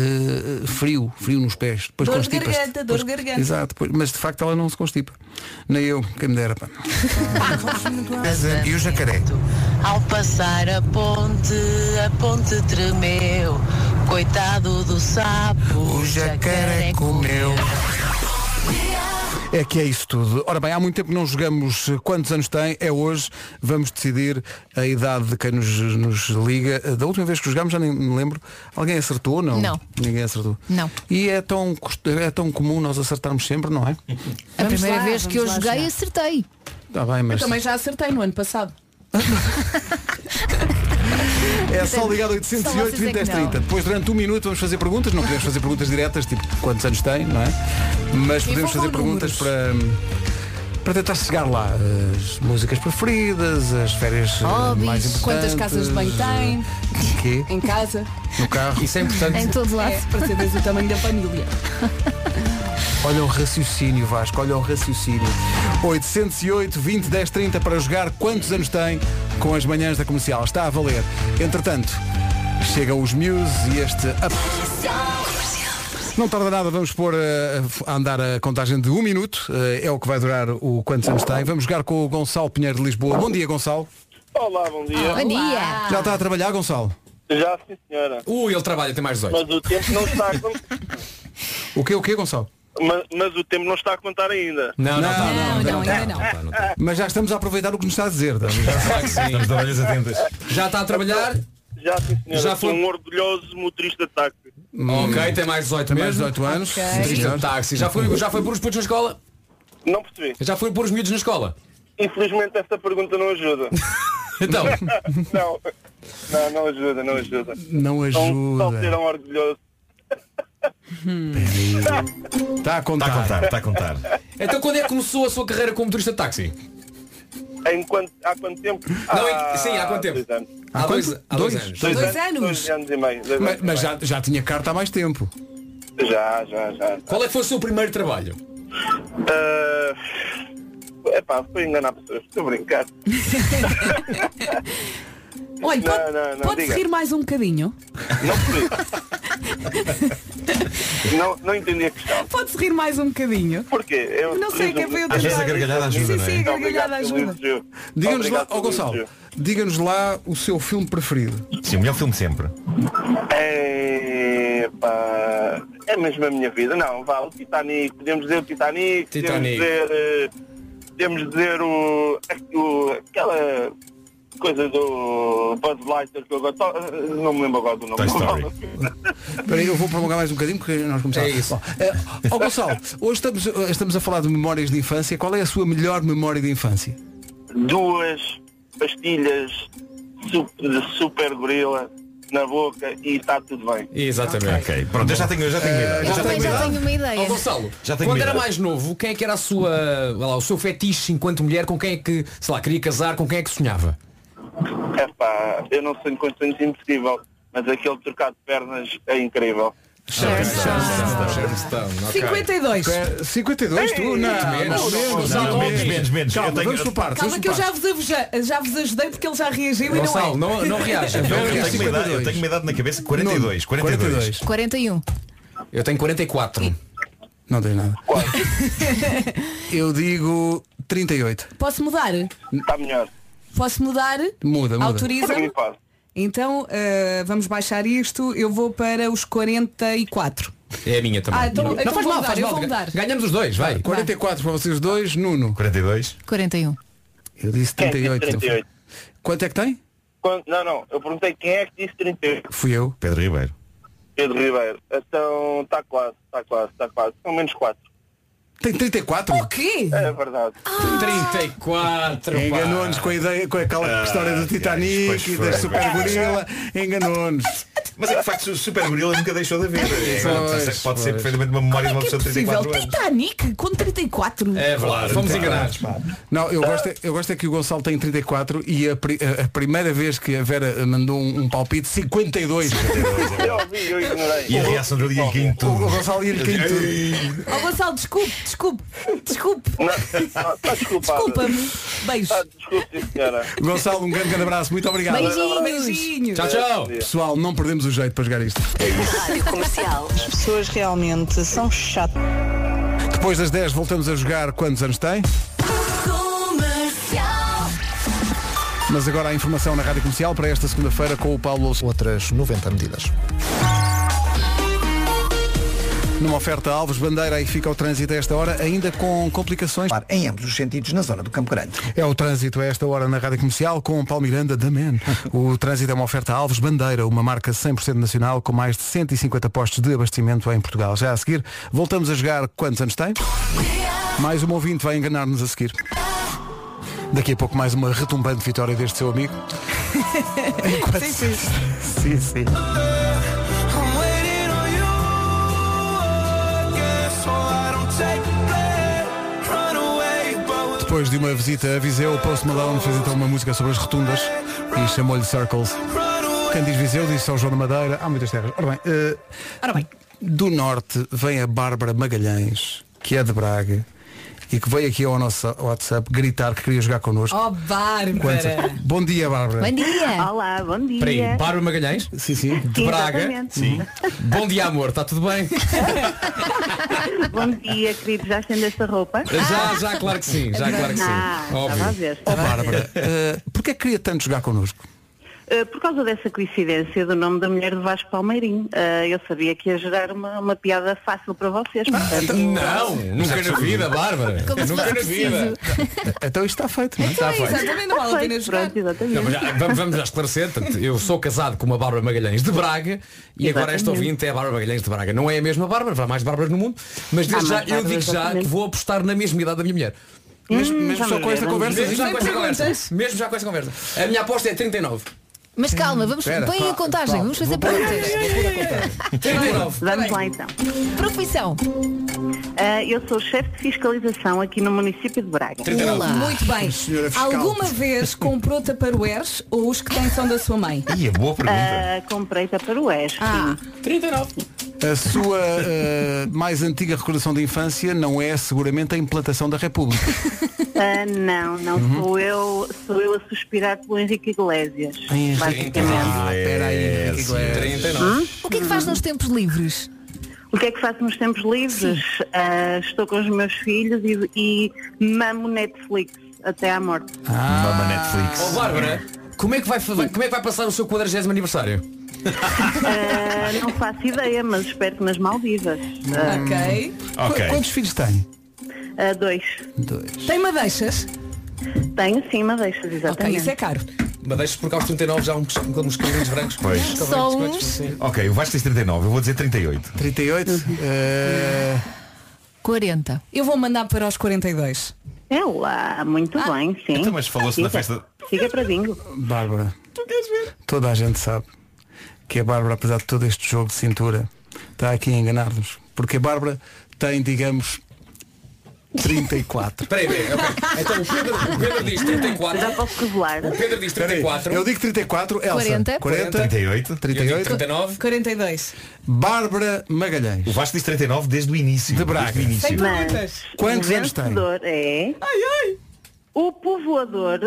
Speaker 2: eh, frio, frio nos pés. Depois
Speaker 22: Dor de
Speaker 2: constipas.
Speaker 22: garganta, dor de garganta.
Speaker 2: Exato, depois- mas de facto ela não se constipa. Nem eu, quem me dera. Pá. eh, e o jacaré?
Speaker 10: Ao passar a ponte, a ponte tremeu. Coitado do sapo, o jacaré comeu.
Speaker 2: É que é isso tudo. Ora bem, há muito tempo que não jogamos eh, quantos anos tem, é hoje. Vamos decidir a idade de quem nos, nos liga. Eh, Da última vez que jogámos, já nem me lembro. Alguém acertou ou não?
Speaker 6: Não.
Speaker 2: Ninguém acertou.
Speaker 6: Não.
Speaker 2: E é tão, cost- é tão comum nós acertarmos sempre, não é?
Speaker 6: A
Speaker 10: Vamos
Speaker 6: primeira
Speaker 10: lá,
Speaker 6: vez que eu
Speaker 10: vamos lá
Speaker 6: joguei
Speaker 10: jogar.
Speaker 6: acertei.
Speaker 2: Está Tá bem, mas.
Speaker 10: Eu também já acertei no ano passado.
Speaker 2: É só ligar
Speaker 10: Só
Speaker 2: 808
Speaker 10: vocês é que
Speaker 2: 20 10 30.
Speaker 10: não.
Speaker 2: Depois durante um minuto vamos fazer perguntas, não podemos fazer perguntas diretas, tipo quantos anos tem, não é? Mas
Speaker 10: E
Speaker 2: podemos
Speaker 10: vão
Speaker 2: fazer
Speaker 10: com
Speaker 2: perguntas para, para tentar chegar lá. As músicas preferidas, as férias eh, mais
Speaker 10: Hobbies,
Speaker 2: importantes.
Speaker 10: quantas casas de banho tem,
Speaker 2: o quê?
Speaker 10: em casa,
Speaker 2: No carro. Isso é
Speaker 10: em todo lado.
Speaker 23: É.
Speaker 10: para saberes o tamanho da família.
Speaker 2: Olha o raciocínio, Vasco, olha o raciocínio. 808 20 10 30 para jogar quantos anos tem com as manhãs da comercial. Está a valer. Entretanto, chegam os Muse e este up. Não tarda nada, vamos pôr eh, a, andar a contagem de um minuto. Eh, é o que vai durar o quantos anos tem. Vamos jogar com o Gonçalo Pinheiro de Lisboa. Bom dia, Gonçalo.
Speaker 23: Olá, bom dia.
Speaker 6: Bom dia.
Speaker 2: Já está a trabalhar, Gonçalo?
Speaker 23: Já, sim, senhora.
Speaker 7: Ui, ele trabalha, tem mais 18.
Speaker 23: Mas o tempo não está a contar.
Speaker 2: O quê, o quê, Gonçalo?
Speaker 23: mas, mas o tempo não está a contar ainda.
Speaker 7: Não, não,
Speaker 2: está,
Speaker 7: não,
Speaker 2: ainda
Speaker 7: não, ainda não.
Speaker 2: Mas já estamos a aproveitar o que nos está a dizer. Estamos
Speaker 7: de
Speaker 2: orelhas atentas.
Speaker 7: Já está a trabalhar?
Speaker 23: Já, sim, senhora.
Speaker 7: Já
Speaker 23: Sou
Speaker 7: foi-
Speaker 23: um orgulhoso motorista de táxi.
Speaker 7: Ok, tem mais 18
Speaker 2: Hum. Tem
Speaker 7: mesmo.
Speaker 2: mais 18 anos. Ok.
Speaker 7: Motorista de táxi. Já foi, já foi pôr os putos na escola?
Speaker 23: Não percebi.
Speaker 7: Já foi pôr os miúdos na escola?
Speaker 23: Infelizmente, esta pergunta não ajuda.
Speaker 7: Então.
Speaker 23: não. não, não ajuda, não ajuda.
Speaker 2: Não
Speaker 23: Só- Só
Speaker 2: ajuda.
Speaker 23: ser um orgulhoso.
Speaker 2: Está a contar.
Speaker 23: Está Tá a contar, está a
Speaker 14: contar.
Speaker 7: Então quando é que começou a sua carreira como motorista de táxi?
Speaker 23: Em quanto, há quanto tempo?
Speaker 7: Não, em- sim, há quanto tempo?
Speaker 23: Dois anos.
Speaker 7: Há Há dois- quanto? há dois anos. Dois
Speaker 23: anos? Dois anos e meio. dois
Speaker 2: Mas,
Speaker 23: anos e
Speaker 2: mas já, já tinha carta há mais tempo.
Speaker 23: meio. Já, já, já.
Speaker 7: Qual é que foi o seu primeiro trabalho?
Speaker 23: É pá, foi enganar pessoas. Estou a brincar.
Speaker 3: Olha,
Speaker 23: Não,
Speaker 3: pode,
Speaker 23: não, não,
Speaker 3: pode
Speaker 23: diga.
Speaker 3: rir mais um bocadinho?
Speaker 23: Não, não entendi a questão.
Speaker 3: Pode-se rir mais um bocadinho?
Speaker 23: Porquê? Eu
Speaker 3: não sei, que é para eu
Speaker 23: Às vezes a gargalhada
Speaker 3: Sim,
Speaker 23: ajuda, não é?
Speaker 3: sim, a gargalhada
Speaker 23: Obrigado,
Speaker 3: ajuda.
Speaker 2: Diga-nos lá,
Speaker 23: Obrigado,
Speaker 2: ó Gonçalo,
Speaker 23: Silvio.
Speaker 2: diga-nos lá o seu filme preferido.
Speaker 14: Sim, o melhor filme sempre.
Speaker 23: É, pá, é mesmo a minha vida. Não, vá, o Titanic. Podemos dizer o Titanic.
Speaker 7: Titanic.
Speaker 23: Podemos dizer, eh, podemos dizer o, o- aquela coisa do Buzz Lightyear que eu gosto. Eh, Não me lembro agora do nome.
Speaker 2: Espera aí, eu vou prolongar mais um bocadinho porque nós começamos. É isso. ó Gonçalo, hoje estamos, eh, estamos a falar de memórias de infância. Qual é a sua melhor memória de infância?
Speaker 23: Duas pastilhas su- de super gorila na boca e está tudo bem.
Speaker 7: Exatamente.
Speaker 14: Ok, pronto, eu já tenho, eu já tenho
Speaker 3: Eh,
Speaker 14: uma ideia.
Speaker 7: já tenho uma
Speaker 6: Tenho uma ideia.
Speaker 7: Ó, Gonçalo,
Speaker 14: Já tenho
Speaker 7: quando
Speaker 14: uma
Speaker 7: era
Speaker 14: ideia.
Speaker 7: mais novo, quem é que era a sua, olha lá, o seu fetiche enquanto mulher, com quem é que, sei lá, queria casar, com quem é que sonhava?
Speaker 23: É pá, eu não sei em condições impossível, mas aquele trocado de pernas é incrível.
Speaker 2: Ok.
Speaker 3: 52.
Speaker 2: Eh, 52, tu? Não,
Speaker 3: Menos,
Speaker 2: não,
Speaker 3: menos,
Speaker 2: não,
Speaker 14: menos, menos, menos.
Speaker 2: Calma,
Speaker 14: Eu tenho-
Speaker 2: vamos por partes.
Speaker 3: Calma
Speaker 2: vamos
Speaker 3: que eu
Speaker 2: por
Speaker 3: já vos, avuja- já vos ajudei porque ele já reagiu e
Speaker 14: Gonçalo,
Speaker 3: não é.
Speaker 14: Eu tenho, uma idade, eu tenho uma idade na cabeça, 42, 42.
Speaker 6: 41.
Speaker 7: Eu tenho 44.
Speaker 2: Não tens nada. Eu digo 38.
Speaker 3: Posso mudar?
Speaker 23: Está melhor.
Speaker 3: Posso mudar?
Speaker 2: Muda, muda.
Speaker 3: Autoriza?
Speaker 23: Para mim pode.
Speaker 3: Então, eh, vamos baixar isto. Eu vou para os 44.
Speaker 7: É a minha também.
Speaker 3: Ah, então-
Speaker 7: não
Speaker 3: então
Speaker 7: faz
Speaker 3: vou
Speaker 7: mal,
Speaker 3: mudar,
Speaker 7: faz
Speaker 3: eu
Speaker 7: mal.
Speaker 3: vou mudar.
Speaker 7: Ganhamos os dois, vai.
Speaker 2: 44 para vocês dois, Nuno.
Speaker 14: 42.
Speaker 6: 41.
Speaker 2: Eu disse
Speaker 23: Quem é que
Speaker 2: 38.
Speaker 23: disse 38?
Speaker 2: Quanto é que tem?
Speaker 23: Quando- não, não, eu perguntei quem é que disse 38.
Speaker 2: Fui eu.
Speaker 14: Pedro Ribeiro.
Speaker 23: Pedro Ribeiro. Então está quase, está quase, está quase. São menos 4.
Speaker 2: Tem 34? O
Speaker 3: quê?
Speaker 23: É verdade.
Speaker 7: 34.
Speaker 2: Enganou-nos com a ideia, com aquela história do Titanic
Speaker 14: pois
Speaker 2: e
Speaker 14: foi,
Speaker 2: da Super
Speaker 14: pois foi.
Speaker 2: Gorila. Enganou-nos.
Speaker 14: Mas é que de facto o Super Gorila nunca deixou de haver. É,
Speaker 2: Pois,
Speaker 14: pode ser
Speaker 2: pois.
Speaker 14: perfeitamente uma memória de uma
Speaker 2: Como é que é
Speaker 14: pessoa de
Speaker 2: possível?
Speaker 14: 34 anos.
Speaker 22: Titanic com 34.
Speaker 2: É
Speaker 14: verdade,
Speaker 2: Fomos
Speaker 14: pá.
Speaker 2: enganados.
Speaker 14: Pá.
Speaker 2: Não, eu gosto, é, eu gosto é que o Gonçalo tem 34 e a, pri- a- a primeira vez que a Vera mandou um, um palpite, 52.
Speaker 23: Eu ouvi, eu ignorei.
Speaker 14: é. E a reação dele ia em tudo.
Speaker 2: O Gonçalo ia cair tudo.
Speaker 3: Oh,
Speaker 22: Ó Gonçalo, desculpe, desculpe, desculpe. Desculpa-me. Beijo.
Speaker 23: Tá
Speaker 2: Gonçalo, um grande, grande abraço. Muito obrigado.
Speaker 22: Beijinhos.
Speaker 2: Tchau, tchau. Pessoal, não perdemos o jeito para jogar isto.
Speaker 16: Rádio Comercial.
Speaker 10: As pessoas realmente são chatas.
Speaker 2: Depois das 10 voltamos a jogar quantos anos tem? Mas agora a informação na Rádio Comercial para esta segunda-feira com o Paulo Ouço.
Speaker 1: Outras 90 medidas.
Speaker 2: Numa oferta a Alves Bandeira, aí fica o trânsito a esta hora, ainda com complicações.
Speaker 4: Em ambos os sentidos, na zona do Campo Grande.
Speaker 2: É o trânsito a esta hora na Rádio Comercial com o Paulo Miranda da Man. O trânsito é uma oferta a Alves Bandeira, uma marca 100% nacional com mais de 150 postos de abastecimento em Portugal. Já a seguir, voltamos a jogar quantos anos tem? Mais um ouvinte vai enganar-nos a seguir. Daqui a pouco mais uma retumbante vitória deste seu amigo.
Speaker 22: Sim, sim.
Speaker 2: Sim, sim. Depois de uma visita a Viseu, o Post Malone fez então uma música sobre as rotundas e chamou-lhe Circles. Quem diz Viseu diz São João da Madeira. Há muitas terras. Ora bem, eh, do norte vem a Bárbara Magalhães, que é de Braga, e que veio aqui ao nosso WhatsApp gritar que queria jogar connosco.
Speaker 22: Ó
Speaker 3: Oh,
Speaker 22: Bárbara.
Speaker 2: Quantas- Bom dia, Bárbara.
Speaker 22: dia.
Speaker 24: Olá, bom dia.
Speaker 7: Peraí, Bárbara Magalhães?
Speaker 2: Sim, sim.
Speaker 7: De Braga.
Speaker 24: Exatamente.
Speaker 7: Sim. Bom dia, amor. Está tudo bem?
Speaker 24: bom dia, querido. Já estendeste a roupa?
Speaker 7: Já, já, claro que sim. Já, claro que
Speaker 24: Ah,
Speaker 7: sim.
Speaker 24: estava a ver,
Speaker 7: Óbvio.
Speaker 24: estava a ver.
Speaker 2: Bárbara, eh, porquê é que queria tanto jogar connosco?
Speaker 24: Uh, por causa dessa coincidência do nome da mulher do Vasco Palmeirim, uh, eu sabia que ia gerar uma, uma piada fácil para vocês.
Speaker 7: Então,
Speaker 24: portanto-
Speaker 7: Não, nunca na vida, Bárbara.
Speaker 24: Como se
Speaker 7: Nunca na
Speaker 24: fosse
Speaker 7: vida.
Speaker 2: Então isto está feito,
Speaker 7: não é? Está feito.
Speaker 22: Exatamente,
Speaker 3: então
Speaker 22: não vale a pena jogar.
Speaker 7: Não, mas já- vamos, vamos já esclarecer, Portanto, eu sou casado com uma Bárbara Magalhães de Braga e agora esta
Speaker 24: Exatamente.
Speaker 7: ouvinte é a Bárbara Magalhães de Braga. Não é a mesma Bárbara, há mais Bárbaras no mundo, mas desde
Speaker 24: Há
Speaker 7: já
Speaker 24: mais
Speaker 7: eu digo
Speaker 24: Bárbaras,
Speaker 7: já que
Speaker 24: exatamente.
Speaker 7: vou apostar na mesma idade da minha mulher.
Speaker 24: Mas- Hum, mesmo já só me com esta vieram. conversa,
Speaker 7: mesmo já
Speaker 24: sim.
Speaker 7: com
Speaker 24: Sem
Speaker 7: esta conversa, mesmo já com esta conversa. A minha aposta é 39.
Speaker 6: Mas calma, vamos,
Speaker 7: Espera,
Speaker 6: põe a
Speaker 7: pá,
Speaker 6: contagem,
Speaker 7: pá,
Speaker 6: vamos fazer
Speaker 7: vou pôr a
Speaker 6: perguntas.
Speaker 24: Vamos lá então.
Speaker 6: Profissão.
Speaker 24: Uh, eu sou chefe de fiscalização aqui no município de Braga.
Speaker 22: Olá. Muito bem. Alguma vez comprou taparueres ou os que têm são da sua mãe?
Speaker 14: Ih, é boa
Speaker 24: Uh, comprei para o ES.
Speaker 22: Ah,
Speaker 24: 39.
Speaker 2: A sua eh, mais antiga recordação de infância não é seguramente a implantação da República.
Speaker 24: Ah, não, não
Speaker 2: Uhum.
Speaker 24: sou eu, sou eu a suspirar pelo Henrique Iglesias.
Speaker 2: Ah, espera aí, Henrique Iglesias.
Speaker 24: Hum?
Speaker 6: O que é que faz nos tempos livres?
Speaker 24: O que é que faço nos tempos livres? Ah, estou com os meus filhos e, e mamo Netflix até à morte.
Speaker 14: Mama Netflix.
Speaker 7: Ó Bárbara, como é, que vai, fa- como é que vai passar o seu 40 aniversário?
Speaker 24: Ah, não faço ideia, mas espero que nas Maldivas. Ah,
Speaker 22: Ok.
Speaker 2: Qu- Quantos filhos tem?
Speaker 24: ah, dois.
Speaker 2: Dois.
Speaker 22: Tem madeixas?
Speaker 24: Tenho sim madeixas, exatamente.
Speaker 22: Ok, isso é caro.
Speaker 7: Mas deixa por causa dos 39 já há um uns, uns cabelinhos brancos.
Speaker 14: Pois.
Speaker 24: Só uns.
Speaker 14: Ok, o Vasco diz 39, eu vou dizer 38.
Speaker 2: 38?
Speaker 6: 40.
Speaker 22: Eu vou mandar para os 42.
Speaker 24: É lá, muito
Speaker 22: Ah.
Speaker 24: bem, sim.
Speaker 14: Então, mas falou-se na
Speaker 24: Siga.
Speaker 14: festa-
Speaker 24: Siga para bingo.
Speaker 2: Bárbara. Toda a gente sabe que a Bárbara, apesar de todo este jogo de cintura, está aqui a enganar-nos. Porque a Bárbara tem, digamos, 34.
Speaker 7: Peraí, peraí, ok. Então o Pedro, o Pedro diz 34.
Speaker 24: Já posso revelar.
Speaker 7: O Pedro diz
Speaker 2: Espera aí,
Speaker 7: 34.
Speaker 2: Eu digo 34, Elsa.
Speaker 7: 40.
Speaker 14: 38.
Speaker 2: 38.
Speaker 7: 39.
Speaker 22: 42.
Speaker 2: Bárbara Magalhães.
Speaker 14: O Vasco diz 39 desde o início.
Speaker 2: De Braga.
Speaker 14: Desde o início.
Speaker 22: Sem perguntas.
Speaker 2: Quantos
Speaker 24: o
Speaker 2: anos tem?
Speaker 24: vencedor é... Ai, ai. O povoador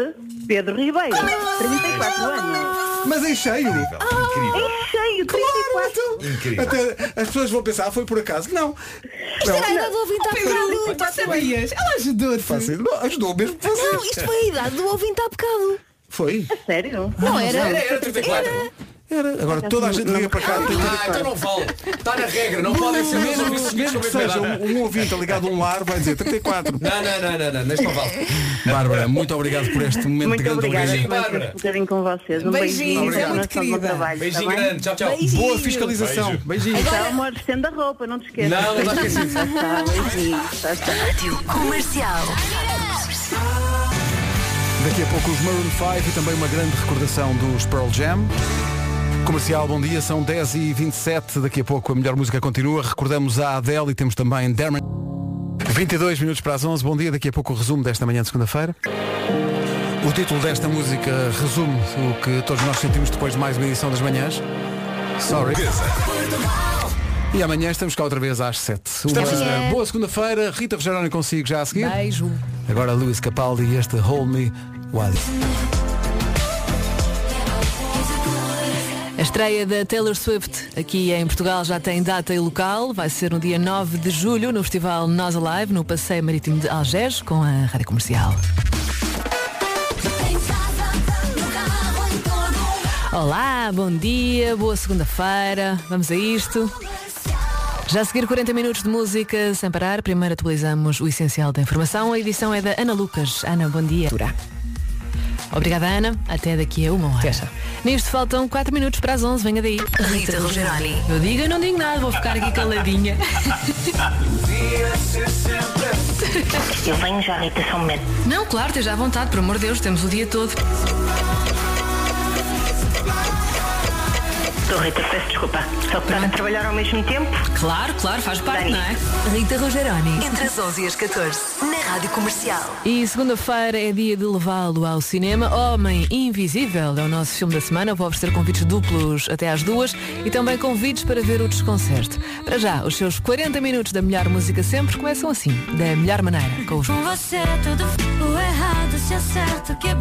Speaker 24: Pedro Ribeiro,
Speaker 2: Ah,
Speaker 24: 34 anos.
Speaker 2: Mas em cheio.
Speaker 24: Em cheio, 34.
Speaker 14: Incrível.
Speaker 2: Até as pessoas vão pensar, "Ah, foi por acaso. Não.
Speaker 6: Isto era a
Speaker 2: Não.
Speaker 6: idade do ouvinte há bocado.
Speaker 22: sabias? Ela ajudou-te.
Speaker 2: É Fácil. Não, Ajudou mesmo. fácil.
Speaker 6: Não, isto foi a idade do ouvinte há bocado.
Speaker 2: Foi.
Speaker 24: A sério?
Speaker 6: Não era.
Speaker 7: Era, era 34.
Speaker 2: Era. Agora toda a gente liga para cá. tem
Speaker 7: Ah, então não vale. Está na regra, não podem ser dois
Speaker 2: Mesmo,
Speaker 7: ouvintes
Speaker 2: mesmo que
Speaker 7: com a mesma
Speaker 2: seja
Speaker 7: idade.
Speaker 2: um, um ouvinte ligado a um lar, vai dizer 34.
Speaker 7: Não, não, não, não, não, neste não vale.
Speaker 2: Bárbara, muito obrigado por este momento de
Speaker 24: Muito
Speaker 2: grande
Speaker 24: obrigada
Speaker 2: obrigado.
Speaker 24: por mais este bocadinho com vocês. Um beijinho,
Speaker 2: Beijinhos, é muito
Speaker 24: continuação do
Speaker 2: querida.
Speaker 24: trabalho,
Speaker 2: Beijinho
Speaker 24: tá bem?
Speaker 2: grande, tchau, tchau. Beijinho. Boa fiscalização. Beijo. Beijinho.
Speaker 24: Então,
Speaker 2: Agora-
Speaker 24: amor, estende a roupa, não te esqueças.
Speaker 2: Não, não está esquecido.
Speaker 24: Tá, tá, beijinhos, tá, tá.
Speaker 16: Comercial.
Speaker 2: Daqui a pouco os Maroon 5 e também uma grande recordação dos Pearl Jam. Comercial, bom dia, são 10h27, daqui a pouco a melhor música continua. Recordamos a Adele e temos também Derman. 22 minutos para as 11, bom dia, daqui a pouco o resumo desta manhã de segunda-feira. O título desta música resume o que todos nós sentimos depois de mais uma edição das manhãs. Sorry. E amanhã estamos cá outra vez às 7.
Speaker 7: Estamos
Speaker 2: Uma
Speaker 7: cá.
Speaker 2: boa segunda-feira, Rita Rogeroni consigo já a seguir.
Speaker 3: Beijo.
Speaker 2: Agora Luís Capaldi e este Hold Me Wild.
Speaker 16: A estreia da Taylor Swift aqui em Portugal já tem data e local. Vai ser no dia 9 de julho no Festival Nós Alive, no Passeio Marítimo de Algés, com a Rádio Comercial. Olá, bom dia, boa segunda-feira. Vamos a isto. Já a seguir 40 minutos de música sem parar. Primeiro atualizamos o essencial da informação. A edição é da Ana Lucas. Ana, bom dia. Obrigada, Ana. Até daqui a uma hora. Nisto faltam 4 minutos para as 11. Venha daí.
Speaker 12: Rita Rogeroni.
Speaker 16: Eu digo, eu não digo nada. Vou ficar aqui caladinha.
Speaker 12: Eu venho já, Rita, só um momento.
Speaker 16: Não, claro, esteja à vontade, por amor de Deus, temos o dia todo.
Speaker 12: Estou, Rita, peço desculpa. Só para a trabalhar ao mesmo tempo?
Speaker 16: Claro, claro, faz parte, não é? Rita Rogeroni. Entre as 11 e as 14, na Rádio Comercial. E segunda-feira é dia de levá-lo ao cinema. Homem Invisível é o nosso filme da semana. Vou oferecer convites duplos até às duas e também convites para ver o desconcerto. Para já, os seus 40 minutos da melhor música sempre
Speaker 12: é
Speaker 16: começam assim, da melhor maneira, com o João.
Speaker 12: você tudo errado, se acerto, que é